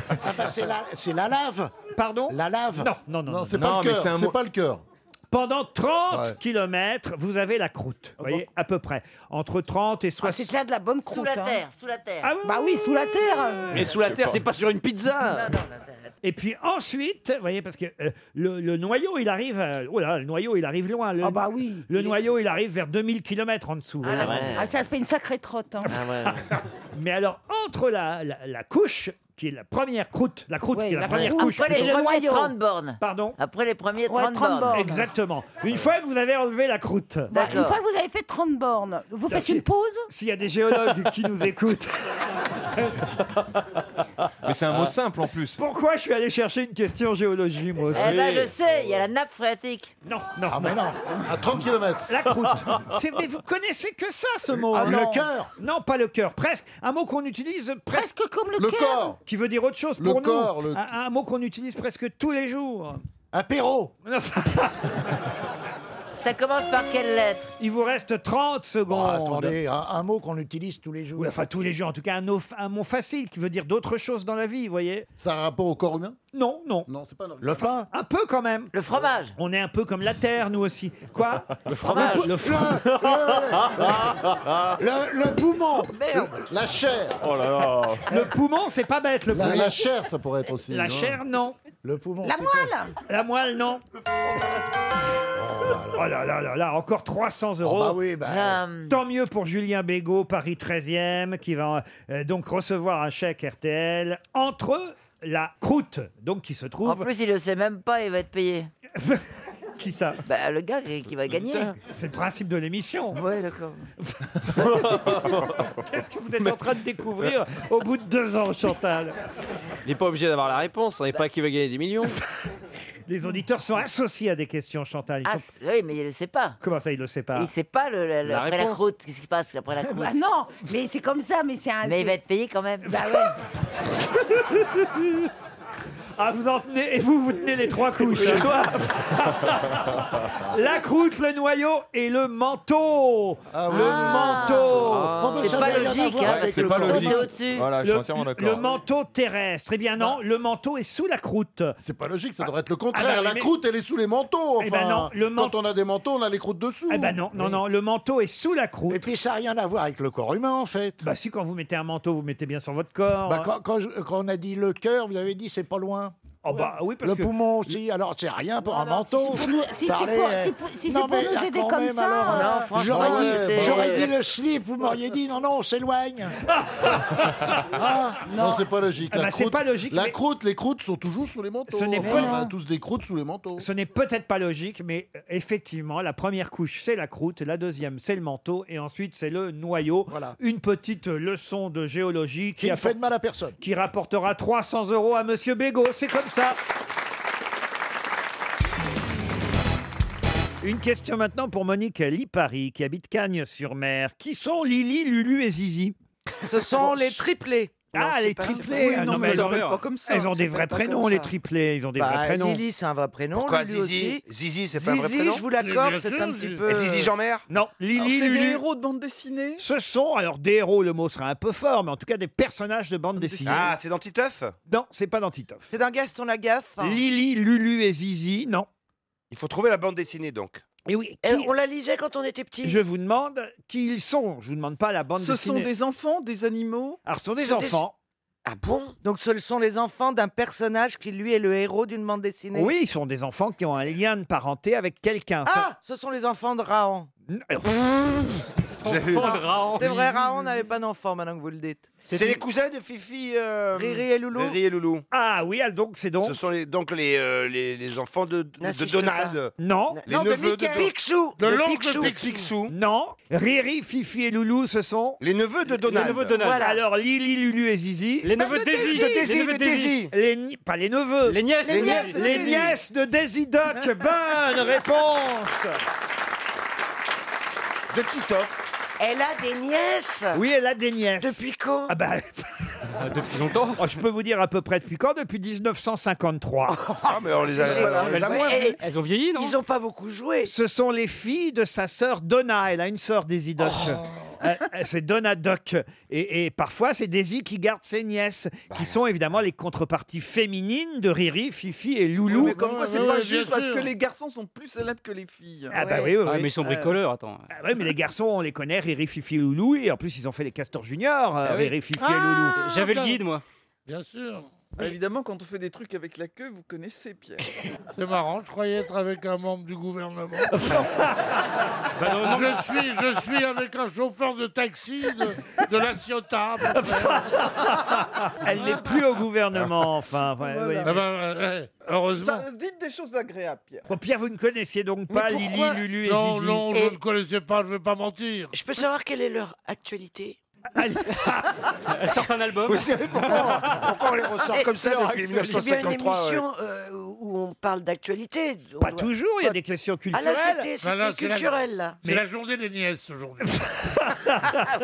Speaker 9: Ah bah, c'est la, c'est la lave.
Speaker 3: Pardon
Speaker 9: La lave.
Speaker 3: Non, non, non.
Speaker 9: c'est pas le cœur. C'est pas le cœur.
Speaker 3: Pendant 30
Speaker 9: Ouais.
Speaker 3: km, vous avez la croûte, vous voyez, à peu près. Entre 30 et 60.
Speaker 6: Ah, C'est là de la bonne croûte.
Speaker 8: Sous la
Speaker 6: hein.
Speaker 8: terre, sous la
Speaker 3: Ah
Speaker 8: terre.
Speaker 6: Bah oui, sous la terre.
Speaker 3: Mais sous la terre, c'est pas sur une
Speaker 8: Non,
Speaker 3: pizza.
Speaker 8: non, non.
Speaker 3: Et puis ensuite, vous voyez, parce que euh, le, le noyau, il arrive. euh, oh là, là, le noyau, il arrive loin. Le, bah oui. Le noyau, il arrive vers 2000 km en dessous.
Speaker 6: Ah,
Speaker 3: Voilà.
Speaker 6: la- ah, ça fait une sacrée trotte. hein.
Speaker 8: Ah,
Speaker 3: Mais alors, entre la, la, la couche, qui est la première croûte, la croûte qui est la,
Speaker 8: la
Speaker 3: première
Speaker 8: croûte.
Speaker 3: couche.
Speaker 8: Après les
Speaker 3: plutôt.
Speaker 8: premiers 30 bornes.
Speaker 3: Pardon Oh,
Speaker 8: Après les premiers
Speaker 6: Ouais,
Speaker 8: 30,
Speaker 6: 30 bornes.
Speaker 3: Exactement. Une fois que vous avez enlevé la croûte.
Speaker 6: Bah, une fois que vous avez fait 30 bornes, vous faites
Speaker 3: Si-
Speaker 6: une pause
Speaker 3: S'il y a des géologues qui nous écoutent.
Speaker 4: Mais c'est un mot simple en plus.
Speaker 3: Ah. Pourquoi je suis allé chercher une question géologie, moi aussi
Speaker 8: Eh ben, je sais, il y a la nappe phréatique.
Speaker 3: Oh. Non, non.
Speaker 9: Ah, mais non. À 30 km.
Speaker 3: La croûte. C'est- mais vous connaissez que ça, ce mot.
Speaker 9: Ah,
Speaker 3: hein.
Speaker 9: le Non. cœur.
Speaker 3: Non, pas le cœur. Presque. Un mot qu'on utilise presque,
Speaker 6: comme
Speaker 9: le Le cœur. corps.
Speaker 3: Qui veut dire autre chose
Speaker 9: Le
Speaker 3: pour nous.
Speaker 9: corps, le-
Speaker 3: Un, un mot qu'on utilise presque tous les jours.
Speaker 9: Un perro.
Speaker 8: Ça commence par quelle lettre
Speaker 3: Il vous reste 30 secondes.
Speaker 9: Ah, attendez, un, un mot qu'on utilise tous les jours.
Speaker 3: Oui, enfin tous les jours, en tout cas un, of- un mot facile qui veut dire d'autres choses dans la vie, vous voyez.
Speaker 9: Ça a un rapport au corps humain
Speaker 3: Non, non.
Speaker 9: Non, c'est pas normal.
Speaker 3: Le pain Un peu quand même.
Speaker 8: Le fromage.
Speaker 3: On est un peu comme la terre, nous aussi. Quoi Le
Speaker 9: fromage.
Speaker 3: Le fromage.
Speaker 9: Le, le poumon. Merde. La chair.
Speaker 3: Oh là là. Le poumon, c'est pas bête, le
Speaker 9: La,
Speaker 3: poumon.
Speaker 9: la chair, ça pourrait être aussi.
Speaker 3: La chair, non.
Speaker 9: Le poumon.
Speaker 6: La
Speaker 9: c'est
Speaker 6: moelle
Speaker 3: La moelle, non. Oh là là là là, encore 300 euros.
Speaker 9: bah oui, bah.
Speaker 8: Hum.
Speaker 3: Tant mieux pour Julien Bégaud, Paris 13e, qui va euh, donc recevoir un chèque RTL entre la croûte, donc qui se trouve.
Speaker 8: En plus, il le sait même pas, il va être payé.
Speaker 3: qui ça
Speaker 8: Bah, le gars qui qui va gagner.
Speaker 3: C'est le principe de l'émission.
Speaker 8: Ouais, d'accord.
Speaker 3: Qu'est-ce que vous êtes en train de découvrir au bout de deux ans, Chantal
Speaker 14: Il n'est pas obligé d'avoir la réponse. On n'est pas qui va gagner 10 millions.
Speaker 3: Les auditeurs sont associés à des questions, Chantal. Ils
Speaker 8: Ah,
Speaker 3: sont-
Speaker 8: c'est- oui, mais il le sait pas.
Speaker 3: Comment ça, ils le séparent
Speaker 8: Il sait pas le, le- le-
Speaker 3: La
Speaker 8: après la
Speaker 3: réponse.
Speaker 8: croûte. Qu'est-ce qui se passe après la croûte
Speaker 6: Bah non, mais c'est comme ça, mais c'est un.
Speaker 8: Mais il
Speaker 6: c'est-
Speaker 8: va être payé quand même.
Speaker 6: Bah ouais.
Speaker 3: Ah, vous en tenez, et vous, vous tenez les trois couches. hein. la croûte, le noyau et le manteau.
Speaker 9: Ah
Speaker 3: le manteau.
Speaker 4: Ah. Bon, ben, C'est ça pas n'a rien à logique, voir hein, avec c'est le pas corps. logique. C'est au-dessus. Voilà, je suis
Speaker 3: Le-
Speaker 4: entièrement d'accord. Bah.
Speaker 3: Le manteau terrestre. Eh bien non, le manteau est sous la croûte.
Speaker 9: C'est pas logique, ça devrait être le contraire.
Speaker 3: Ah bah oui,
Speaker 9: la
Speaker 3: mais-
Speaker 9: croûte, elle est sous les manteaux. Enfin,
Speaker 3: Eh ben non, le man-
Speaker 9: Quand on a des manteaux, on a les croûtes dessous.
Speaker 3: Eh ben non, non, non, le manteau est sous la croûte.
Speaker 9: Et puis ça n'a rien à voir avec le corps humain, en fait.
Speaker 3: Bah si, quand vous mettez un manteau, vous mettez bien sur votre corps.
Speaker 9: Bah,
Speaker 3: hein.
Speaker 9: quand, quand je- quand on a dit le cœur, vous avez dit c'est pas loin.
Speaker 3: Oh bah oui, parce
Speaker 9: le
Speaker 3: que-
Speaker 9: poumon aussi, alors c'est rien pour un manteau.
Speaker 6: c'est pour nous- si c'est
Speaker 9: Parlez,
Speaker 6: pour-
Speaker 9: euh,
Speaker 6: si pour- si
Speaker 9: non,
Speaker 6: c'est pour
Speaker 9: mais
Speaker 6: nous
Speaker 9: là,
Speaker 6: aider
Speaker 9: quand
Speaker 6: comme
Speaker 9: même,
Speaker 6: ça,
Speaker 9: alors,
Speaker 6: euh,
Speaker 9: euh,
Speaker 6: Non, franchement,
Speaker 9: j'aurais dit-
Speaker 6: c'était-
Speaker 9: j'aurais dit, le slip, vous m'auriez dit non, non, on s'éloigne. Ah,
Speaker 3: Non.
Speaker 9: non, c'est pas logique.
Speaker 3: Ah
Speaker 9: La
Speaker 3: bah, c'est
Speaker 9: croûte-
Speaker 3: pas logique,
Speaker 9: La
Speaker 3: mais-
Speaker 9: croûte, les croûtes sont toujours sous les manteaux.
Speaker 3: Ce n'est
Speaker 9: Enfin,
Speaker 3: pas-
Speaker 9: on a tous des croûtes sous les manteaux.
Speaker 3: Ce n'est peut-être pas logique, mais euh, effectivement, la première couche, c'est la croûte, la deuxième, c'est le manteau, et ensuite, c'est le noyau. Une petite leçon de géologie qui,
Speaker 9: Qui ne
Speaker 3: a
Speaker 9: fait de mal à personne.
Speaker 3: qui rapportera 300 euros à Monsieur Bégaud. C'est comme ça. Une question maintenant pour Monique Lipari, qui habite Cagnes-sur-Mer. Qui sont Lily, Lulu et Zizi
Speaker 12: Ce sont les triplés. Non,
Speaker 3: Ah,
Speaker 12: c'est
Speaker 3: les
Speaker 12: pas-
Speaker 3: triplés.
Speaker 12: Oui,
Speaker 3: Ah,
Speaker 12: non, mais
Speaker 3: elles
Speaker 12: ils
Speaker 3: ont-
Speaker 12: s'appellent pas comme ça.
Speaker 3: Elles ont
Speaker 12: Ils
Speaker 3: des
Speaker 12: s'appellent
Speaker 3: vrais
Speaker 12: pas comme
Speaker 3: prénoms, les
Speaker 12: ça.
Speaker 3: triplés. Ils ont des
Speaker 12: Bah,
Speaker 3: vrais prénoms.
Speaker 12: Lily, c'est un vrai prénom.
Speaker 3: Pourquoi
Speaker 12: Lulu
Speaker 3: Zizi
Speaker 12: aussi.
Speaker 3: Zizi, c'est pas un vrai
Speaker 12: Zizi,
Speaker 3: prénom
Speaker 12: je vous l'accorde,
Speaker 3: Mais bien
Speaker 12: c'est
Speaker 3: sûr,
Speaker 12: un petit
Speaker 3: Zizi.
Speaker 12: peu.
Speaker 3: Et Zizi Jean-Mer Non, Lily,
Speaker 12: Alors, C'est
Speaker 3: Lulu.
Speaker 12: des héros de bande dessinée.
Speaker 3: Ce sont, alors des héros, le mot sera un peu fort, mais en tout cas des personnages de bande dessinée.
Speaker 4: Ah, c'est dans Titeuf
Speaker 3: Non, c'est pas dans Titeuf.
Speaker 12: C'est d'un Gaston Lagaffe. hein.
Speaker 3: Lily, Lulu et Zizi, non.
Speaker 4: Il faut trouver la bande dessinée donc.
Speaker 3: Et oui,
Speaker 12: Euh,
Speaker 3: qui-
Speaker 12: on la lisait quand on était petit.
Speaker 3: je vous demande qui ils sont. Je vous demande pas la bande
Speaker 12: Ce sont
Speaker 3: dessinée.
Speaker 12: des enfants, des animaux.
Speaker 3: Alors, ce sont des
Speaker 12: Ce sont
Speaker 3: enfants.
Speaker 12: Ah bon Donc ce sont les enfants d'un personnage qui lui est le héros d'une bande dessinée.
Speaker 3: Oui, ils sont des enfants qui ont un lien de parenté avec quelqu'un.
Speaker 12: Ah, ce sont les enfants de Raon. C'est vrai, Raon n'avait pas d'enfant maintenant que vous le dites.
Speaker 4: C'est les cousins de Fifi. euh,
Speaker 12: Riri et Loulou
Speaker 4: Riri et Loulou.
Speaker 3: Ah oui, donc c'est donc.
Speaker 4: Ce sont les, donc les, euh, les, les enfants de, de
Speaker 12: N'insiste
Speaker 4: Donald.
Speaker 3: Non.
Speaker 4: Les neveux de, Don-
Speaker 12: Picsou.
Speaker 4: De
Speaker 12: De
Speaker 4: l'oncle
Speaker 12: Picsou.
Speaker 4: Picsou.
Speaker 3: Non. Riri, Fifi et Loulou, ce sont
Speaker 4: Les neveux de Donald.
Speaker 3: neveux de Donald.
Speaker 4: Voilà.
Speaker 3: Alors Lily, Lulu et Zizi. Les
Speaker 4: neveux de Daisy.
Speaker 3: Les
Speaker 4: Daisy,
Speaker 3: neveux
Speaker 4: de Daisy.
Speaker 3: Les ni- Pas les neveux. Les nièces.
Speaker 4: Les nièces de
Speaker 3: Les
Speaker 4: Daisy.
Speaker 3: nièces de Daisy Duck. Bonne réponse.
Speaker 4: de Titoff.
Speaker 12: Elle a des nièces
Speaker 3: Oui, elle a des nièces.
Speaker 12: Depuis quand
Speaker 3: Ah bah, depuis longtemps Je peux vous dire à peu près depuis quand Depuis 1953.
Speaker 9: Oh,
Speaker 12: Ah, mais on les a- C'est voilà, on les a génial. moins vues.
Speaker 3: Elles ont vieilli, non Ils n'ont pas beaucoup joué. Ce sont les filles de sa sœur Donna. Elle a une sœur, Daisy Doc. Euh, euh, C'est Donna Doc. Et, et parfois, c'est Daisy qui garde ses nièces, qui sont évidemment les contreparties féminines de Riri, Fifi et Loulou.
Speaker 23: Mais comme quoi, c'est pas juste parce que les garçons sont plus célèbres que les filles.
Speaker 3: Ah bah oui, oui, oui.
Speaker 2: mais ils sont bricoleurs, attends.
Speaker 3: Ah oui, mais les garçons, on les connaît, Riri, Fifi, Loulou, et en plus ils ont fait les Castors Junior, euh,
Speaker 2: Ah oui.
Speaker 3: Riri, Fifi et
Speaker 2: Ah,
Speaker 3: Loulou.
Speaker 2: J'avais le guide, moi.
Speaker 23: Bien sûr. Bah, évidemment, quand on fait des trucs avec la queue, vous connaissez Pierre.
Speaker 4: C'est marrant, je croyais être avec un membre du gouvernement. Ben
Speaker 23: non, non.
Speaker 4: je, suis, je suis avec un chauffeur de taxi de, de la Ciotat. mon frère.
Speaker 3: Elle n'est plus au gouvernement, enfin. ouais, ouais.
Speaker 4: Ah bah, ouais, heureusement.
Speaker 23: Ça, dites des choses agréables, Pierre.
Speaker 3: Bon, Pierre, vous ne connaissiez donc pas
Speaker 4: Mais
Speaker 3: Lili,
Speaker 4: pourquoi
Speaker 3: Lulu et
Speaker 4: Non,
Speaker 3: Zizi
Speaker 4: non, je ne connaissais pas, je ne vais pas mentir.
Speaker 28: Je peux savoir quelle est leur actualité
Speaker 2: Elles sortent un album.
Speaker 28: Vous savez
Speaker 2: pourquoi
Speaker 28: Pourquoi
Speaker 2: on les ressort comme ça depuis
Speaker 28: C'est bien une
Speaker 2: 1953,
Speaker 28: émission euh, où on parle d'actualité. On
Speaker 3: Pas
Speaker 28: doit-
Speaker 3: toujours, il y a des questions
Speaker 28: Ah
Speaker 3: culturelles. Bah
Speaker 28: là, c'était c'était
Speaker 4: Voilà, c'est la-
Speaker 28: culturel, là.
Speaker 4: C'est la journée des nièces aujourd'hui. Ah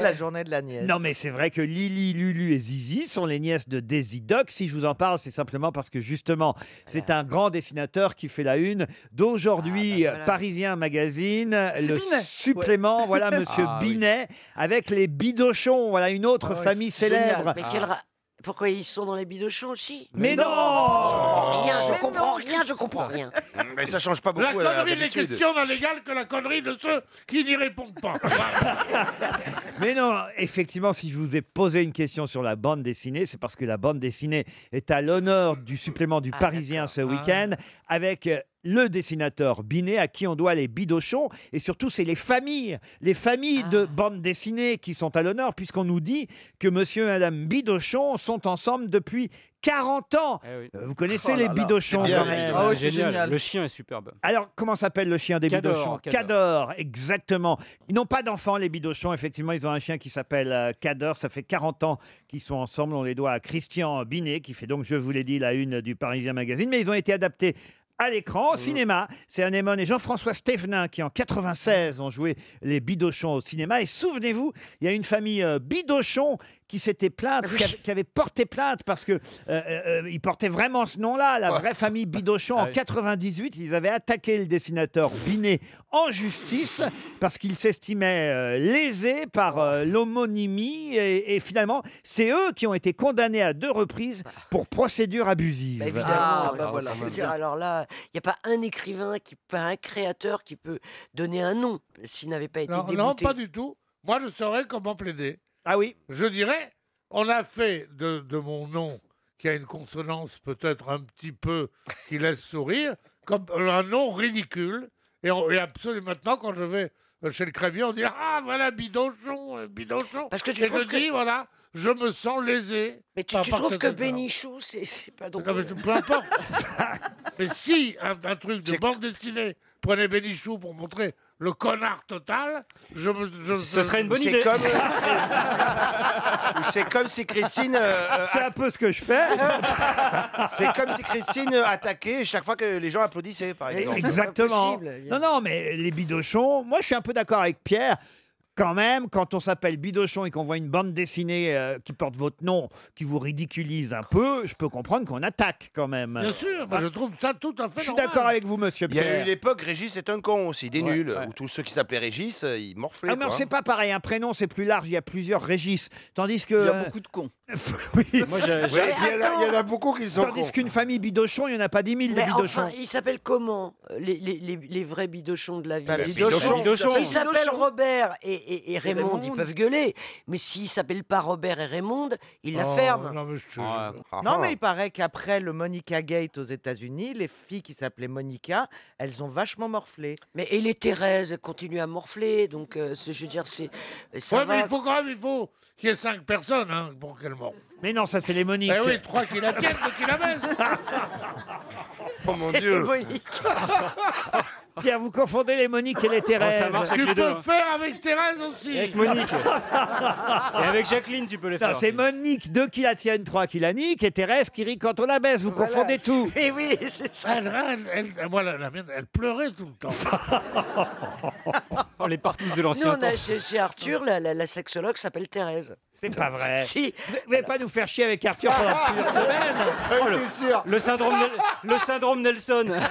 Speaker 12: La journée de la nièce.
Speaker 3: Non, mais c'est vrai que Lili, Lulu et Zizi sont les nièces de Daisy Doc. Si je vous en parle, c'est simplement parce que justement, c'est un grand dessinateur qui fait la une d'aujourd'hui
Speaker 28: Ah, bah, voilà.
Speaker 3: Parisien Magazine,
Speaker 28: C'est
Speaker 3: le
Speaker 28: Binet.
Speaker 3: supplément,
Speaker 28: Ouais.
Speaker 3: voilà, monsieur
Speaker 28: Ah oui.
Speaker 3: Binet, avec les Bidochons, voilà, une autre
Speaker 28: Ah ouais,
Speaker 3: famille
Speaker 28: c'est génial.
Speaker 3: célèbre.
Speaker 28: Mais quel ra- Pourquoi ils sont dans les bidochons aussi
Speaker 3: Mais Mais non non
Speaker 28: Rien, je
Speaker 4: Mais
Speaker 28: comprends rien, je comprends rien.
Speaker 7: Mais ça change pas
Speaker 4: La
Speaker 7: beaucoup. euh,
Speaker 17: euh,
Speaker 7: à
Speaker 4: connerie des
Speaker 7: l'habitude.
Speaker 4: questions n'a légal que la connerie de ceux qui n'y répondent pas.
Speaker 3: Mais non, effectivement, si je vous ai posé une question sur la bande dessinée, c'est parce que la bande dessinée est à l'honneur du supplément du Parisien ce week-end avec euh, le dessinateur Binet à qui on doit les bidochons et surtout c'est les familles, les familles de bande dessinée qui sont à l'honneur puisqu'on nous dit que monsieur et madame Bidochon sont ensemble depuis 40 ans. Euh, Vous connaissez
Speaker 23: Oh
Speaker 3: les bidochons quand même.
Speaker 2: Ah oui, c'est génial. Eh Le chien est superbe.
Speaker 3: Alors, comment s'appelle le chien des
Speaker 2: Cador,
Speaker 3: Bidochons
Speaker 2: Cador.
Speaker 3: Cador, exactement. Ils n'ont pas d'enfants, les Bidochons. Effectivement, ils ont un chien qui s'appelle euh, Cador. Ça fait 40 ans qu'ils sont ensemble. On les doit à Christian Binet, qui fait donc, je vous l'ai dit, la une du Parisien Magazine. Mais ils ont été adaptés à l'écran,
Speaker 2: Mmh.
Speaker 3: au cinéma. C'est Anémone et Jean-François Stévenin qui, en 96, ont joué les Bidochons au cinéma. Et souvenez-vous, il y a une famille euh, Bidochon qui s'était
Speaker 28: Bah
Speaker 3: plainte, qui, avait, qui avait porté plainte parce que euh, euh, ils portaient vraiment ce nom-là, la vraie famille
Speaker 28: Ah
Speaker 3: Bidochon. En 98, ils avaient attaqué le dessinateur Binet en justice parce qu'ils s'estimaient euh, lésés par euh, l'homonymie et, et finalement, c'est eux qui ont été condamnés à deux reprises pour procédure abusive.
Speaker 28: Bah, évidemment, Ah, bah, voilà. Je veux dire, alors là, il n'y a pas un écrivain, qui, pas un créateur qui peut donner un nom s'il n'avait pas été
Speaker 4: Non,
Speaker 28: débouté.
Speaker 4: non, pas du tout. Moi, je saurais comment plaider.
Speaker 3: Ah oui
Speaker 4: Je dirais, on a fait de, de mon nom, qui a une consonance peut-être un petit peu qui laisse sourire, comme un nom ridicule. Et, on- et absolument maintenant, quand je vais chez le crémier, on dit Ah, voilà, bidochon, euh, bidochon.
Speaker 28: Parce que tu
Speaker 4: et
Speaker 28: trouves
Speaker 4: je
Speaker 28: que-
Speaker 4: dis Voilà, je me sens lésé.
Speaker 28: Mais tu,
Speaker 4: par-
Speaker 28: tu
Speaker 4: par
Speaker 28: trouves
Speaker 4: cette
Speaker 28: que
Speaker 4: affaire.
Speaker 28: Bénichou, c'est c'est pas drôle.
Speaker 4: Non, mais peu importe. mais si un, un truc de bande dessinée prenait Bénichou pour montrer le connard total, je me. je-
Speaker 7: Ce
Speaker 4: je-
Speaker 7: serait une bonne
Speaker 4: C'est
Speaker 7: idée.
Speaker 4: comme-
Speaker 7: C'est comme si Christine. euh, euh,
Speaker 3: C'est un peu ce que je fais.
Speaker 7: C'est comme si Christine euh, attaquait chaque fois que les gens applaudissaient, par exemple.
Speaker 3: Exactement. Non, non, mais les bidochons, moi je suis un peu d'accord avec Pierre. Quand même, quand on s'appelle Bidochon et qu'on voit une bande dessinée euh, qui porte votre nom, qui vous ridiculise un peu, je peux comprendre qu'on attaque quand même.
Speaker 4: Bien sûr, moi, je trouve ça tout à
Speaker 3: Je
Speaker 4: fait
Speaker 3: suis
Speaker 4: normal.
Speaker 3: d'accord avec vous, monsieur
Speaker 7: Il y a eu
Speaker 3: Pierre.
Speaker 7: l'époque, Régis est un con aussi, des
Speaker 3: Ouais,
Speaker 7: nuls,
Speaker 3: ouais.
Speaker 7: où tous ceux qui s'appelaient Régis, euh, ils morflaient.
Speaker 3: Ah non,
Speaker 7: quoi.
Speaker 3: c'est pas pareil. Un prénom, c'est plus large. Il y a plusieurs Régis. Tandis que.
Speaker 7: Il y a beaucoup
Speaker 4: de cons.
Speaker 3: oui.
Speaker 7: Moi, j'ai- j'ai- Ouais, il y en a- il y en a beaucoup qui sont
Speaker 3: Tandis
Speaker 7: cons.
Speaker 3: qu'une famille Bidochon, il n'y en a pas 10 000 des
Speaker 28: Mais
Speaker 3: Bidochons.
Speaker 28: enfin, ils s'appellent comment euh, les, les, les, les vrais bidochons de la ville
Speaker 3: Bah, les bidochons. Bidochons.
Speaker 28: S'ils s'appellent Bidochons. Robert et, et- et Raymond, Raymond. ils peuvent gueuler. Mais s'ils s'appellent pas Robert et Raymond, ils la Oh, ferment.
Speaker 4: Non, mais,
Speaker 12: Non, mais il paraît qu'après le Monica Gate aux États-Unis, les filles qui s'appelaient Monica, elles ont vachement morflé.
Speaker 28: Mais et les Thérèse elles continuent à morfler. Donc, euh, c'est- je veux dire, c'est. euh, ça
Speaker 4: Ouais, mais
Speaker 28: va.
Speaker 4: il faut quand même, il faut qu'il y ait cinq personnes hein, pour qu'elle morte.
Speaker 3: Mais non, ça c'est les Moniques.
Speaker 4: Eh oui, trois qui la tiennent, deux qui la mènent.
Speaker 7: Oh mon Dieu.
Speaker 3: Pierre, vous confondez les Moniques et les Thérèse.
Speaker 4: tu peux faire avec hein. Thérèse aussi.
Speaker 3: Avec Monique.
Speaker 2: Et avec Jacqueline, tu peux les
Speaker 3: Non,
Speaker 2: faire.
Speaker 3: c'est Monique, deux qui la tiennent, trois qui la niquent, et Thérèse qui rit quand on la baisse. Vous confondez tout.
Speaker 28: Mais oui, c'est
Speaker 4: ça. Elle, elle- elle- moi, la, la mienne, elle pleurait tout le temps.
Speaker 2: On les part tous de
Speaker 28: Nous,
Speaker 2: l'ancien
Speaker 28: on
Speaker 2: temps.
Speaker 28: a chez, chez Arthur, la, la- la sexologue s'appelle Thérèse.
Speaker 3: C'est pas vrai.
Speaker 28: Si.
Speaker 3: Vous ne pouvez pas nous faire chier avec Arthur pendant plusieurs
Speaker 2: Oh,
Speaker 3: semaines.
Speaker 2: le, le syndrome, Nel- le syndrome Nelson.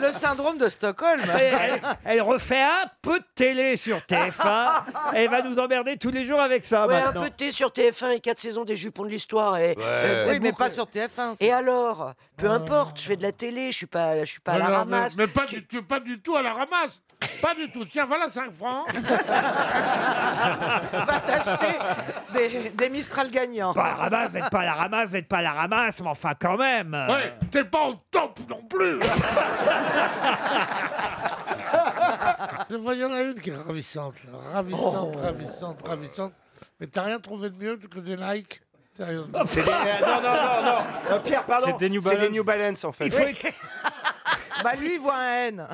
Speaker 12: Le syndrome de Stockholm.
Speaker 3: Ça y est, elle, elle refait un peu de télé sur TF1. Elle va nous emmerder tous les jours avec ça
Speaker 28: Ouais, un
Speaker 3: maintenant.
Speaker 28: peu de thé sur TF1 et 4 saisons des jupons de l'histoire. Et, euh,
Speaker 12: Oui, mais
Speaker 28: beaucoup-
Speaker 12: pas sur TF1.
Speaker 28: Et alors Peu
Speaker 12: Ah.
Speaker 28: importe, je fais de la télé, je suis pas, je suis pas à la
Speaker 4: Non, non,
Speaker 28: ramasse.
Speaker 4: Mais, mais pas, du, tout- pas du tout à la ramasse. Pas du tout. Tiens, voilà 5 francs.
Speaker 12: va t'acheter des, des Mistral gagnants.
Speaker 3: Pas Bah, à la ramasse, vous n'êtes pas à la ramasse, vous n'êtes pas à la ramasse, mais enfin quand même.
Speaker 4: Ouais, t'es pas au top non plus. C'est vrai, Il y en a une qui est ravissante, là. ravissante, ravissante, ravissante. Mais t'as rien trouvé de mieux que des Nike Sérieusement.
Speaker 1: C'est des- euh, non, non, non, non. Euh, Pierre, pardon.
Speaker 3: C'est des New
Speaker 1: C'est des
Speaker 3: Balance.
Speaker 1: New Balance, en fait.
Speaker 3: Il faut-
Speaker 12: Bah lui, il voit un haine.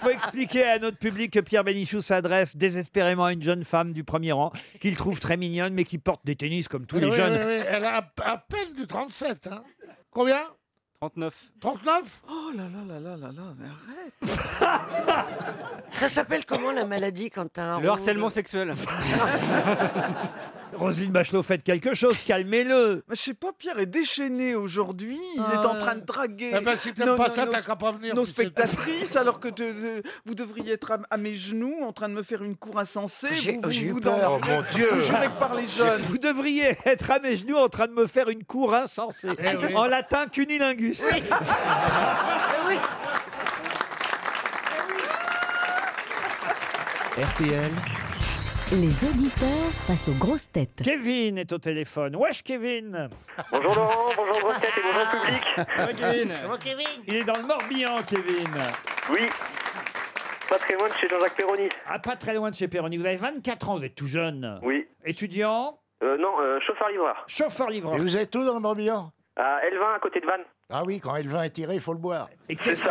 Speaker 3: faut expliquer à notre public que Pierre Bénichou s'adresse désespérément à une jeune femme du premier rang qu'il trouve très mignonne mais qui porte des tennis comme tous les
Speaker 4: Oui,
Speaker 3: jeunes.
Speaker 4: oui, oui, Elle a à- à peine du 37. Hein. Combien
Speaker 2: 39.
Speaker 4: 39
Speaker 1: Oh là là là là là là, mais arrête.
Speaker 28: Ça s'appelle comment la maladie quand t'as un
Speaker 2: Le
Speaker 28: rond
Speaker 2: harcèlement
Speaker 28: de-
Speaker 2: sexuel.
Speaker 3: Roselyne Bachelot, faites quelque chose, calmez-le.
Speaker 1: Je sais pas, Pierre est déchaîné aujourd'hui. Il est en train de draguer.
Speaker 4: Eh ben, si t'aimes
Speaker 1: nos-
Speaker 4: pas
Speaker 1: nos-
Speaker 4: ça,
Speaker 1: nos-
Speaker 4: t'as qu'à pas venir,
Speaker 1: Nos
Speaker 4: monsieur.
Speaker 1: spectatrices, alors que te- te- vous devriez être à, à mes genoux en train de me faire une cour insensée.
Speaker 28: J'ai-
Speaker 1: Vous, vous,
Speaker 28: j'ai eu
Speaker 1: vous
Speaker 28: peur.
Speaker 1: dans-
Speaker 28: Oh, mon
Speaker 1: vous
Speaker 28: Dieu.
Speaker 1: jurez que par les jeunes.
Speaker 3: Vous devriez être à mes genoux en train de me faire une cour insensée.
Speaker 4: oui.
Speaker 3: En latin cunilingus.
Speaker 15: RTL. Les auditeurs face aux grosses têtes.
Speaker 3: Kevin est au téléphone. Wesh Kevin
Speaker 15: Bonjour Laurent, bonjour grosses têtes et bonjour public.
Speaker 3: Il est dans le Morbihan, Kevin.
Speaker 15: Oui, pas très loin de chez Jean-Jacques Perroni.
Speaker 3: Ah, pas très loin de chez Perroni. Vous avez 24 ans, vous êtes tout jeune.
Speaker 15: Oui.
Speaker 3: Étudiant,
Speaker 15: Euh, non, euh, chauffeur-livreur.
Speaker 3: chauffeur-livreur.
Speaker 9: Et vous êtes où dans le Morbihan
Speaker 15: À Elvin, à côté de Vannes.
Speaker 9: Ah oui, quand le vin est tiré, il faut le boire.
Speaker 3: Et qu'est-ce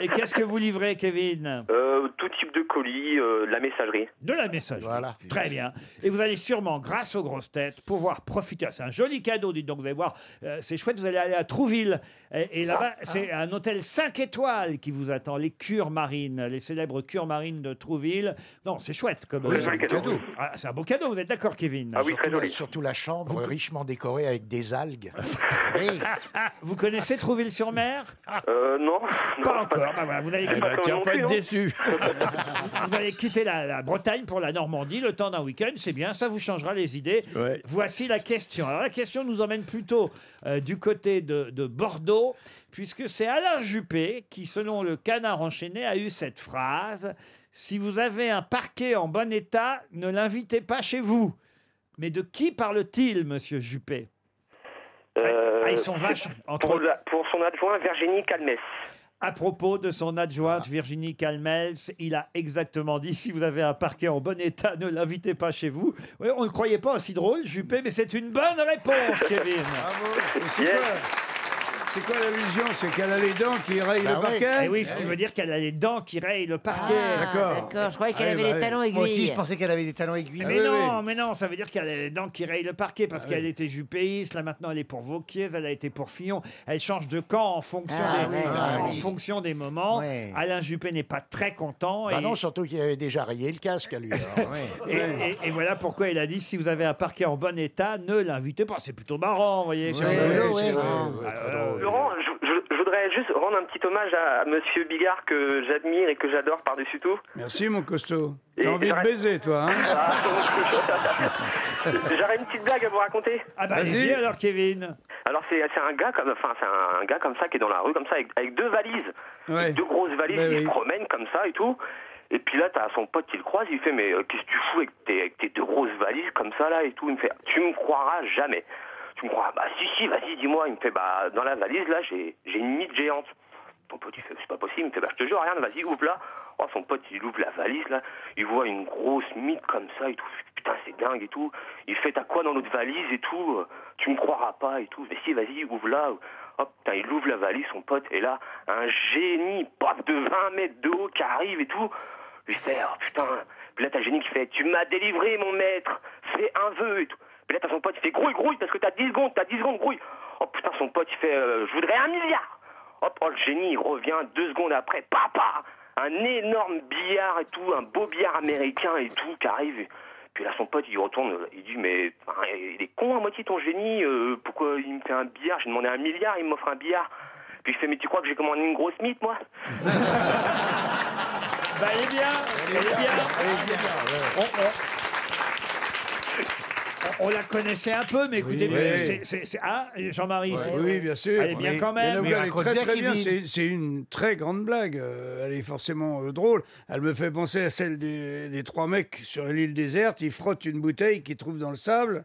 Speaker 3: et qu'est-ce que vous livrez, Kevin
Speaker 15: Euh, tout type de colis, euh, de la messagerie.
Speaker 3: De la messagerie. Très bien. Et vous allez sûrement, grâce aux grosses têtes, pouvoir profiter. Ah, C'est un joli cadeau, dites donc, vous allez voir. Euh, c'est chouette, vous allez aller à Trouville. Et, et
Speaker 9: Ah,
Speaker 3: là-bas, c'est un hôtel 5 étoiles qui vous attend, les Cures Marines, les célèbres Cures Marines de Trouville. Non, c'est chouette comme
Speaker 15: Oui, joli cadeau.
Speaker 3: Ah, c'est un beau cadeau, vous êtes d'accord, Kevin
Speaker 15: Ah oui, très
Speaker 9: Surtout la-
Speaker 15: joli.
Speaker 9: Surtout la chambre richement décorée avec des algues.
Speaker 3: Vous connaissez Trouville-sur-Mer
Speaker 15: Euh, non.
Speaker 3: Pas encore. Bah voilà, vous, allez
Speaker 15: Eh ben, tiens, pas être
Speaker 3: déçu. vous allez quitter la, la Bretagne pour la Normandie le temps d'un week-end. C'est bien, ça vous changera les idées. Voici la question. Alors, la question nous emmène plutôt euh, du côté de, de Bordeaux, puisque c'est Alain Juppé qui, selon le canard enchaîné, a eu cette phrase Si vous avez un parquet en bon état, ne l'invitez pas chez vous. Mais de qui parle-t-il, monsieur Juppé
Speaker 15: Euh,
Speaker 3: Ah, ils sont
Speaker 15: c'est
Speaker 3: vaches, entre
Speaker 15: Pour,
Speaker 3: autres.
Speaker 15: la- pour son adjoint Virginie Calmès.
Speaker 3: À propos de son
Speaker 17: Ah.
Speaker 3: adjointe Virginie Calmels, il a exactement dit si vous avez un parquet en bon état, ne l'invitez pas chez vous. Oui, on ne croyait pas aussi drôle, Juppé, mais c'est une bonne réponse, Kevin.
Speaker 17: Mais C'est
Speaker 15: Yes.
Speaker 17: quoi, c'est quoi l'allusion C'est qu'elle a les dents qui
Speaker 7: Bah
Speaker 17: rayent le parquet
Speaker 3: Eh oui, ce qui veut dire qu'elle a les dents qui rayent le parquet.
Speaker 17: Ah, D'accord.
Speaker 8: D'accord, je croyais qu'elle
Speaker 17: Ah oui,
Speaker 8: avait
Speaker 17: bah
Speaker 8: les
Speaker 17: oui.
Speaker 8: talons aiguilles.
Speaker 17: Moi aussi, je
Speaker 9: pensais qu'elle avait des talons
Speaker 6: Ah,
Speaker 9: aiguilles.
Speaker 3: Mais non, mais non, ça veut dire qu'elle a les dents qui rayent le parquet
Speaker 9: Ah
Speaker 3: parce qu'elle était jupéiste, là maintenant elle est pour Vauquier, elle a été pour Fillon, elle change de camp en fonction,
Speaker 9: Ah
Speaker 3: des,
Speaker 9: ouais,
Speaker 3: en
Speaker 9: ah oui.
Speaker 3: fonction des moments.
Speaker 9: Ouais.
Speaker 3: Alain Juppé n'est pas très content.
Speaker 9: Bah
Speaker 3: et-
Speaker 9: non, surtout qu'il avait déjà rayé le casque à lui. alors, ouais.
Speaker 3: Et, et- et voilà pourquoi il a dit si vous avez un parquet en bon état, ne l'invitez pas. C'est plutôt marrant, vous voyez. c'est
Speaker 9: Ouais,
Speaker 3: rigolo.
Speaker 9: ouais,
Speaker 15: Ah, Laurent, je, je- je voudrais juste rendre un petit hommage à Monsieur Bigard que j'admire et que j'adore par-dessus tout.
Speaker 17: Merci, mon costaud.
Speaker 15: Et
Speaker 17: T'as envie de
Speaker 15: j'arrête-
Speaker 17: baiser, toi, hein
Speaker 15: J'aurais une petite blague à vous raconter.
Speaker 3: Ah bah
Speaker 17: Vas-y.
Speaker 3: allez-y alors, Kevin.
Speaker 15: Alors c'est c'est un gars comme enfin c'est un gars comme ça qui est dans la rue comme ça avec, avec deux valises,
Speaker 17: Ouais.
Speaker 15: deux grosses valises
Speaker 17: Ben
Speaker 15: qui
Speaker 17: oui.
Speaker 15: se promènent comme ça et tout. Et puis là t'as son pote qui le croise, il fait mais euh, qu'est-ce que tu fous avec tes, avec tes deux grosses valises comme ça là et tout. Il me fait tu me croiras jamais. Tu me croiras bah si si vas-y dis-moi. Il me fait bah dans la valise là j'ai j'ai une mythe géante. Ton pote il fait c'est pas possible. Il me fait bah je te jure rien vas-y ouvre là. Oh son pote il ouvre la valise là, il voit une grosse mythe comme ça et tout. Putain c'est dingue et tout. Il fait t'as quoi dans l'autre valise et tout euh, Tu me croiras pas et tout. Mais si, vas-y, ouvre là. Hop, putain, il ouvre la valise, son pote, et là, un génie, pop de 20 mètres de haut qui arrive et tout. Lui fait, oh, putain. Puis là, t'as le génie qui fait, tu m'as délivré, mon maître, fais un vœu et tout. Puis là, t'as son pote, il fait, grouille, grouille, parce que t'as 10 secondes, t'as 10 secondes, grouille. Oh putain, son pote, il fait, euh, je voudrais un milliard. Hop, oh, le génie, il revient deux secondes après, papa Un énorme billard et tout, un beau billard américain et tout qui arrive. Puis là, son pote, il retourne, il dit, mais hein, il est con à moitié ton génie, euh, pourquoi il me fait un billard J'ai demandé un milliard, il m'offre un billard. Puis il fait, mais tu crois que j'ai commandé une grosse mythe, moi
Speaker 3: Bah, elle est bien, elle est bien. On la connaissait un peu, mais écoutez,
Speaker 17: Oui.
Speaker 3: mais
Speaker 17: Oui.
Speaker 3: c'est- c'est- c'est- ah, Jean-Marie. c'est-
Speaker 17: Oui, bien sûr.
Speaker 3: Elle est bien
Speaker 17: Oui.
Speaker 3: quand même.
Speaker 17: Elle est très, très bien. C'est- C'est une très grande blague. Euh, elle est forcément euh, drôle. Elle me fait penser à celle des, des trois mecs sur l'île déserte. Ils frottent une bouteille qu'ils trouvent dans le sable.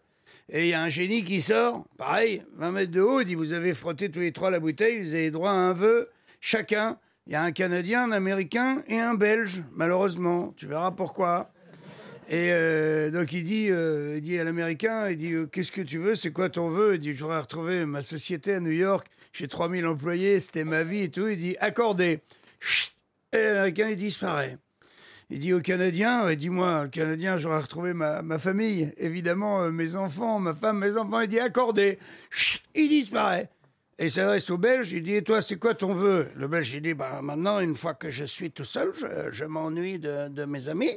Speaker 17: Et il y a un génie qui sort, pareil, 20 mètres de haut, il dit Vous avez frotté tous les trois la bouteille, vous avez droit à un vœu, chacun. Il y a un Canadien, un Américain et un Belge, malheureusement. Tu verras pourquoi. Et euh, donc il dit, euh, il dit à l'américain, il dit euh, qu'est-ce que tu veux, c'est quoi ton vœu Il dit je voudrais retrouver ma société à New York, j'ai 3000 employés, c'était ma vie et tout. Il dit accordé. Chut. Et l'américain il disparaît. Il dit au Canadien, euh, dis-moi, le Canadien, j'aurais retrouvé ma, ma famille, évidemment, euh, mes enfants, ma femme, mes enfants. Il dit accordé. Chut. Il disparaît. Et il s'adresse au Belge, il dit Et toi, c'est quoi ton vœu Le Belge, il dit bah, Maintenant, une fois que je suis tout seul, je, je m'ennuie de, de mes amis.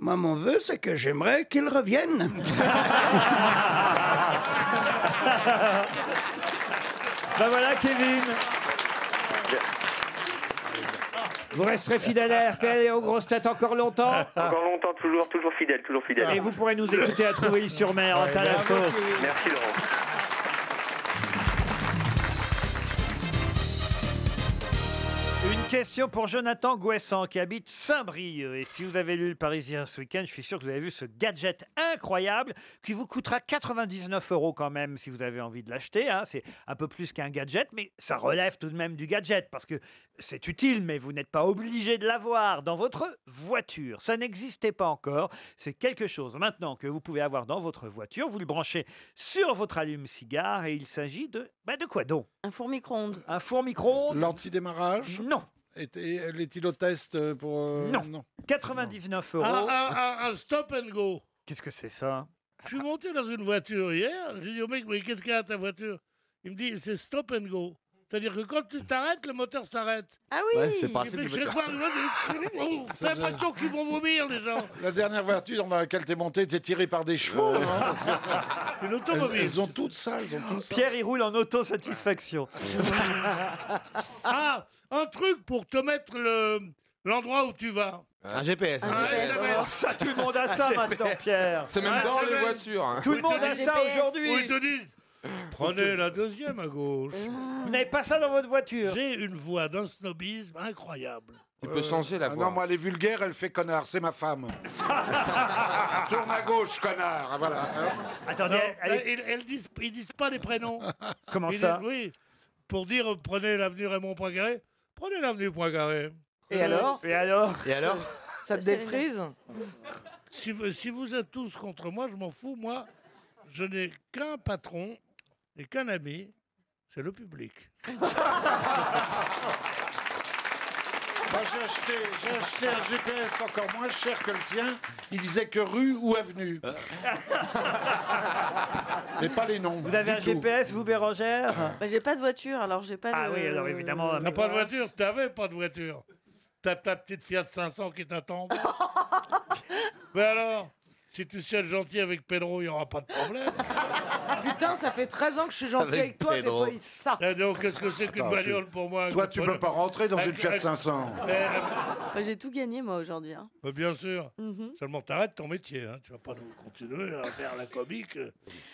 Speaker 17: Moi, mon vœu, c'est que j'aimerais qu'ils reviennent.
Speaker 3: Ben voilà, Kevin. Vous resterez fidèle à RTL et aux grosses têtes encore longtemps.
Speaker 15: Encore longtemps, toujours, toujours fidèle, toujours fidèle.
Speaker 3: Ah. Et vous pourrez nous écouter à Trouville-sur-Mer, en
Speaker 15: Ouais,
Speaker 3: Talasso.
Speaker 15: bravo, Kevin. Merci Laurent.
Speaker 3: Une question pour Jonathan Gouessant qui habite Saint-Brieuc. Et si vous avez lu Le Parisien ce week-end, je suis sûr que vous avez vu ce gadget incroyable qui vous coûtera 99 euros quand même si vous avez envie de l'acheter. hein. C'est un peu plus qu'un gadget, mais ça relève tout de même du gadget parce que c'est utile, mais vous n'êtes pas obligé de l'avoir dans votre voiture. Ça n'existait pas encore. C'est quelque chose maintenant que vous pouvez avoir dans votre voiture. Vous le branchez sur votre allume-cigare et il s'agit de... bah, de quoi donc
Speaker 33: Un four micro-ondes.
Speaker 3: Un four micro-ondes
Speaker 29: L'antidémarrage
Speaker 3: Non.
Speaker 29: L'éthylotest pour. euh, Ah,
Speaker 3: Non. 99
Speaker 4: Un,
Speaker 3: euros.
Speaker 4: un- un- un stop and go.
Speaker 3: Qu'est-ce que c'est ça
Speaker 4: Je suis monté dans une voiture hier, j'ai dit au mec, mais qu'est-ce qu'il y a à ta voiture Il me dit, c'est stop and go. C'est-à-dire que quand tu t'arrêtes, le moteur s'arrête.
Speaker 33: Ah
Speaker 29: oui. Ouais, c'est pas
Speaker 4: Il
Speaker 29: assez
Speaker 4: fait
Speaker 29: du
Speaker 4: que chaque
Speaker 29: moteur.
Speaker 4: fois, le- Oh,
Speaker 29: C'est
Speaker 4: T'as l'impression qu'ils vont vomir, les gens.
Speaker 29: La dernière voiture dans laquelle t'es monté, t'es tiré par des chevaux. hein, parce que-
Speaker 3: Ah.
Speaker 4: Une
Speaker 29: Elles,
Speaker 4: automobile.
Speaker 29: elles ont toutes ça, elles ont toutes ça.
Speaker 3: Pierre, il roule en autosatisfaction.
Speaker 4: Ah, un truc pour te mettre le l'endroit où tu vas.
Speaker 5: Un GPS.
Speaker 4: SMS.
Speaker 3: ça, tout le monde a ça maintenant, Pierre.
Speaker 5: C'est même
Speaker 4: Un
Speaker 5: dans les
Speaker 4: SMS.
Speaker 5: voitures. hein.
Speaker 3: Tout le monde a ça aujourd'hui.
Speaker 4: Où ils te disent Prenez la deuxième à gauche.
Speaker 3: Ah. Vous n'avez pas ça dans votre voiture
Speaker 4: J'ai une voix d'un snobisme incroyable.
Speaker 5: Tu peux changer la
Speaker 29: Ah
Speaker 5: voix.
Speaker 29: Non, moi, elle est vulgaire, elle fait connard, c'est ma femme. Tourne à gauche, connard, ah, voilà. hein.
Speaker 3: Attendez,
Speaker 4: Non,
Speaker 29: elle-
Speaker 4: là, ils, elles disent, ils disent pas les prénoms.
Speaker 3: Comment
Speaker 4: Ils
Speaker 3: ça
Speaker 4: disent- Oui, pour dire euh, prenez l'avenue Raymond Poincaré, prenez l'avenue Poincaré.
Speaker 12: Et alors
Speaker 3: Et alors
Speaker 5: Et alors
Speaker 12: Ça te défrise
Speaker 4: si, vous- si vous êtes tous contre moi, je m'en fous. Moi, je n'ai qu'un patron et qu'un ami, c'est le public.
Speaker 29: Moi, j'ai acheté, j'ai acheté un GPS encore moins cher que le tien. Il disait que rue ou avenue.
Speaker 4: Euh.
Speaker 29: Mais pas les noms.
Speaker 3: Vous avez un GPS, vous, Bérangère
Speaker 33: Bah, j'ai pas de voiture, alors j'ai pas
Speaker 3: Ah
Speaker 33: le-
Speaker 3: oui, alors évidemment.
Speaker 4: T'as pas de voiture T'avais pas de voiture T'as ta petite Fiat 500 qui t'attend. Mais alors si tu sais être gentil avec Pedro, il n'y aura pas de problème.
Speaker 33: Ah,
Speaker 12: Putain, ça fait 13 ans que je suis gentil
Speaker 29: Avec
Speaker 12: avec, toi, j'ai
Speaker 29: Pedro.
Speaker 12: pas eu ça.
Speaker 4: Eh, donc, qu'est-ce que c'est qu'une
Speaker 29: Attends, tu-
Speaker 4: bagnole pour moi
Speaker 29: Toi,
Speaker 4: une
Speaker 29: tu peux
Speaker 4: bagnole
Speaker 29: pas rentrer dans
Speaker 4: Avec-
Speaker 29: une Fiat
Speaker 4: avec-
Speaker 29: 500.
Speaker 4: Eh, eh,
Speaker 33: Bah, j'ai tout gagné, moi, aujourd'hui. hein.
Speaker 4: bah, bien sûr.
Speaker 33: Mhm.
Speaker 4: Seulement, t'arrêtes ton métier. Hein. Tu vas pas nous continuer à faire la comique.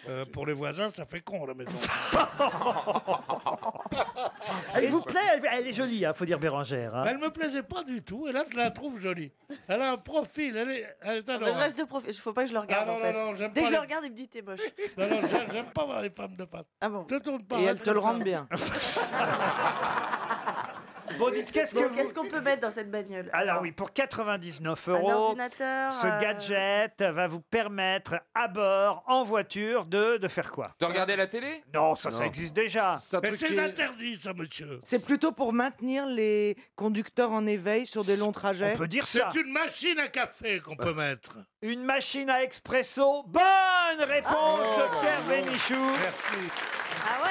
Speaker 4: Euh, pour les voisins, ça fait con à la maison.
Speaker 29: Ah,
Speaker 3: Elle vous plaît Elle, elle est jolie, il faut dire Bérangère.
Speaker 33: Ah.
Speaker 3: hein.
Speaker 4: Elle me plaisait pas du tout. Et là, je la trouve jolie. Elle a un profil. Elle est, elle est
Speaker 33: Ah, bah, je
Speaker 4: adorable.
Speaker 33: reste de profil. Faut pas que je le regarde.
Speaker 4: Ah,
Speaker 33: en
Speaker 4: non,
Speaker 33: fait.
Speaker 4: non, non, j'aime
Speaker 33: Dès que
Speaker 4: pas
Speaker 33: je le
Speaker 4: les-
Speaker 33: regarde, il me dit t'es moche.
Speaker 4: Non, non, j'aime- j'aime pas voir les femmes de face.
Speaker 33: Ah bon
Speaker 4: Te tourne pas.
Speaker 12: Et elle
Speaker 4: reste
Speaker 12: te le
Speaker 4: comme ça.
Speaker 12: rende bien.
Speaker 3: Bon, dites, qu'est-ce
Speaker 33: Bon,
Speaker 3: que vous-
Speaker 33: qu'est-ce qu'on peut mettre dans cette bagnole
Speaker 3: Alors oui, pour 99
Speaker 33: Un
Speaker 3: euros,
Speaker 33: ordinateur,
Speaker 3: ce
Speaker 33: euh,
Speaker 3: gadget va vous permettre à bord, en voiture, de, de faire quoi
Speaker 5: De regarder la télé
Speaker 3: Non, ça, ça
Speaker 5: Non.
Speaker 3: existe déjà.
Speaker 4: Mais c'est interdit, ça, monsieur.
Speaker 12: C'est plutôt pour maintenir les conducteurs en éveil sur des longs trajets.
Speaker 3: On peut dire ça.
Speaker 4: C'est une machine à café qu'on peut mettre.
Speaker 3: Une machine à expresso. Bonne réponse
Speaker 5: Ah. Oh.
Speaker 8: Ah
Speaker 3: de Pierre Bénichou.
Speaker 4: Merci.
Speaker 33: Ah ouais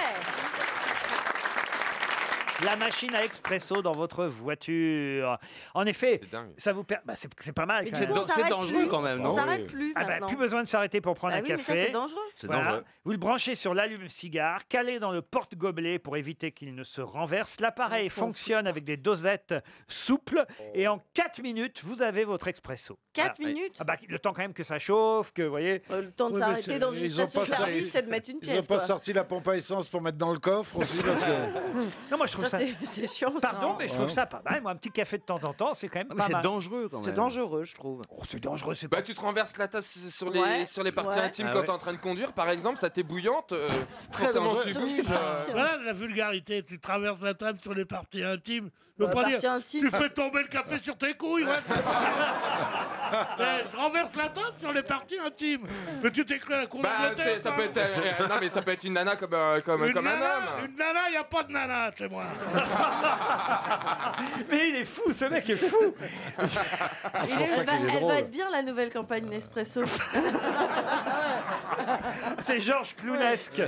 Speaker 3: la machine à expresso dans votre voiture. En effet, ça vous per- bah, c'est c'est pas mal.
Speaker 35: Mais
Speaker 3: quand
Speaker 35: c'est
Speaker 3: même.
Speaker 35: dan- c'est On s'arrête dangereux plus. quand même, On non s'arrête plus
Speaker 3: Ah bah,
Speaker 35: maintenant.
Speaker 3: plus besoin de s'arrêter pour prendre
Speaker 35: Bah
Speaker 3: un
Speaker 35: oui, mais ça,
Speaker 3: café.
Speaker 35: c'est dangereux. C'est dangereux.
Speaker 3: Vous le branchez sur l'allume-cigare, calé dans le porte-gobelet pour éviter qu'il ne se renverse. L'appareil fonctionne avec des dosettes souples et en 4 minutes, vous avez votre expresso.
Speaker 6: Quatre
Speaker 3: Voilà.
Speaker 6: minutes Euh,
Speaker 3: Ah bah, Le temps quand même que ça chauffe, que vous voyez.
Speaker 6: Le temps de
Speaker 3: Oui, mais
Speaker 6: s'arrêter
Speaker 3: c'est-
Speaker 6: dans une
Speaker 3: ils ont
Speaker 6: station
Speaker 3: pas ça,
Speaker 6: service
Speaker 3: ils-
Speaker 6: et de mettre une
Speaker 3: ils
Speaker 6: pièce.
Speaker 3: ont pas
Speaker 6: quoi.
Speaker 3: sorti-
Speaker 36: Sorti la pompe à essence pour mettre dans le coffre aussi parce que.
Speaker 3: Non, moi je trouve ça.
Speaker 6: c'est- C'est chiant. ça,
Speaker 3: Pardon,
Speaker 6: hein.
Speaker 3: mais je trouve ça pas mal. Moi, un petit café de temps en temps, c'est quand même
Speaker 36: Ah, mais
Speaker 3: pas
Speaker 36: c'est
Speaker 3: mal.
Speaker 36: dangereux, quand C'est même.
Speaker 3: dangereux, je trouve. c'est dangereux, c'est
Speaker 7: Bah, tu te renverses la tasse sur les,
Speaker 6: Ouais,
Speaker 7: sur les parties
Speaker 6: ouais.
Speaker 7: intimes
Speaker 6: Ah
Speaker 7: quand
Speaker 6: ouais.
Speaker 7: t'es en train de conduire, par exemple, ça t'est bouillante. euh,
Speaker 36: très
Speaker 7: forcément,
Speaker 36: dangereux.
Speaker 7: tu bouges. euh,
Speaker 4: Voilà de la vulgarité, tu traverses la table sur les parties intimes. Je veux
Speaker 6: Bah,
Speaker 4: pas
Speaker 6: parties
Speaker 4: dire,
Speaker 6: intimes.
Speaker 4: tu fais tomber le café sur tes couilles. ouais. Mais je renverse la tasse sur les parties intimes. Mais tu t'es cru à la cour
Speaker 7: Bah,
Speaker 4: d'Angleterre.
Speaker 7: c'est- ça
Speaker 4: toi
Speaker 7: peut être, euh, euh, non, mais ça peut être une nana comme, euh, comme,
Speaker 4: Une
Speaker 7: comme un
Speaker 4: nana,
Speaker 7: homme.
Speaker 4: une nana, y a pas de nana chez moi.
Speaker 3: Mais il est fou, ce mec est fou. Ah,
Speaker 6: Il est- elle va- elle va être bien la nouvelle campagne Nespresso.
Speaker 3: C'est Georges Clounesque.